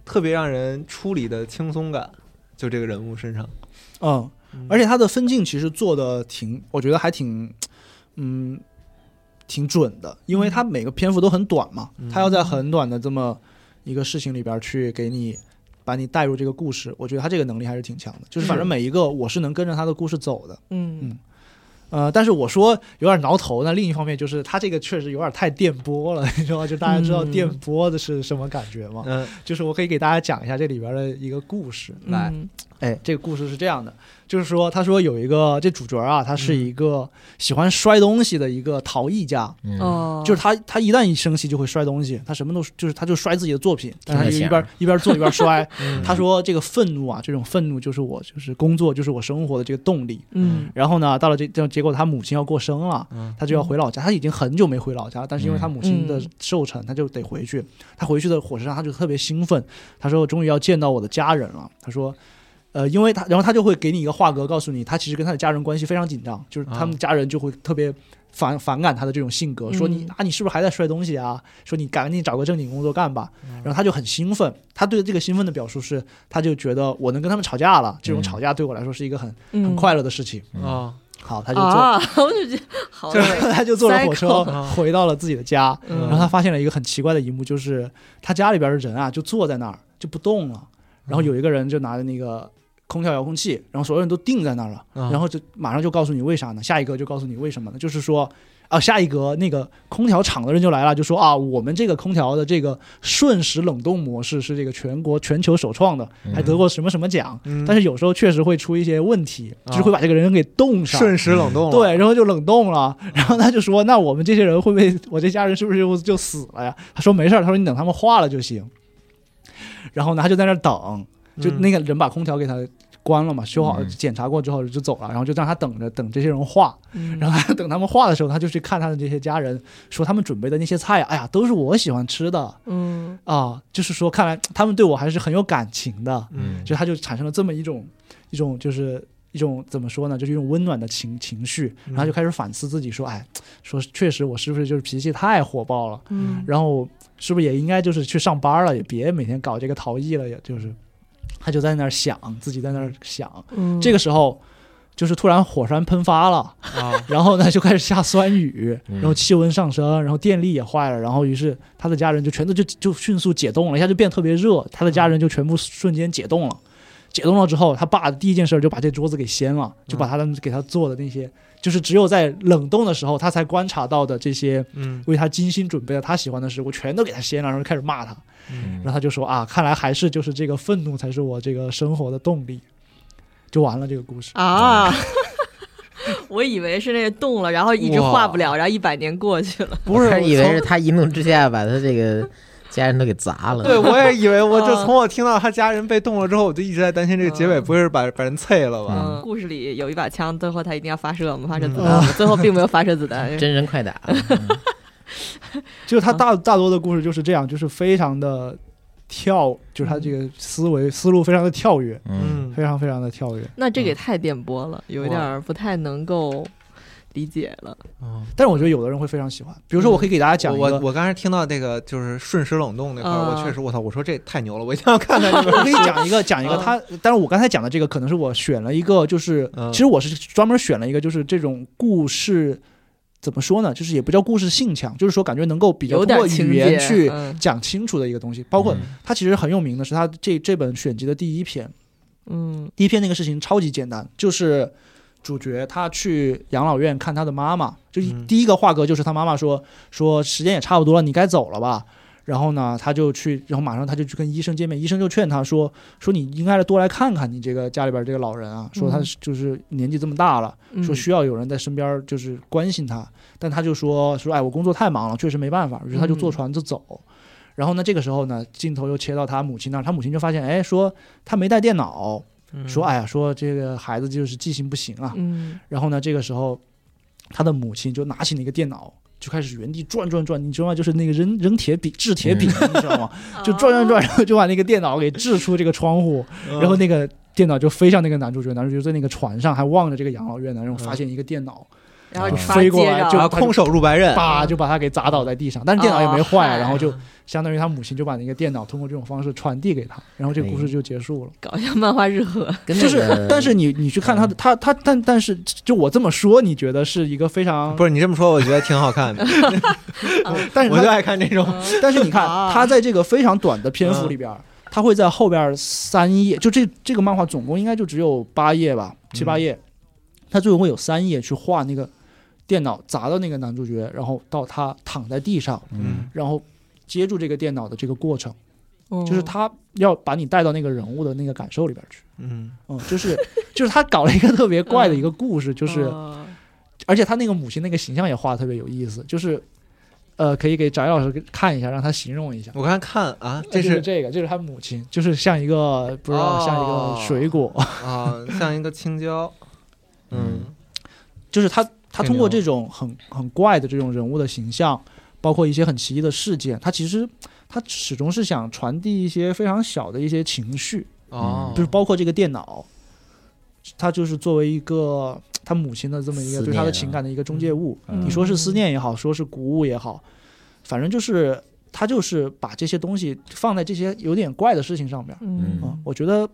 特别让人出离的轻松感，就这个人物身上，
嗯，而且他的分镜其实做的挺，我觉得还挺，嗯，挺准的，因为他每个篇幅都很短嘛，他要在很短的这么一个事情里边去给你把你带入这个故事，我觉得他这个能力还是挺强的。就是反正每一个我是能跟着他的故事走的。
嗯
呃，但是我说有点挠头呢。另一方面就是他这个确实有点太电波了， 你知道吗？就大家知道
嗯
电波的是什么感觉吗？
嗯，
就是我可以给大家讲一下这里边的一个故事。
来
嗯
哎，这个故事是这样的，就是说，他说有一个这主角啊，他是一个喜欢摔东西的一个陶艺家，
嗯，
哦，
就是他他一旦一生气就会摔东西，他什么都就是他就摔自己的作品，但是他就一边一边做一边摔。他说这个愤怒啊，这种愤怒就是我就是工作就是我生活的这个动力。
嗯
然后呢，到了这这结果，他母亲要过生了
嗯，
他就要回老家。他已经很久没回老家了，但是因为他母亲的寿辰，他就得回去。他回去的火车上，他就特别兴奋，他说：“终于要见到我的家人了。”他说。呃，因为他，然后他就会给你一个话格，告诉你他其实跟他的家人关系非常紧张，就是他们家人就会特别反反感他的这种性格，说你
嗯
啊，你是不是还在摔东西啊？说你赶紧找个正经工作干吧。然后他就很兴奋，他对这个兴奋的表述是，他就觉得我能跟他们吵架了，这
嗯
种吵架对我来说是一个很嗯很
很
快乐的事情。
啊，
好，他
他
就坐，
嗯啊，我就觉得好
就
累，
是 他就坐着火车
Psycho
回到了自己的家，
嗯
然后他发现了一个很奇怪的一幕，就是他家里边的人啊，就坐在那儿就不动了，然后有一个人就拿着那个空调遥控器，然后所有人都定在那儿了，
嗯
然后就马上就告诉你为啥呢？下一个就告诉你为什么呢？就是说。啊，下一格那个空调厂的人就来了，就说啊，我们这个空调的这个瞬时冷冻模式是这个全国全球首创的，还得过什么什么奖。
嗯
但是有时候确实会出一些问题，
啊
就是会把这个人给冻上，
瞬时冷冻了，
嗯
嗯
对，然后就冷冻了。然后他就说：“那我们这些人会不会，我这家人是不是就就死了呀？”他说：“没事儿，他说你等他们化了就行。”然后呢，他就在那儿等，就
嗯
那个人把空调给他关了嘛，修好
嗯
检查过之后就走了，然后就让他等着等这些人化。
嗯
然后他等他们化的时候，他就去看他的这些家人，说他们准备的那些菜，哎呀，都是我喜欢吃的
嗯
啊，就是说看来他们对我还是很有感情的。
嗯，
就他就产生了这么一种一种就是一种怎么说呢，就是一种温暖的情情绪，
嗯
然后就开始反思自己说，哎，说确实我是不是就是脾气太火爆了，
嗯，
然后是不是也应该就是去上班了，也别每天搞这个陶艺了，也就是他就在那儿想，自己在那儿想，
嗯
这个时候。就是突然火山喷发了，
啊，
然后呢就开始下酸雨，
嗯
然后气温上升，然后电力也坏了，然后于是他的家人就全都就就迅速解冻了，一下就变特别热，他的家人就全部瞬间解冻了。解冻了之后，他爸第一件事就把这桌子给掀了，就把他们给他做的那些，就是只有在冷冻的时候他才观察到的这些
嗯
为他精心准备的他喜欢的食物，全都给他掀了，然后开始骂他。
嗯
然后他就说啊，看来还是就是这个愤怒才是我这个生活的动力。就完了这个故事。
啊。 我以为是那个动了，然后一直
哇
化不了，然后一百年过去了。
不是
他以为
从
是他一怒之下把他这个家人都给砸了。
对，我也以为，我就
啊
从我听到他家人被冻了之后，我就一直在担心这个结尾
啊
不会是把把人碎了吧？
嗯，故事里有一把枪，最后他一定要发射嘛，发射子
嗯
弹嘛， 最后并没有发射子 弹。
真人快打，嗯
嗯
就是他大大多的故事就是这样，就是非常的跳，就是他这
嗯
个思维思路非常的跳跃，
嗯，
非常非常的跳跃。
那这个也太电波了，有一点儿不太能够理解了。
嗯，
但是我觉得有的人会非常喜欢，比如说我可以给大家讲
我
一
我
个，
我刚才听到那个就是瞬时冷冻那块儿，
啊
我确实我操，我说这太牛了，我一定要看看这
我
个。
可以 讲一个讲一个
嗯
他，但是我刚才讲的这个可能是我选了一个，就是
嗯
其实我是专门选了一个，就是这种故事怎么说呢，就是也不叫故事性强，就是说感觉能够比较
有
通
点
过
情
语言
节
去
嗯
讲清楚的一个东西，包括
嗯
他其实很有名的是他这这本选集的第一篇，
嗯
第一篇那个事情超级简单，就是主角他去养老院看他的妈妈，就一
嗯
第一个画格就是他妈妈说说时间也差不多了，你该走了吧。然后呢，他就去，然后马上他就去跟医生见面，医生就劝他说说你应该多来看看你这个家里边这个老人啊，说他
嗯
是就是年纪这么大了，
嗯，
说需要有人在身边就是关心他，但他就说说哎我工作太忙了，确实没办法，于是他就坐船就走。然后呢，这个时候呢，镜头又切到他母亲那儿，他母亲就发现，哎，说他没带电脑，说哎呀，说这个孩子就是记性不行啊。
嗯
然后呢，这个时候他的母亲就拿起那个电脑，就开始原地转转转，你知道吗？就是那个扔扔铁笔、掷铁笔，
嗯
你知 道吗？就转
哦
转转，然后就把那个电脑给掷出这个窗户，
嗯
嗯
然后那个电脑就飞向那个男主角，男主角在那个船上还望着这个养老院呢，然后
嗯
发现一个电脑，
然后
就
发
嗯飞
街
过来
上
就
啊，空手入白刃，
叭就把他给砸倒在地上，但是电脑也没坏，
嗯哦
然后就相当于他母亲就把那个电脑通过这种方式传递给他，然后这个故事
哎
就结束了。
搞一下漫画日 和，
跟那
就
个
是，但是你你去看他的，他他但但是，就我这么说，你觉得是一个非常
不是你这么说，我觉得挺好看的，
但是
我就
他
爱看这种。
但是你看
啊
他在这个非常短的篇幅里边，他会在后边三页，就这这个漫画总共应该就只有八页吧，七八页，他最后会有三页去画那个电脑砸到那个男主角，然后到他躺在地上，
嗯
然后接住这个电脑的这个过程，
嗯
就是他要把你带到那个人物的那个感受里边去。
嗯
嗯，就是就是他搞了一个特别怪的一个故事，就是
哦
而且他那个母亲那个形象也画的特别有意思，就是呃，可以给翟老师看一下，让他形容一下。
我刚才看啊，这
这是
是
这个，这是他母亲，就是像一个不知道、
哦
像一个水 果，
啊，像一个青椒，嗯
就是他他
挺
通
牛
过这种很很怪的这种人物的形象，包括一些很奇异的事件，他其实他始终是想传递一些非常小的一些情绪，
哦，
就是包括这个电脑，他就是作为一个他母亲的这么一个
思
对他的
念
情
啊
感的一个中介物，
嗯
你说是思念也好，说是鼓舞也好，反正就是他就是把这些东西放在这些有点怪的事情上面。
嗯
啊，我觉得，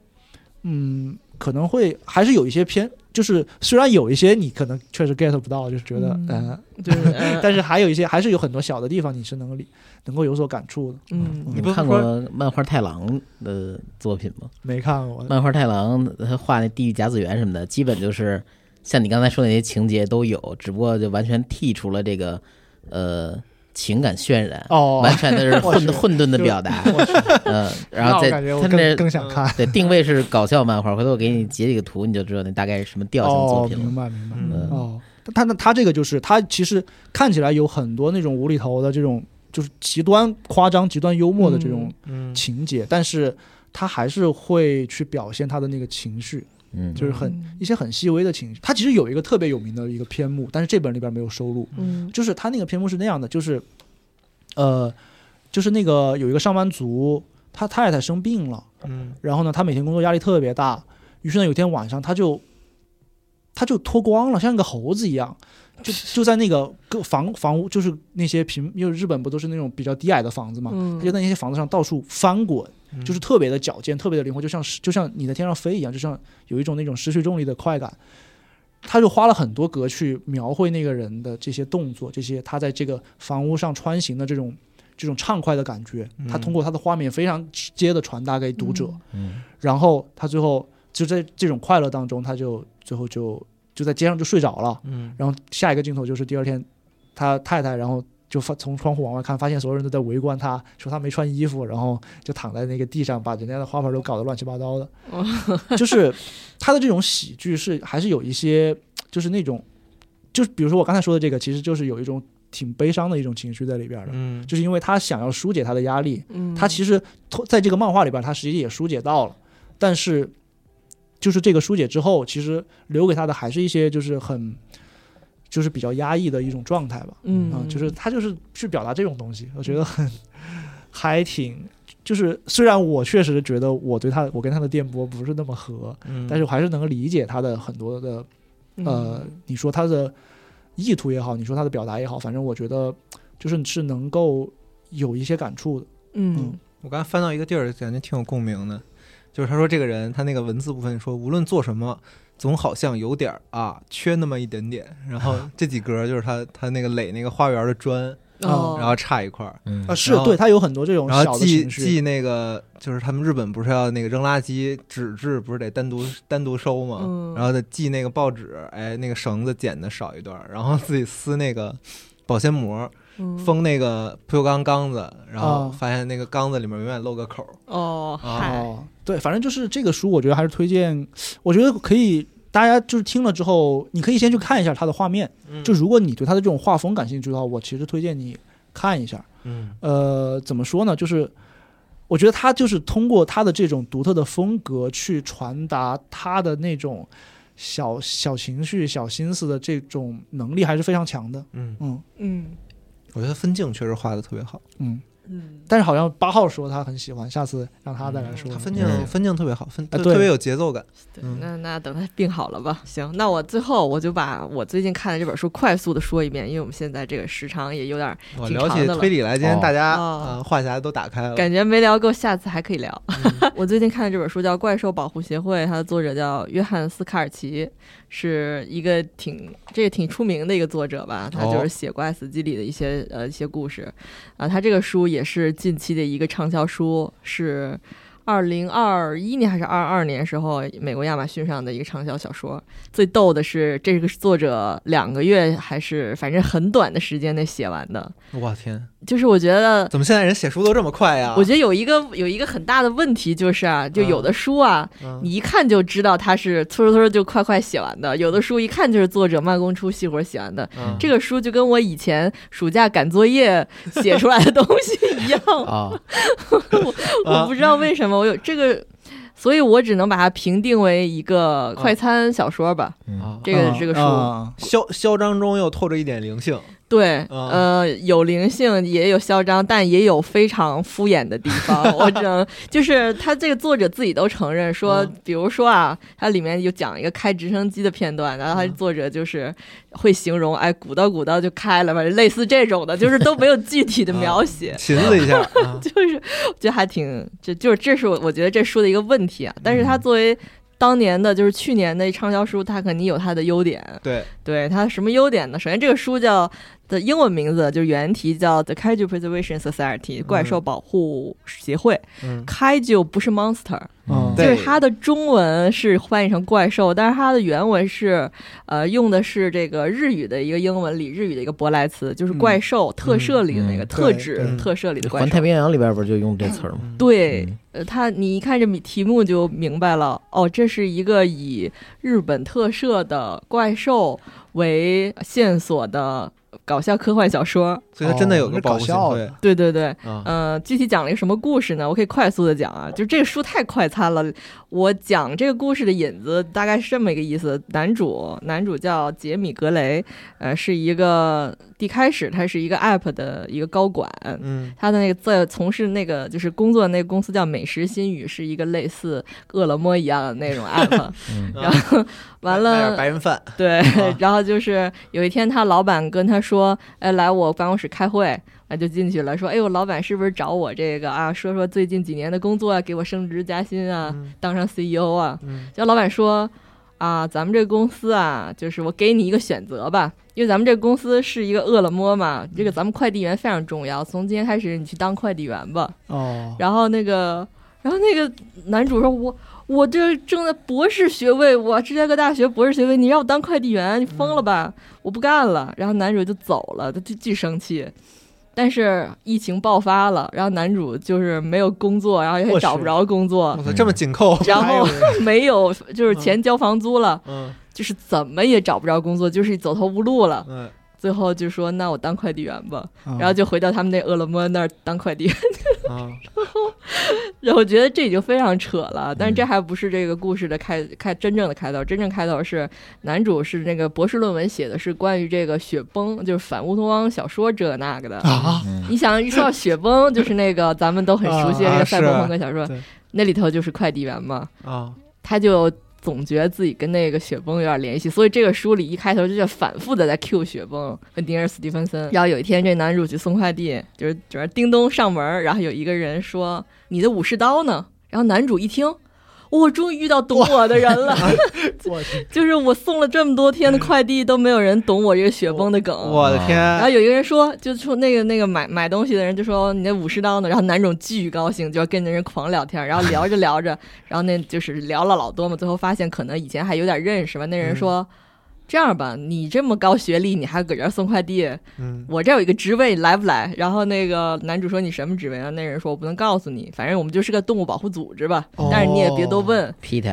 嗯，可能会还是有一些偏，就是虽然有一些你可能确实 get 不到，就是觉得，
嗯
呃，
就是呃
但是还有一些还是有很多小的地方你是能理能够有所感触的。
嗯
你
不是
看
说
过漫画太郎的作品吗？
没看过，
漫画太郎他画那地狱甲子园什么的，基本就是像你刚才说的那些情节都有，只不过就完全剔除了这个呃情感渲染，
哦
完全的是
我
混
去
混沌的
就
表 达。
我去
嗯，然
那
后
我
再
感觉我
他
更
那
更想看。
对定位是搞笑漫画，回头我给你截几个图，你就知道那大概是什么调性
哦
作，品
明
了。
白明白。
嗯
嗯，
哦，他那他这个就是他其实看起来有很多那种无厘头的这种，就是极端夸张、极端幽默的这种
嗯
情节，但是他还是会去表现他的那个情绪。
嗯，
就是很
嗯
一些很细微的情绪。它其实有一个特别有名的一个篇目，但是这本里边没有收录。
嗯
就是它那个篇目是那样的，就是，呃，就是那个有一个上班族，他太太生病了，
嗯
然后呢，他每天工作压力特别大，于是呢，有一天晚上他就，他就脱光了，像个猴子一样。就就在那个各房房屋，就是那些平，因为日本不都是那种比较低矮的房子嘛，
嗯
他就在那些房子上到处翻滚，
嗯
就是特别的矫健，特别的灵活，就像是就像你在天上飞一样，就像有一种那种失去重力的快感。他就花了很多格去描绘那个人的这些动作，这些他在这个房屋上穿行的这种这种畅快的感觉，
嗯
他通过他的画面非常直接的传达给读者。
嗯
然后他最后就在这种快乐当中，他就最后就就在街上就睡着了。
嗯
然后下一个镜头就是第二天，他太太，然后就发从窗户往外看，发现所有人都在围观他，说他没穿衣服，然后就躺在那个地上，把人家的花盆都搞得乱七八糟的。就是他的这种喜剧是还是有一些，就是那种，就是比如说我刚才说的这个，其实就是有一种挺悲伤的一种情绪在里边的，
嗯
就是因为他想要疏解他的压力，
嗯
他其实通在这个漫画里边，他实际也疏解到了，但是就是这个疏解之后，其实留给他的还是一些就是很就是比较压抑的一种状态吧。
嗯
啊、就是他就是去表达这种东西，我觉得很还挺。就是虽然我确实觉得我对他，我跟他的电波不是那么合，
嗯，
但是我还是能够理解他的很多的
嗯
呃，你说他的意图也好，你说他的表达也好，反正我觉得就是是能够有一些感触的。
嗯
我刚才翻到一个地儿，感觉挺有共鸣的，就是他说这个人，他那个文字部分说，无论做什么，总好像有点儿啊，缺那么一点点。然 后这几格就是他他那个垒那个花园的砖，
哦
然后差一块儿，
嗯
啊，是
然后
对他有很多这种
然
小
后
的
记
情绪，
记那个就是他们日本不是要那个扔垃圾纸质不是得单独单独收吗？
嗯
然后得记那个报纸，哎，那个绳子剪的少一段儿，然后自己撕那个保鲜膜，
嗯
封那个不锈钢缸子，然后
哦
发现那个缸子里面永远露个口儿。
哦
啊
嗨
哦，对，反正就是这个书，我觉得还是推荐，我觉得可以。大家就是听了之后，你可以先去看一下它的画面。
嗯
就如果你对它的这种画风感兴趣的话，我其实推荐你看一下。
嗯
呃，怎么说呢？就是我觉得他就是通过他的这种独特的风格去传达他的那种小小情绪、小心思的这种能力还是非常强的。
嗯，
嗯
嗯
我觉得分镜确实画的特别好，
嗯，
嗯
但是好像八号说他很喜欢，下次让他再来说。
他分镜
嗯
分镜特别好，分
啊
特
对
别有节奏感。
对
嗯
那那等他病好了吧。行，那我最后我就把我最近看的这本书快速的说一遍，因为我们现在这个时长也有点儿
我
挺
聊
长
起
的了
推理来，今天
哦
大家
哦
啊话匣都打开了。
感觉没聊够，下次还可以聊。
嗯
我最近看的这本书叫《怪兽保护协会》，它的作者叫约翰斯卡尔奇，是一个挺这个挺出名的一个作者吧，他就是写《怪死机》里的一些、呃一些故事，啊，他这个书也是近期的一个畅销书，是。二零二一年还是二二年时候，美国亚马逊上的一个畅销小说。最逗的是，这个作者两个月还是反正很短的时间内写完的。
我天，
就是我觉得，
怎么现在人写书都这么快呀？
我觉得有一个有一个很大的问题就是啊，就有的书啊，
啊嗯
你一看就知道它是嗖嗖嗖就快快写完的；有的书一看就是作者慢工出细活写完的。
嗯
这个书就跟我以前暑假赶作业写出来的东西一样，
啊
哦，
我不知道为什么我有这个，所以我只能把它评定为一个快餐小说吧。
啊
这个这个书，
啊
嚣嚣张中又透着一点灵性，
对，
啊
呃，有灵性，也有嚣张，但也有非常敷衍的地 方。我只能就是他这个作者自己都承认说，
嗯
比如说啊，他里面有讲一个开直升机的片段，然后他
嗯
作者就是会形容，哎，鼓捣鼓捣就开了，反正类似这种的，就是都没有具体
嗯
的描写。
寻思 一下，啊
就是我觉得还挺，这就是这是我我觉得这书的一个问题啊。但是
嗯
它作为当年的就是去年的畅销书，它肯定有它的优点。
对，
对它什么优点呢？首先，这个书叫的英文名字就是原题叫《The Kaiju Preservation Society》怪兽保护协会。
嗯，
Kaiju 不是 monster，
嗯
对
就是它的中文是翻译成怪兽，但是它的原文是，呃，用的是这个日语的一个英文里日语的一个舶来词，就是怪兽、特摄里的那个、
嗯
特
对
指、
对
特摄里的
《
怪
环
兽
太。平洋》里边不是就用这词儿 吗？
对
嗯，
呃，他你一看这题目就明白了，哦，这是一个以日本特摄的怪兽为线索的搞笑科幻小说。
所以他真的有个
哦
保护协
搞笑
会
的
对对对，
啊，
呃，具体讲了一个什么故事呢？我可以快速的讲啊，就这个书太快餐了。我讲这个故事的引子大概是这么一个意思：男主男主叫杰米格雷，呃，是一个一开始他是一个 App 的一个高管，
嗯
他的那个在从事那个就是工作的那个公司叫美食新语，是一个类似饿了么一样的那种 app。
嗯
然后完
卖点
了，
白人饭，
对
啊，
然后就是有一天他老板跟他说：“哎，来我办公室开会。”那就进去了，说：“哎呦，老板是不是找我这个啊？说说最近几年的工作啊，给我升职加薪啊，
嗯
当上 CEO 啊。”
嗯
结果老板说：“啊，咱们这个公司啊，就是我给你一个选择吧，因为咱们这个公司是一个饿了么嘛，这个咱们快递员非常重要，从今天开始你去当快递员吧。
哦，
然后那个，然后那个男主说：“我我这挣的博士学位，我芝加哥大学博士学位，你让我当快递员，你疯了吧？我不干了。”然后男主就走了，他就巨生气。但是疫情爆发了，然后男主就是没有工作，然后也
我
找
去
不着工作
我，操，这么紧 扣，
然
还有
后 没有就是钱交房租了，
嗯
就是怎么也找不着工作，就是走投无路了。
嗯，
最后就说：“那我当快递员吧。”
然
然后就回到他们那饿了么那儿当快递 员。
啊
然后我觉得这已经非常扯了，但是
嗯
这还不是这个故事的开开真正的开头，真正开头是男主是那个博士论文写的是关于这个雪崩，就是反乌托邦小说这那个的。
啊，
嗯，
你想一说到雪崩，就是那个咱们都很熟悉的这
啊
个赛博
是
朋克小说
对，
那里头就是快递员嘛，
啊，
他就。总觉得自己跟那个雪崩有点联系，所以这个书里一开头就在反复的在 Q 雪崩和迪尔·斯蒂芬森。然后有一天，这男主去送快递，就是就是叮咚上门儿，然后有一个人说：“你的武士刀呢？”然后男主一听，我、终于遇到懂我的人了，
我去，
就是我送了这么多天的快递都没有人懂我这个雪崩的梗。
我的
然后
天，
有一个人说，就说那个那个买买东西的人就说你那武士刀呢？然后男主巨高兴，就要跟那人狂聊天，然后聊着聊着，然后那就是聊了老多嘛，最后发现可能以前还有点认识吧。那人说。这样吧，你这么高学历，你还搁这儿送快递？
嗯
我这儿有一个职位，你来不来？然后那个男主说你什么职位？然啊后那人说我不能告诉你，反正我们就是个动物保护组织吧，但是你也别多问。
皮特，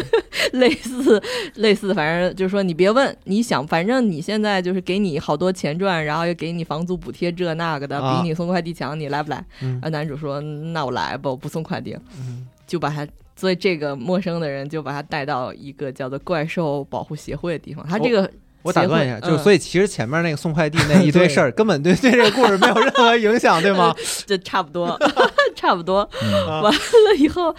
类似类似，反正就是说你别问，你想，反正你现在就是给你好多钱赚，然后又给你房租补贴这那个的，
啊
比你送快递强，你来不来？
嗯
然后男主说：“那我来吧，我不送快递了。
嗯”
就把他，所以这个陌生的人就把他带到一个叫做怪兽保护协会的地方。
哦
他这个、
我打断一下，
协会
就是所以其实前面那个送快递那一堆
对
事 儿，根本嗯对对这个故事没有任何影响，对吗？
这差不 多，差不多。
嗯
啊
完了以后，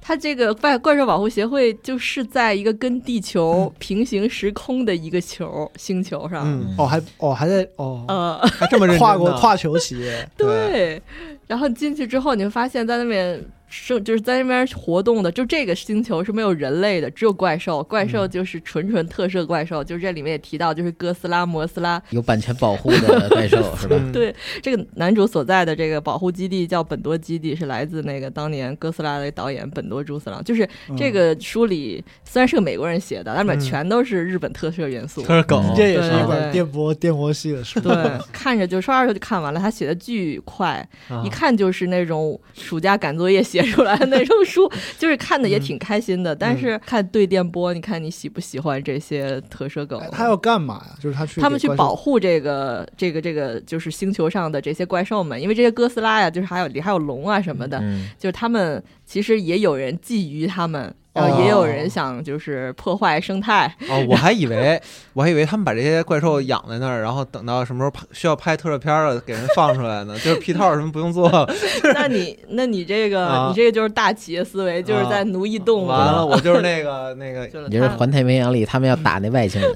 他这个怪怪兽保护协会就是在一个跟地球平行时空的一个球星球上。
嗯，
哦还哦还在哦，
呃，
还这么认真呢
跨国跨球企业，
对，然后进去之后，你会发现在那边是就是在那边活动的，就这个星球是没有人类的，只有怪兽。怪
嗯
兽就是纯纯特摄怪兽，就是这里面也提到，就是哥斯拉、摩斯拉。
有版权保护的怪兽是吧？
嗯
对，这个男主所在的这个保护基地叫本多基地，是来自那个当年哥斯拉的导演本多朱四郎。就是这个书里虽然是个美国人写的，但里面
嗯
全都是日本特摄元素。
他是梗，
嗯
这也是一
对对
本电波电波系 的书，
对，看着就刷刷就看完了，他写的巨快，
啊
一看就是那种暑假赶作业写出来的那种 书，就是看的也挺开心
嗯
的。但是看对电波，你看你喜不喜欢这些特摄狗？
哎他要干嘛呀？就是他去
他们
给
去
怪兽
保护这个这个这个，就是星球上的这些怪兽们，因为这些哥斯拉呀，就是还有里还有龙啊什么的，
嗯，
就是他们其实也有人觊觎他们。然
哦
后也有人想就是破坏生 态，
哦，我还以为我还以为他们把这些怪兽养在那儿，然后等到什么时候拍需要拍特摄片儿了，给人放出来呢，就是皮套什么不用做了。
那你那你这个、
啊
你这个就是大企业思维，
啊
就是在奴役 动物。
完了，我就是那个那个，
就是
嗯你就是
他
环太平洋里他们要打那外星人，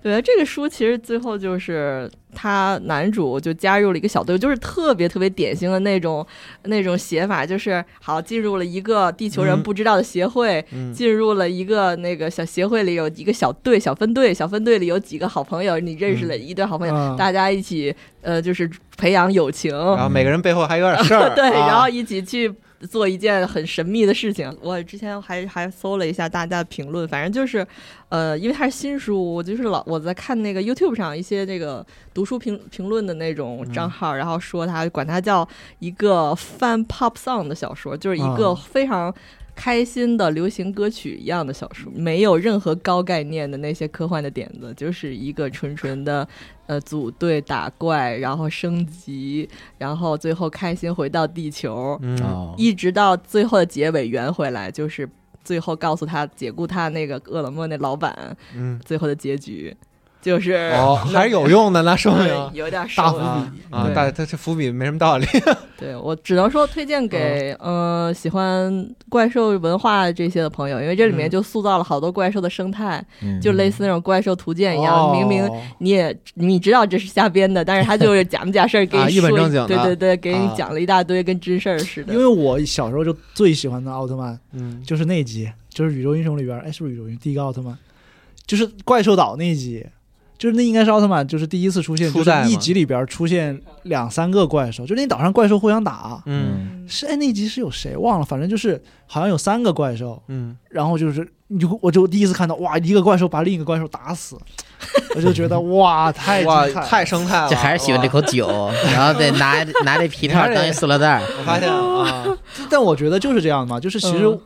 对，这个书其实最后就是他男主就加入了一个小队，就是特别特别典型的那种那种写法，就是好进入了一个地球人
嗯
不知道的协会，
嗯，
进入了一个那个小协会里有一个小队、小分队，小分队里有几个好朋友，你认识了一对好朋友，
啊
嗯
大家一起呃就是培养友情，
嗯
然后每个人背后还有点事儿，
对，
啊
然后一起去做一件很神秘的事情。我之前还还搜了一下大家的评论，反正就是，呃，因为它是新书，我就是老我在看那个 YouTube 上一些这个读书评评论的那种账号，然后说它管它叫一个 fan pop song 的小说，就是一个
啊
非常。开心的流行歌曲一样的小说，没有任何高概念的那些科幻的点子，就是一个纯纯的，呃，组队打怪，然后升级，然后最后开心回到地球，
嗯，
哦，
一直到最后的结尾圆回来，就是最后告诉他解雇他那个饿了么那老板，
嗯，
最后的结局就是
哦，还是有用的，那说明
对有点儿
大
收
伏
了
啊
笔
啊，
对
大他这伏笔没什么道理，
对我只能说推荐给呃喜欢怪兽文化这些的朋友，因为这里面
嗯
就塑造了好多怪兽的生态，
嗯
就类似那种怪兽图鉴一样，明明
哦
你也你知道这是瞎编的，但是他就是假模假式儿给
啊
你
一
说
本
一、
正经的
对对对，给你
啊
讲了一大堆跟真事儿似的。
因为我小时候就最喜欢的奥特曼
嗯，
就是那一集，就是宇宙英雄里边，哎，是不是宇宙英雄第一个奥特曼？就是怪兽岛那一集，就是那应该是奥特曼就是第一次出现，
初
就
代嘛
是一集里边出现两三个怪兽，就那岛上怪兽互相打。
嗯
嗯
是哎，那一集是有谁忘了？反正就是好像有三个怪兽，
嗯，
然后就是你就我就第一次看到哇，一个怪兽把另一个怪兽打死，我就觉得 哇，太
哇，
精彩了
太生态
嗯
了，
这还是喜欢这
哇。
口酒， 然后再拿拿这皮套当一塑料袋儿，
我发现啊，
但我觉得就是这样嘛，就是其实
嗯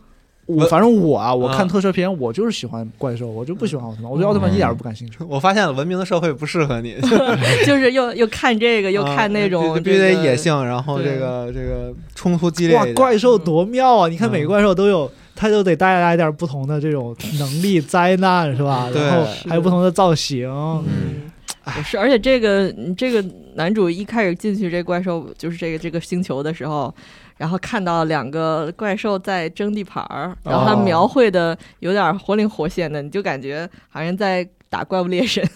我、
我
反正我啊，我看
啊
特摄片，我就是喜欢怪兽，我就不喜欢奥特曼，我对奥特曼一点都不感兴趣。
我发现了文明的社会不适合 你，
就是又又看这个，又看那种、
啊必须得野
性。
性，然后这个这个冲突激烈
哇
一，点，
怪兽多妙啊！你看
嗯
每个怪兽都有，它就得带来一点不同的这种能力、 灾难是吧？
对
然后还有不同的造型，
嗯，也是，而且这个嗯这个男主一开始进去这怪兽就是这个这个星球的时候，然后看到两个怪兽在争地盘儿，然后他
哦
描绘的有点活灵活现的，你就感觉好像在打怪物猎人。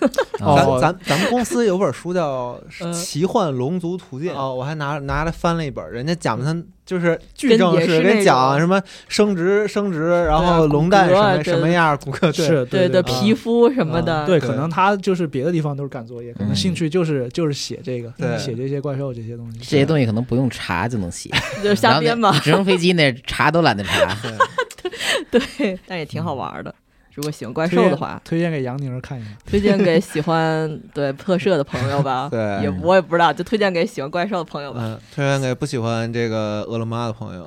哦
咱咱咱们公司有本 书叫
嗯
《奇幻龙族图鉴》哦，我还拿拿来翻了一本，人家讲的他就是据
跟
正
也
式
是
跟
那
讲
种
什么生殖生殖，然
对啊
后
骨
龙蛋
骼
什
啊
么什么
对
样， 骨骼对
是对嗯
对，
对
皮肤什么的。
对，
嗯对嗯
可能他就是别的地方都是赶作业，可能兴趣就是就是写这个
对，
写这些怪兽这些东西。
这些东西可能不用查就能 写，
就
然
瞎
后
编
那
吧。
直升飞机那查都懒得查，
对，
对， 但也挺好玩的。如果喜欢怪兽的话，
嗯推荐给杨宁儿看一下。
推荐给喜欢对特摄的朋友吧。
对
也我也不知道，就推荐给喜欢怪兽的朋友吧。
嗯，推荐给不喜欢这个俄罗妈的朋友。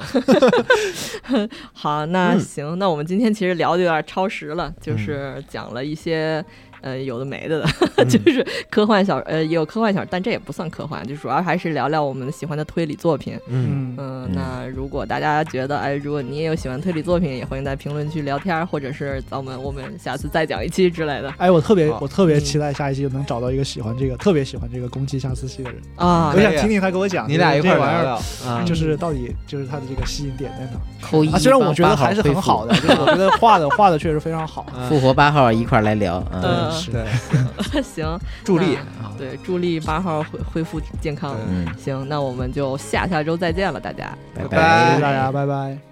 好，那
嗯
行，那我们今天其实聊的有点超时了，就是讲了一些。呃，有的没的的，
嗯
就是科幻小，呃，也有科幻小，但这也不算科幻，就主要还是聊聊我们喜欢的推理作品。
嗯，
嗯、
嗯
那如果大家觉得，哎，如果你也有喜欢推理作品，也欢迎在评论区聊天儿，或者是咱们我们下次再讲一期之类的
哎，我特别
好
我特
嗯
别期待下一期能找到一个喜欢这个特别喜欢这个攻击夏思系的人，
啊
我。想
可以
听听他给我讲，
你俩一块儿
这玩意
聊
儿
聊啊，
就是到底就是它的这个吸引点在哪？
扣一。
啊，虽然我觉得还是很
帮
好
八
的，就是我觉得画的画的确实非常好。
嗯
号恢复，复活八号一块儿来聊，
嗯
嗯，
嗯
是嗯
对，
行，
助力啊
那，对，助力八号恢恢复健康。
对
嗯，
行，那我们就下下周再见了，大家。
拜
拜
谢谢大家，拜拜。